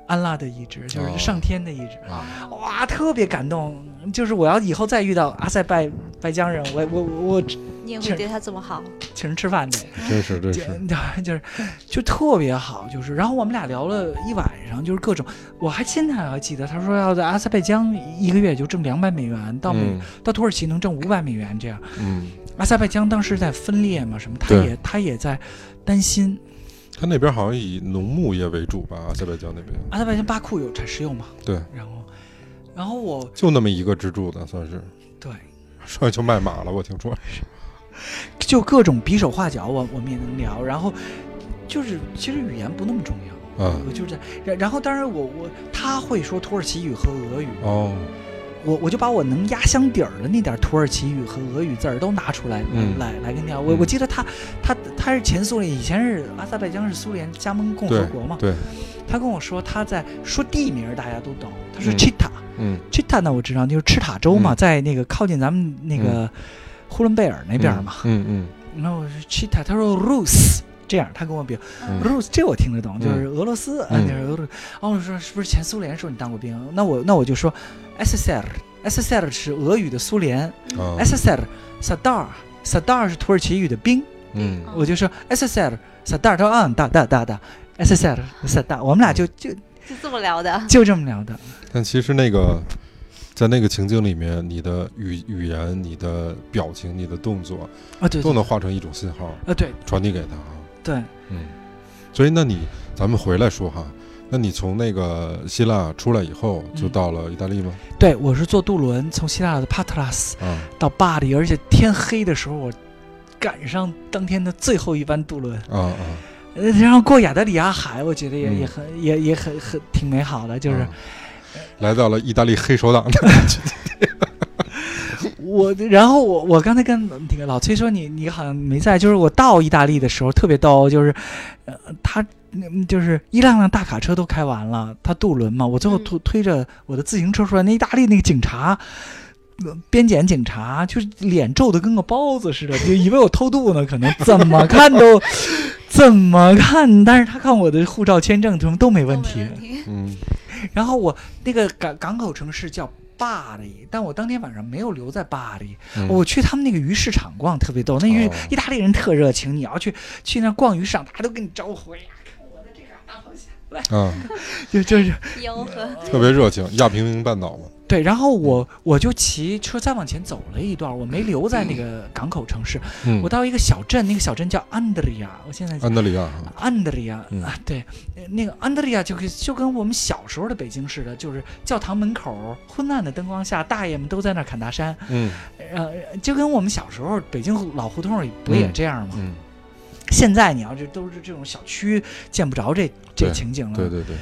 C: 安拉的意志，就是
A: 哦
C: 上天的意志，
A: 啊，
C: 哇，特别感动。就是我要以后再遇到阿塞拜拜疆人，我我我我
B: 你也
C: 是
B: 会对他这么好？
C: 请人吃饭去。
A: 真是嗯真，
C: 就是就是就特别好，就是然后我们俩聊了一晚上，就是各种，我还现在还记得，他说要在阿塞拜疆一个月就挣两百美元，到美、
A: 嗯
C: 到土耳其能挣五百美元这样。
A: 嗯，
C: 阿塞拜疆当时在分裂嘛，什么他
A: 对
C: 也他也在担心。
A: 他那边好像以农牧业为主吧？阿塞拜疆那边
C: 阿塞拜疆巴库有产石油嘛？
A: 对，
C: 然后然后我
A: 就那么一个支柱的，算是
C: 对
A: 上去就卖马了。我听说，啊
C: 就各种比手画脚，我我们也能聊，然后就是其实语言不那么重要。
A: 嗯
C: 我就是在，然然后当然我我他会说土耳其语和俄语，
A: 哦，
C: 我我就把我能压箱底儿的那点儿土耳其语和俄语字儿都拿出来，
A: 嗯
C: 来来跟你聊。我
A: 嗯
C: 我记得他他他是前苏联，以前是阿塞拜疆是苏联加盟共和
A: 对
C: 国嘛。
A: 对，
C: 他跟我说他在说地名，大家都懂。他说
A: 嗯
C: Chita、
A: 嗯
C: Chita 呢，我知道就是赤塔州嘛，
A: 嗯
C: 在那个靠近咱们那个呼伦贝尔那
A: 那
C: 边嘛。
A: 嗯嗯
C: 然后我说 Chita，他说 Rus。这样，他跟我比
A: 嗯
C: r u s 这我听得懂，
A: 嗯
C: 就是俄罗斯，啊，
A: 嗯
C: 就是俄罗斯。哦，我说是不是前苏联时候你当过兵？那我那我就说 SSR。SSR 是俄语的苏联
A: 嗯啊，
C: ，SSR Sadar Sadar 是土耳其语的兵，
A: 嗯
B: 哦
C: 我就说 SSR Sadar，他说啊哒哒哒哒，SSR Sadar，我们俩就就
B: 就这么聊的？
C: 就这么聊的，
A: 但其实那个，在那个情境里面，你的语语言、你的表情、你的动作，
C: 啊对
A: 都
C: 对，
A: 能化成一种信号
C: 啊对
A: 传递给他啊。
C: 对，
A: 嗯，所以那你咱们回来说哈，那你从那个希腊出来以后，就
C: 嗯
A: 到了意大利吗？
C: 对我是坐渡轮从希腊的帕特拉斯
A: 啊，
C: 到巴黎，而且天黑的时候我赶上当天的最后一班渡轮，
A: 啊啊，
C: 呃然后过亚得里亚海，我觉得也、
A: 嗯
C: 也很也也很很挺美好的。就是、
A: 啊来到了意大利黑手 党的
C: 我，然后我我刚才跟那个老崔说你你好像没在，就是我到意大利的时候特别逗，就是，呃，他嗯就是一辆辆大卡车都开完了，他渡轮嘛，我最后
B: 嗯
C: 推推着我的自行车出来，那意大利那个警察。呃边检警察就是脸皱的跟个包子似的，就以为我偷渡呢，可能怎么看都怎么看，但是他看我的护照、签证什么都没问题。
B: 题。
A: 嗯
C: 然后我那个港港口城市叫巴黎，但我当天晚上没有留在巴黎，
A: 嗯
C: 我去他们那个鱼市场逛，特别逗。那鱼、
A: 哦
C: 意大利人特热情，你要去去那逛鱼市场，大家都跟你招呼哎呀，
A: 啊，
C: 就就是
B: 吆喝，
A: 特别热情，亚平宁半岛嘛，
C: 对。然后我我就骑车再往前走了一段，我没留在那个港口城市，
A: 嗯
C: 我，到一个小镇，那个小镇叫安德利亚，我现在。
A: 安德里亚啊
C: 安德利亚
A: 嗯
C: 啊，对，呃那个安德利亚就跟就跟我们小时候的北京似的，就是教堂门口昏暗的灯光下，大爷们都在那儿砍大山，
A: 嗯
C: 呃，就跟我们小时候北京老胡同里不也这样吗？
A: 嗯，
C: 现在你要这都是这种小区，见不着这这
A: 对
C: 情景了。
A: 对对对，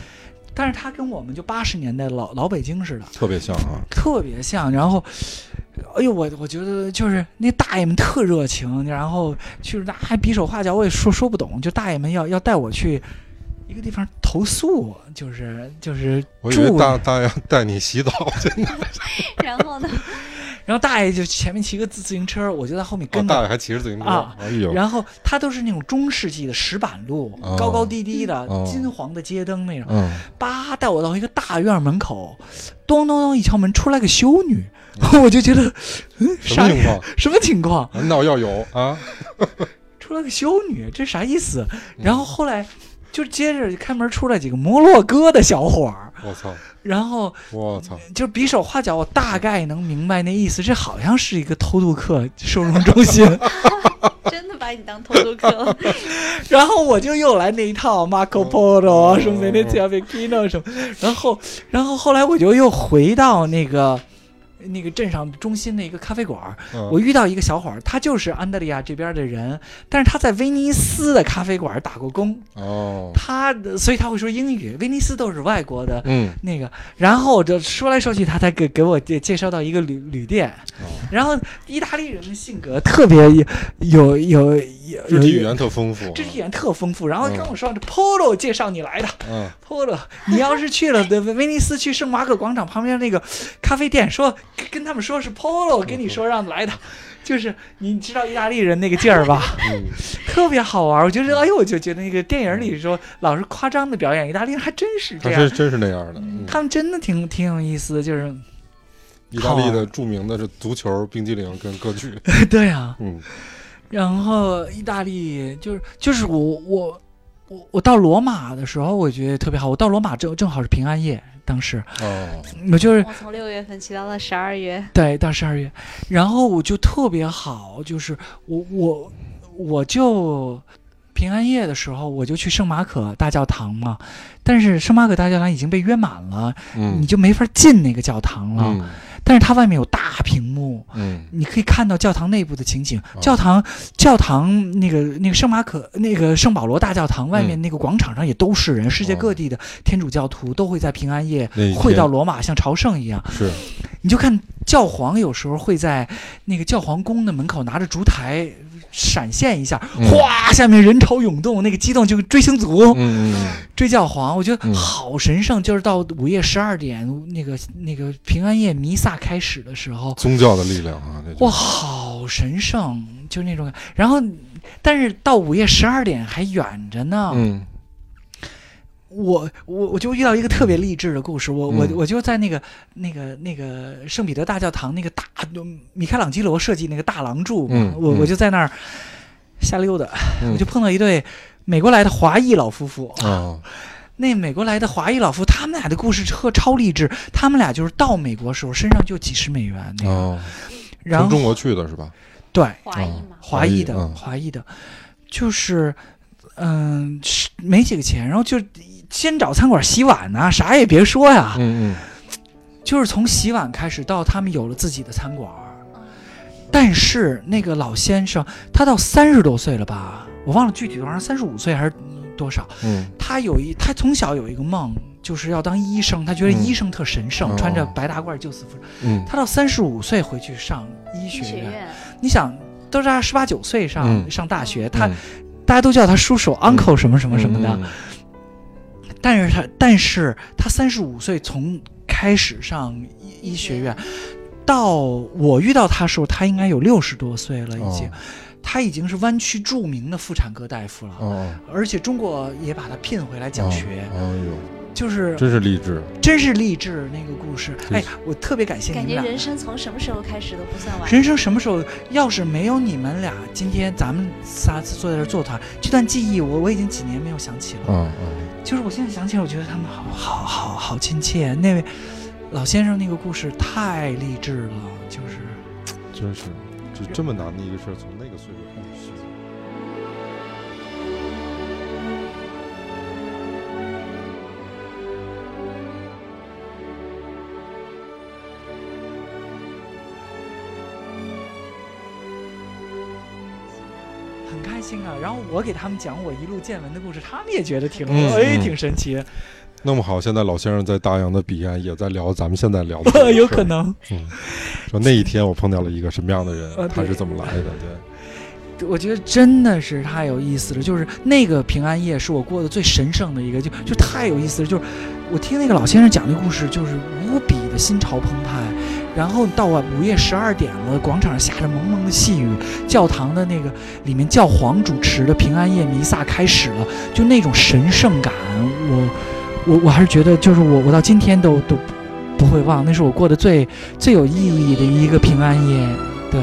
C: 但是它跟我们就八十年代老老北京似的，
A: 特别像啊，
C: 特别像。然后，哎呦，我我觉得就是那大爷们特热情，然后去那还比手画脚，我也说说不懂。就大爷们要要带我去一个地方投诉，就是就是
A: 我以为
C: 住。
A: 大大爷带你洗澡去，
B: 然后呢？
C: 然后大爷就前面骑个自自行车，我就在后面
A: 哦
C: 跟着。
A: 大爷还骑着自行车，
C: 啊
A: 哎呦，
C: 然后它都是那种中世纪的石板路，
A: 哦
C: 高高低低的，
A: 哦
C: 金黄的街灯那种。
A: 嗯，
C: 叭带我到一个大院门口，咚咚咚一敲门，出来个修女， 我就觉得，嗯，
A: 什么
C: 啥
A: 情况？
C: 什么情况？
A: 难道要有啊？
C: 出来个修女，这啥意思？
A: 嗯
C: 然后后来就接着开门出来几个摩洛哥的小伙儿，
A: 我操，
C: 然后
A: 我操，
C: 就比手画脚，我大概能明白那意思。这好像是一个偷渡客收容中心，
B: 真的把你当偷渡客了？
C: 然后我就又来那一
A: 哦
C: 套 Marco Polo
A: 嗯
C: 什么 Venezia v e c i n o 什么，然后然后后来我就又回到那个那个镇上中心的一个咖啡馆儿，
A: 嗯
C: 我遇到一个小伙儿，他就是安德利亚这边的人，但是他在威尼斯的咖啡馆儿打过工，
A: 哦，
C: 他所以他会说英语，威尼斯都是外国的。
A: 嗯，
C: 那个，然后我就说来说去，他才给给我介介绍到一个旅旅店，
A: 哦
C: 然后意大利人的性格特别有有有有
A: 肢体语言特丰富，
C: 肢体语言特丰富，然后
A: 嗯
C: 跟我说、这 Polo 介绍你来的
A: 嗯，
C: Polo，你要是去了 威威尼斯去圣马可广场旁边那个咖啡店，说跟跟他们说是 Polo
A: 嗯
C: 跟你说让来的，就是你知道意大利人那个劲儿吧，
A: 嗯
C: 特别好玩儿。我觉得哎呦，我就觉得那个电影里说老是夸张的表演，意大利人还真是这
A: 还
C: 样
A: 真，真是那样的。嗯
C: 他们真的挺挺有意思的，就是
A: 意大利的著名的是足球、冰激凌跟歌 剧，
C: 对啊。
A: 嗯
C: 然后意大利就是就是我我我我到罗马的时候，我觉得特别好。我到罗马正正好是平安夜，当时
A: 哦，
C: 我就是
B: 我从六月份骑到了十二月，
C: 对，到十二月，然后我就特别好，就是我我我就平安夜的时候，我就去圣马可大教堂嘛，但是圣马可大教堂已经被约满了，你啊
A: 嗯
C: 就没法进那个教堂了。
A: 嗯
C: 但是它外面有大屏幕，
A: 嗯
C: 你可以看到教堂内部的情景。
A: 哦
C: 教堂教堂那个那个圣马可那个圣保罗大教堂外
A: 嗯
C: 面那个广场上也都是人，世界各
A: 哦
C: 地的天主教徒都会在平安夜
A: 那一
C: 会
A: 天
C: 到罗马，像朝圣一样。
A: 是，
C: 你就看教皇有时候会在那个教皇宫的门口拿着烛台闪现一下，
A: 嗯
C: 哗，下面人潮涌动，那个激动就跟追星族、
A: 嗯嗯
C: 追教皇，我觉得
A: 嗯
C: 好神圣。就是到午夜十二点，那个那个平安夜弥撒开始的时候，
A: 宗教的力量啊，那就
C: 哇，好神圣，就是那种感。然后，但是到午夜十二点还远着呢。
A: 嗯
C: 我我我就遇到一个特别励志的故事，我我
A: 嗯
C: 我就在那个那个那个圣彼得大教堂那个大米开朗基罗设计那个大廊柱嘛，
A: 嗯
C: 我
A: 嗯
C: 我就在那儿瞎溜达，
A: 嗯
C: 我就碰到一对美国来的华裔老夫妇。
A: 啊，
C: 那美国来的华裔老夫，他们俩的故事特超励志，他们俩就是到美国时候身上就几十美元那个，
A: 哦，
C: 然
A: 从
C: 后
A: 中国去的是吧？
C: 对
B: 华裔嘛，
C: 华裔的
A: 华裔嗯
C: 华裔的，就是嗯、是没几个钱，然后就先找餐馆洗碗呐、啥也别说呀。
A: 嗯嗯，
C: 就是从洗碗开始到他们有了自己的餐馆儿，但是那个老先生，他到三十多岁了吧？我忘了具体多少，三十五岁还是多少？
A: 嗯
C: 他有一，他从小有一个梦，就是要当医生。他觉得
A: 嗯
C: 医生特神圣，
A: 哦
C: 穿着白大褂救死扶伤。
A: 嗯
C: 他到三十五岁回去上医学
B: 学
C: 院，
B: 院，
C: 你想，都是他十八九岁上、
A: 嗯
C: 上大学，
B: 嗯
C: 他、大家都叫他叔叔、
A: 嗯
C: uncle 什么什
A: 什
C: 么什么的。但是他，但是他三十五岁从开始上医医学院，到我遇到他的时候，他应该有六十多岁了，已经，
A: 哦
C: 他已经是湾区著名的妇产科大夫了，
A: 哦，
C: 而且中国也把他聘回来讲学，
A: 哦哎
C: 就是
A: 呦，真是励志，
C: 真是励志那个故事。
A: 是
C: 哎，我特别感谢
B: 感
C: 你
B: 觉
C: 们
B: 人
C: 俩。
B: 生啊从什么时候开始都不算晚。
C: 人生什么时候要是没有你们俩，今天咱们仨坐在这儿坐谈，这段记忆我我已经几年没有想起了。
A: 嗯
C: 就是我现在想起来，我觉得他们好好好好亲切。啊那位老先生那个故事太励志了，就是
A: 嗯，真是，就这么难的一个事儿，从那个岁数开始学。
C: 很开心啊。然后我给他们讲我一路见闻的故事，他们也觉得挺、
A: 嗯
C: 哎
A: 嗯
C: 挺神奇，
A: 弄不好现在老先生在大洋的彼岸也在聊咱们现在聊的这个
C: 有
A: 事
C: 可
A: 儿
C: 能。
A: 嗯，说那一天我碰到了一个什么样的
C: 呃
A: 人，
C: 对
A: 他是怎么来的？对，
C: 我觉得真的是太有意思了，就是那个平安夜是我过得最神圣的一个，就就太有意思了。就是我听那个老先生讲那故事，就是无比的心潮澎湃。然后到晚午夜十二点了，广场上下着蒙蒙的细雨，教堂的那个里面教皇主持的平安夜弥撒开始了，就那种神圣感，我我我还是觉得，就是我我到今天都都不会忘，那是我过得最最有意义的一个平安夜，对。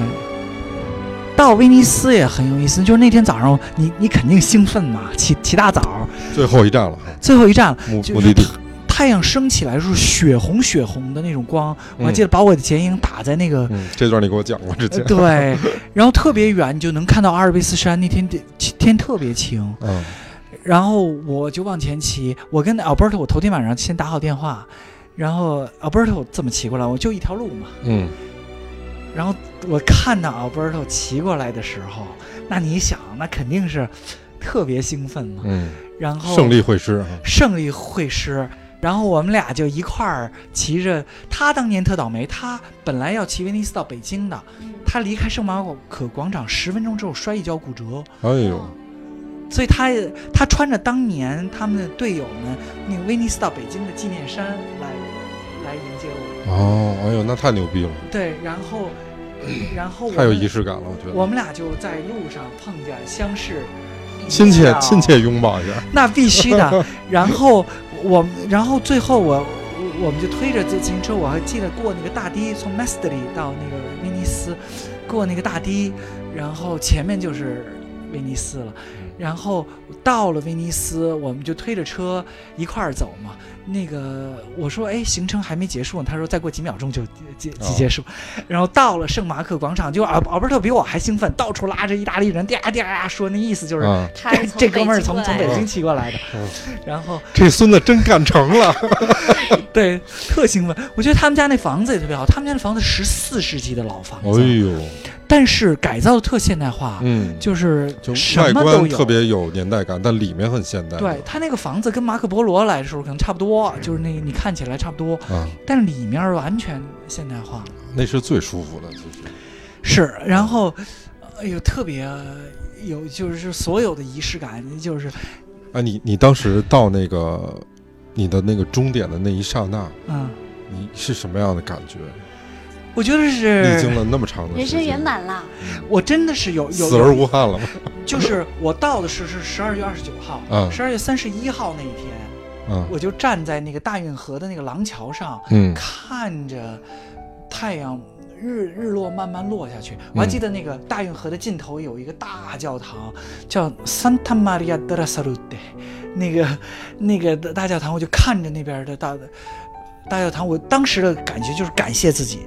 C: 到威尼斯也很有意思，就是那天早上你你肯定兴奋嘛，起起大早，
A: 最后一站了，
C: 最后一站
A: 目
C: 就是
A: 目的地。
C: 太阳升起来的时候，血红血红的那种光，我还记得把我的剪影打在 那个、
A: 嗯，这段你给我讲过之
C: 呃
A: 前。
C: 对，然后特别远，你就能看到阿尔卑斯山。那天天天特别晴，
A: 嗯，
C: 然后我就往前骑。我跟 Alberto，我头天晚上先打好电话，然后 Alberto 怎么骑过来？我就一条路嘛。
A: 嗯
C: 然后我看到 Alberto 骑过来的时候，那你想，那肯定是特别兴奋嘛。
A: 嗯，
C: 然后
A: 胜利会师啊，
C: 胜利会师。然后我们俩就一块儿骑着，他当年特倒霉，他本来要骑威尼斯到北京的，
B: 嗯
C: 他离开圣马可广场十分钟之后摔一跤骨折，
A: 哎
B: 哦
A: 呦，
C: 所以他他穿着当年他们的队友们那个威尼斯到北京的纪念衫来来迎接我。
A: 哦，哎呦，那太牛逼了，
C: 对，然 后然后我
A: 太有
C: 们
A: 仪式感了，我觉
C: 我
A: 得。
C: 们俩就在路上碰见相视，
A: 亲
C: 啊
A: 切亲切拥抱一下，
C: 那必须的。然后我，然后最后我，我我们就推着自自行车，我还记得过那个大堤，从 Mestri 到那个威尼斯，过那个大堤，然后前面就是威尼斯了。然后到了威尼斯，我们就推着车一块儿走嘛。那个我说，哎，行程还没结束呢。他说，再过几秒钟就结结
A: 哦
C: 结束。然后到了圣马可广场，就奥奥伯特比我还兴奋，到处拉着意大利人，嗲嗲嗲说，那意思就是
A: 啊，
B: 他 是从
C: 这哥们儿
B: 北京
C: 从
B: 过
C: 从
B: 来
C: 北
B: 的
C: 京骑过来的
A: 嗯，
C: 然后
A: 这孙子真干成了，
C: 对特兴奋。我觉得他们家那房子也特别好，他们家那房子十四世纪的老房
A: 哎
C: 子，
A: 呦，
C: 但是改造的特现代化，
A: 嗯，
C: 就是
A: 就
C: 什
A: 外
C: 么都
A: 观
C: 有。
A: 特别有年代感，但里面很现代，
C: 对他那个房子跟马可波罗来的时候可能差不多，就是那个你看起来差不多，
A: 啊，
C: 但是里面完全现代化。
A: 那是最舒服的，其实，
C: 是，然后，哎呦，特别有就是所有的仪式感，就是
A: 哎，你你当时到那个你的那个终点的那一刹那，
C: 嗯，
A: 你是什么样的感觉？
C: 我觉得
A: 历经
C: 是，
A: 了那么长的
B: 人
A: 时
B: 生
A: 间
B: 圆，满啦。
A: 嗯
C: 我真的是有有
A: 死
C: 有
A: 而无憾了吗？
C: 就是我到的是是十二月二十九号，
A: 嗯
C: 十二月三十一号那一天，
A: 嗯
C: 我就站在那个大运河的那个廊桥上，
A: 嗯
C: 看着太阳日日落慢慢落下去。
A: 嗯
C: 我还记得那个大运河的尽头有一个大教堂，叫 Santa Maria della Salute，那个那个大教堂，我就看着那边的大大教堂，我当时的感觉就是感谢自己。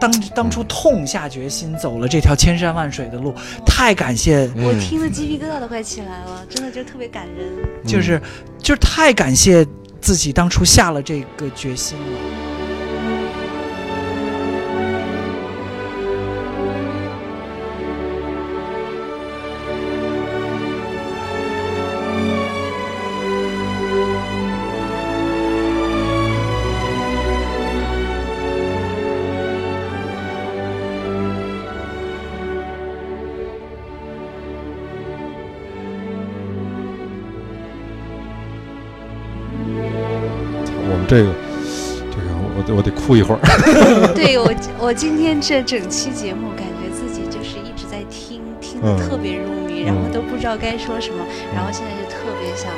C: 当当初痛下决心走了这条千山万水的路，太感谢
B: 我
A: 嗯
B: 听的鸡皮疙瘩都快起来了，真的就特别感人。
A: 嗯
C: 就是就是太感谢自己当初下了这个决心了。
A: 这个，这个我得我得哭一会儿。
B: 对我，我今天这整期节目，感觉自己就是一直在听，听
A: 嗯
B: 得特别入迷，然后
A: 嗯
B: 都不知道该说什么，然
C: 嗯
B: 后现在就特别想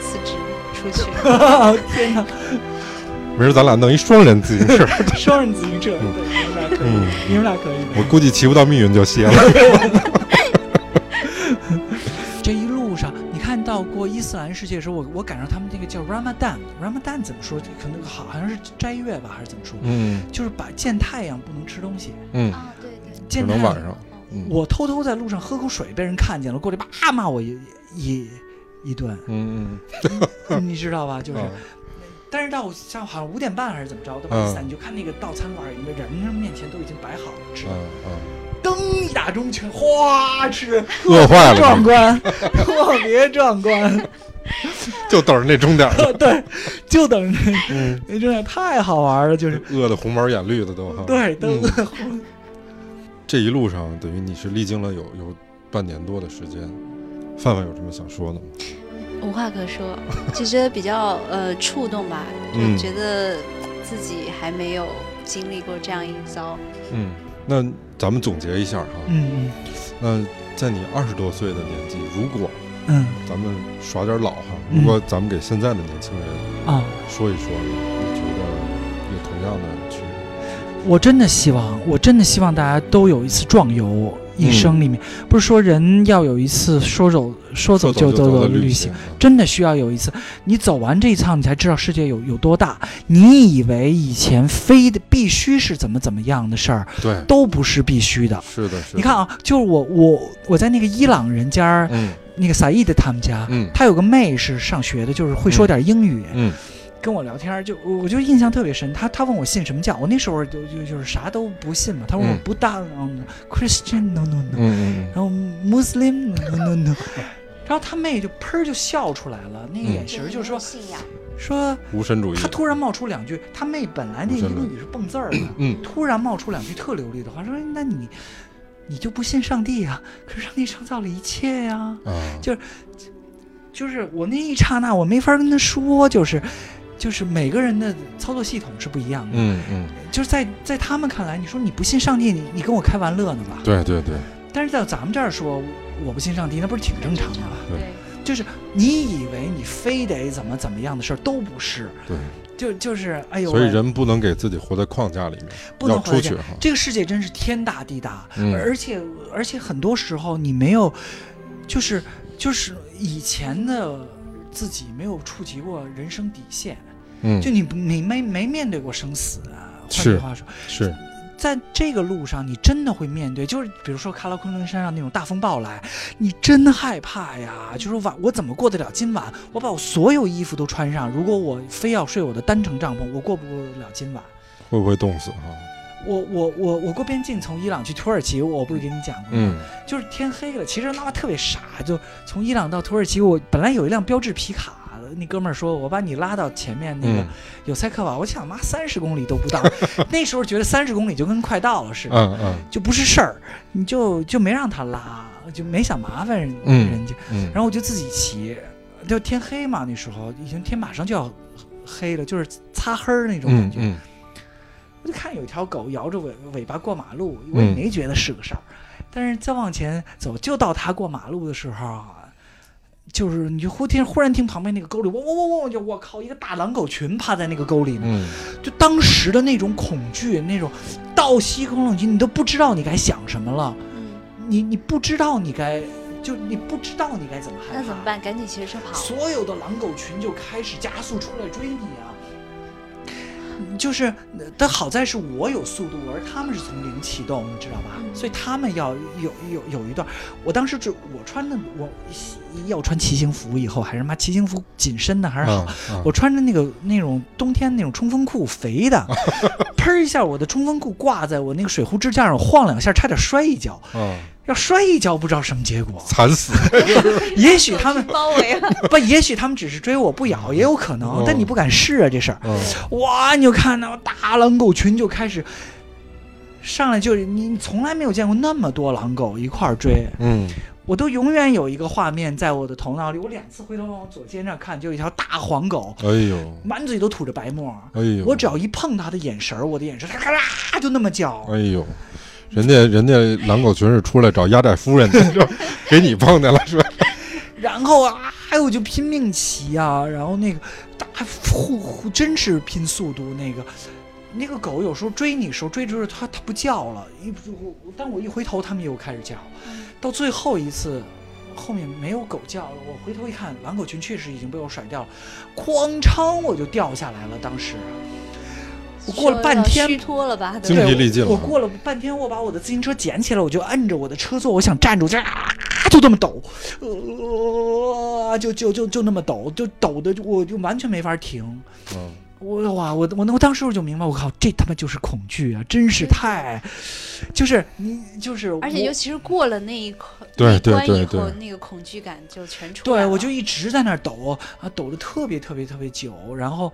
B: 辞职出去。
C: 天哪，
A: 没事，咱俩弄一双人自行车。
C: 双人自行车，
A: 嗯
C: 对，你们俩可以，
A: 嗯，
C: 你们俩可以。
A: 我估计骑不到密云就歇 了。
C: 这一路上，你看到过伊斯兰世界的时候，我我赶上他们那个叫 Ramadan，Ramadan 怎么说？可能好好像是斋月吧，还是怎么说？
A: 嗯
C: 就是把见太阳不能吃东西，
A: 嗯，
B: 啊，对对，
A: 只
C: 见太
A: 能
C: 阳
A: 晚上。嗯
C: 我偷偷在路上喝口水，被人看见了，过来啪骂我一一一顿，
A: 嗯嗯
C: 你知道吧？就是，
A: 嗯，
C: 但是到下午好像五点半还是怎么着，到
A: 嗯
C: 巴基斯坦你就看那个到餐馆里面人面前都已经摆好了吃
A: 嗯，嗯，
C: 噔一打钟全哗吃，
A: 饿坏了
C: 壮观， 特别壮观，
A: 就等着那终点了。
C: 对，就等着
A: 嗯，
C: 那真的太好玩了，就是
A: 饿的红毛眼绿的都哈。
C: 对，都
A: 嗯这一路上等于你是历经了有有半年多的时间。范范有什么想说的吗？
B: 无话可说，就觉得比较呃触动吧，
A: 嗯
B: 就觉得自己还没有经历过这样一遭。
A: 嗯，那咱们总结一下哈。
C: 嗯
A: 那在你二十多岁的年纪，如果
C: 嗯嗯
A: 咱们耍点老哈，
C: 嗯
A: 如果咱们给现在的年轻人
C: 啊。
A: 说一说，你觉得有同样的去，
C: 我真的希望，我真的希望大家都有一次壮游，一生里面、不是说人要有一次说走说走就走
A: 的
C: 的旅行
A: 行，，
C: 真的需要有一次。你走完这一趟，你才知道世界有有多大。你以为以前非得必须是怎么怎么样的事儿，
A: 对，
C: 都不是必须的。
A: 是的，是的。
C: 你看，啊，就是我我我在那个伊朗人家儿，
A: 嗯
C: 那个萨义的他们家，
A: 嗯
C: 他有个妹是上学的，就是会说点英语，
A: 嗯
C: 跟我聊天儿，就我我就印象特别深。他他问我信什么教，我那时候就就就是啥都不信嘛。他问我
A: 嗯
C: 不当、嗯、Christian no no no，、
A: 嗯嗯
C: 然后 Muslim no no no，然后他妹就砰儿就笑出来了，那个
A: 嗯
C: 眼神儿就说、
B: 信仰，
C: 说
A: 嗯，无神主义，
C: 他突然冒出两句，他妹本来那
A: 无神
C: 英
A: 论
C: 语是蹦字儿的，
A: 嗯
C: 突然冒出两句特流利的话，说哎那你你就不信上帝啊？可是上帝创造了一切呀、
A: 啊，
C: 就是我那一刹那，我没法跟他说，就是，就是每个人的操作系统是不一样的。
A: 嗯嗯，
C: 就是在在他们看来，你说你不信上帝，你你跟我开玩乐呢吧？
A: 对对对，
C: 但是在咱们这儿说我不信上帝，那不是挺正常的吗？
A: 对
B: 对，
C: 就是你以为你非得怎么怎么样的事儿都不是，
A: 对，
C: 就就是哎呦喂，
A: 所以人不能给自己活在框架里面，
C: 不
A: 要
C: 能活
A: 出
C: 在
A: 去
C: 这。
A: 哈。
C: 这个世界真是天大地大，
A: 嗯
C: 而且而且很多时候你没有，就是就是以前的自己没有触及过人生底线。
A: 嗯
C: 就，你不你没没面对过生死啊。换
A: 是
C: 句话说，
A: 是，
C: 在这个路上，你真的会面对，就是比如说喀拉昆仑山上那种大风暴来，你真害怕呀。就是晚我怎么过得了今晚？我把我所有衣服都穿上，如果我非要睡我的单层帐篷，我过不过得了今晚？
A: 会不会冻死哈？
C: 我我我我过边境从伊朗去土耳其，我不是跟你讲过吗？
A: 嗯
C: 就是天黑了，其实他妈特别傻，就从伊朗到土耳其，我本来有一辆标致皮卡，那哥们儿说我把你拉到前面那个
A: 嗯
C: 有塞克瓦，我想妈三十公里都不到， 那时候觉得三十公里就跟快到了似的，
A: 嗯嗯
C: 就不是事儿，你就就没让他拉，就没想麻烦人
A: 嗯
C: 人家，
A: 嗯，
C: 然后我就自己骑，就天黑嘛，那时候已经天马上就要黑了，就是擦黑儿那种感
A: 嗯
C: 觉，
A: 嗯
C: 我就看有一条狗摇着尾尾巴过马路，
A: 嗯
C: 我也没觉得是个事儿。但是再往前走，就到它过马路的时候啊，就是你就忽听忽然听旁边那个沟里汪汪汪汪，就我靠，一个大狼狗群趴在那个沟里呢，
A: 嗯，
C: 就当时的那种恐惧，那种倒吸一口冷气，你都不知道你该想什么了，
B: 嗯，
C: 你你不知道你该，就你不知道你该怎么害怕，
B: 那怎么？办？赶紧骑着车跑。
C: 所有的狼狗群就开始加速出来追你啊！就是，呃但好在是我有速度，而他们是从零启动，你知道吧？
B: 嗯
C: 所以他们要有有有一段，我当时就我穿的我要穿骑行服，以后还是妈骑行服紧身的还是好。
A: 啊
C: 我穿着那个那种冬天那种冲锋裤，肥的，喷儿一下，我的冲锋裤挂在我那个水壶支架上晃两下，差点摔一跤。
A: 啊，
C: 要摔一跤不知道什么结果，
A: 惨死。
C: 也许他们
B: 包围了，
C: 不，也许他们只是追我不咬，也有可能
A: 哦，
C: 但你不敢试啊这事儿。
A: 嗯
C: 哇，你就看到大狼狗群就开始上来就，你你从来没有见过那么多狼狗一块儿追。
A: 嗯
C: 我都永远有一个画面在我的头脑里。我两次回头往我左肩上看，就有一条大黄狗，
A: 哎呦，
C: 满嘴都吐着白沫。
A: 哎呦，
C: 我只要一碰它的眼神儿，我的眼神儿咔啦就那么叫。
A: 哎呦，人家人家狼狗群是出来找压寨夫人的，是吧给你碰见了是吧？
C: 然后啊，哎呦，我就拼命骑啊，然后那个大呼呼，真是拼速度那个。那个狗有时候追你的时候追追着它，它不叫了。一我我但我一回头，它们又开始叫。到最后一次，后面没有狗叫了，我回头一看，狼狗群确实已经被我甩掉了，哐嚓我就掉下来了。当时我 过了半天
B: 虚脱了吧？
A: 精
B: 对
C: 对
B: 吧
A: 疲力尽了
C: 我。我过了半天，我把我的自行车捡起来，我就摁着我的车座，我想站住，就啊，就这么抖，呃，就就就就那么抖，就抖的我就完全没法停。
A: 嗯
C: 我哇，我我那我当时我就明白，我靠，这他妈就是恐惧啊！真是太，就是你就是我，
B: 而且尤其是过了那一关，
A: 对
B: 那一
A: 对
B: 关
A: 对
B: 以后
A: 对
B: 那个恐惧感就全出来
C: 对
B: 了。
C: 我就一直在那儿抖啊，抖的特别特别特别久，然后。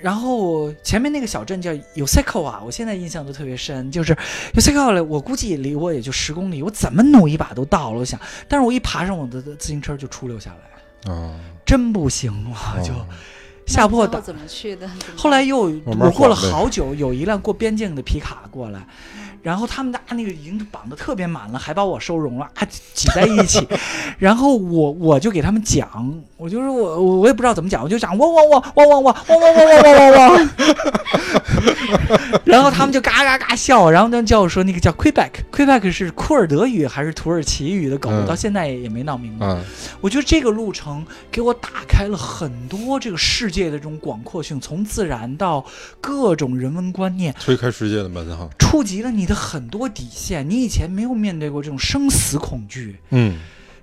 C: 然后前面那个小镇叫 y o s e k o 啊，我现在印象都特别深，就是 y o s e k o 了，我估计离我也就十公里，我怎么努一把都到了，我想，但是我一爬上我的自行车就出溜下来，
A: 啊，
C: 真不行，我
A: 哦
C: 就吓
B: 那最后
C: 破胆。
B: 怎么去的？怎么
C: 后来又
A: 慢慢
C: 我过了
A: 缓呗
C: 好久，有一辆过边境的皮卡过来，然后他们家那个已经绑得特别满了，还把我收容了，啊，挤在一起。然后我我就给他们讲，我就说我我我也不知道怎么讲，我就讲汪汪汪汪汪汪汪汪汪汪汪汪汪。然后他们就嘎嘎嘎笑，然后他们叫我说那个叫 Quebec，Quebec 是库尔德语还是土耳其语的狗，
A: 嗯
C: 到现在也没闹明白。
A: 啊，
C: 我觉得这个路程给我打开了很多这个世界的这种广阔性，从自然到各种人文观念，
A: 推开世界的门哈。
C: 触及了你的很多底线。你以前没有面对过这种生死恐惧，
A: 嗯，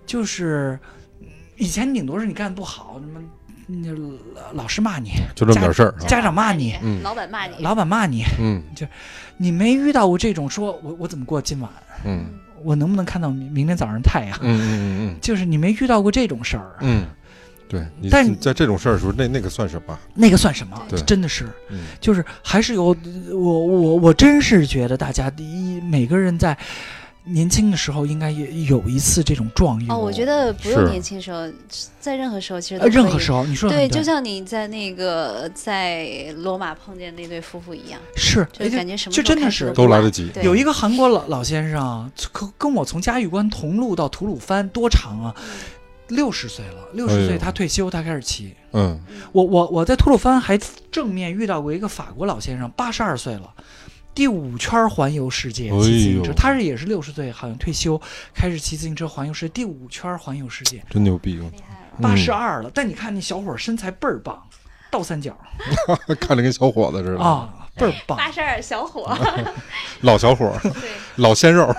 C: 就是嗯以前顶多是你干得不好，什么那老老师骂你，
A: 就这么点事儿啊。
C: 家长骂你，
A: 嗯
B: 老板骂你，
C: 老板骂你，
A: 嗯
C: 你没遇到过这种说我我怎么过今晚，
A: 嗯
C: 我能不能看到明明天早上太阳
A: 嗯，嗯嗯
C: 就是你没遇到过这种事儿，啊
A: 嗯，对你
C: 但
A: 在这种事儿的时候，那那个算什么？
C: 那个算什么
A: 对？
C: 真的是。
A: 嗯
C: 就是还是有我我我真是觉得大家第一每个人在年轻的时候应该也有一次这种壮游。
B: 哦，我觉得不
A: 嗯是
B: 用年轻时候，在任何时候其实都
C: 呃任
B: 可
C: 何
B: 以
C: 时候你说的
B: 对，
C: 很
B: 就像你在那个在罗马碰见那对夫妇一样，
C: 是
B: 就感觉什么
C: 哎就
B: 时候
C: 真的
B: 开始
C: 是
A: 都来
B: 晚
A: 得及
B: 对
C: 有一个韩国老老先生啊，跟跟我从嘉峪关同路到吐鲁番多长啊？
B: 嗯
C: 六十岁了，六
A: 哎呦
C: 十岁他退休，他开始骑。
A: 嗯
C: 我我我在吐鲁番还正面遇到过一个法国老先生，八十二岁了，第五圈环游世界骑自行
A: 哎呦
C: 车，他是也是六十岁，好像退休开始骑自行车环游世界，第五圈环游世界，
A: 真牛逼，嗯
B: 厉害了。
C: 八十
A: 二，
C: 二了。但你看那小伙儿身材倍儿棒，倒三角
A: 看着跟小伙子似的，
C: 啊，倍儿棒。
B: 八十二小伙，
A: 嗯老小伙儿，
B: 对，
A: 老鲜 肉，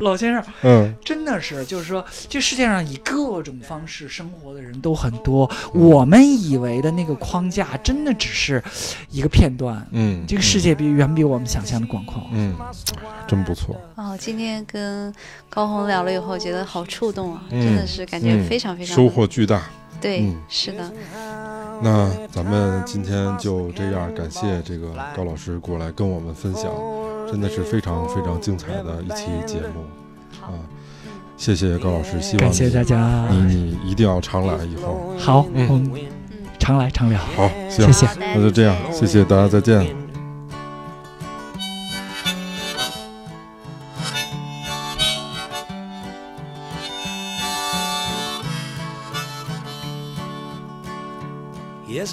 C: 老先生
A: 嗯
C: 真的是，就是说，这世界上以各种方式生活的人都很多，
A: 嗯
C: 我们以为的那个框架，真的只是一个片段。
A: 嗯，
C: 这个世界比远比我们想象的广阔。
A: 嗯，真不错，
B: 哦，今天跟高红聊了以后，觉得好触动啊，
A: 嗯
B: 真的是感觉
A: 嗯
B: 非常非常
A: 收获巨大。
B: 对，
A: 嗯
B: 是的，
A: 那咱们今天就这样，感谢这个高老师过来跟我们分享，真的是非常非常精彩的一期节目啊！谢谢高老师，希望
C: 感谢大
A: 你
C: 家，
A: 你你一定要常来以后。
C: 好，
A: 嗯
C: 我们常来常聊。
A: 好，行，
C: 谢谢
A: 那就这样，谢谢大家，再见。
E: Yes,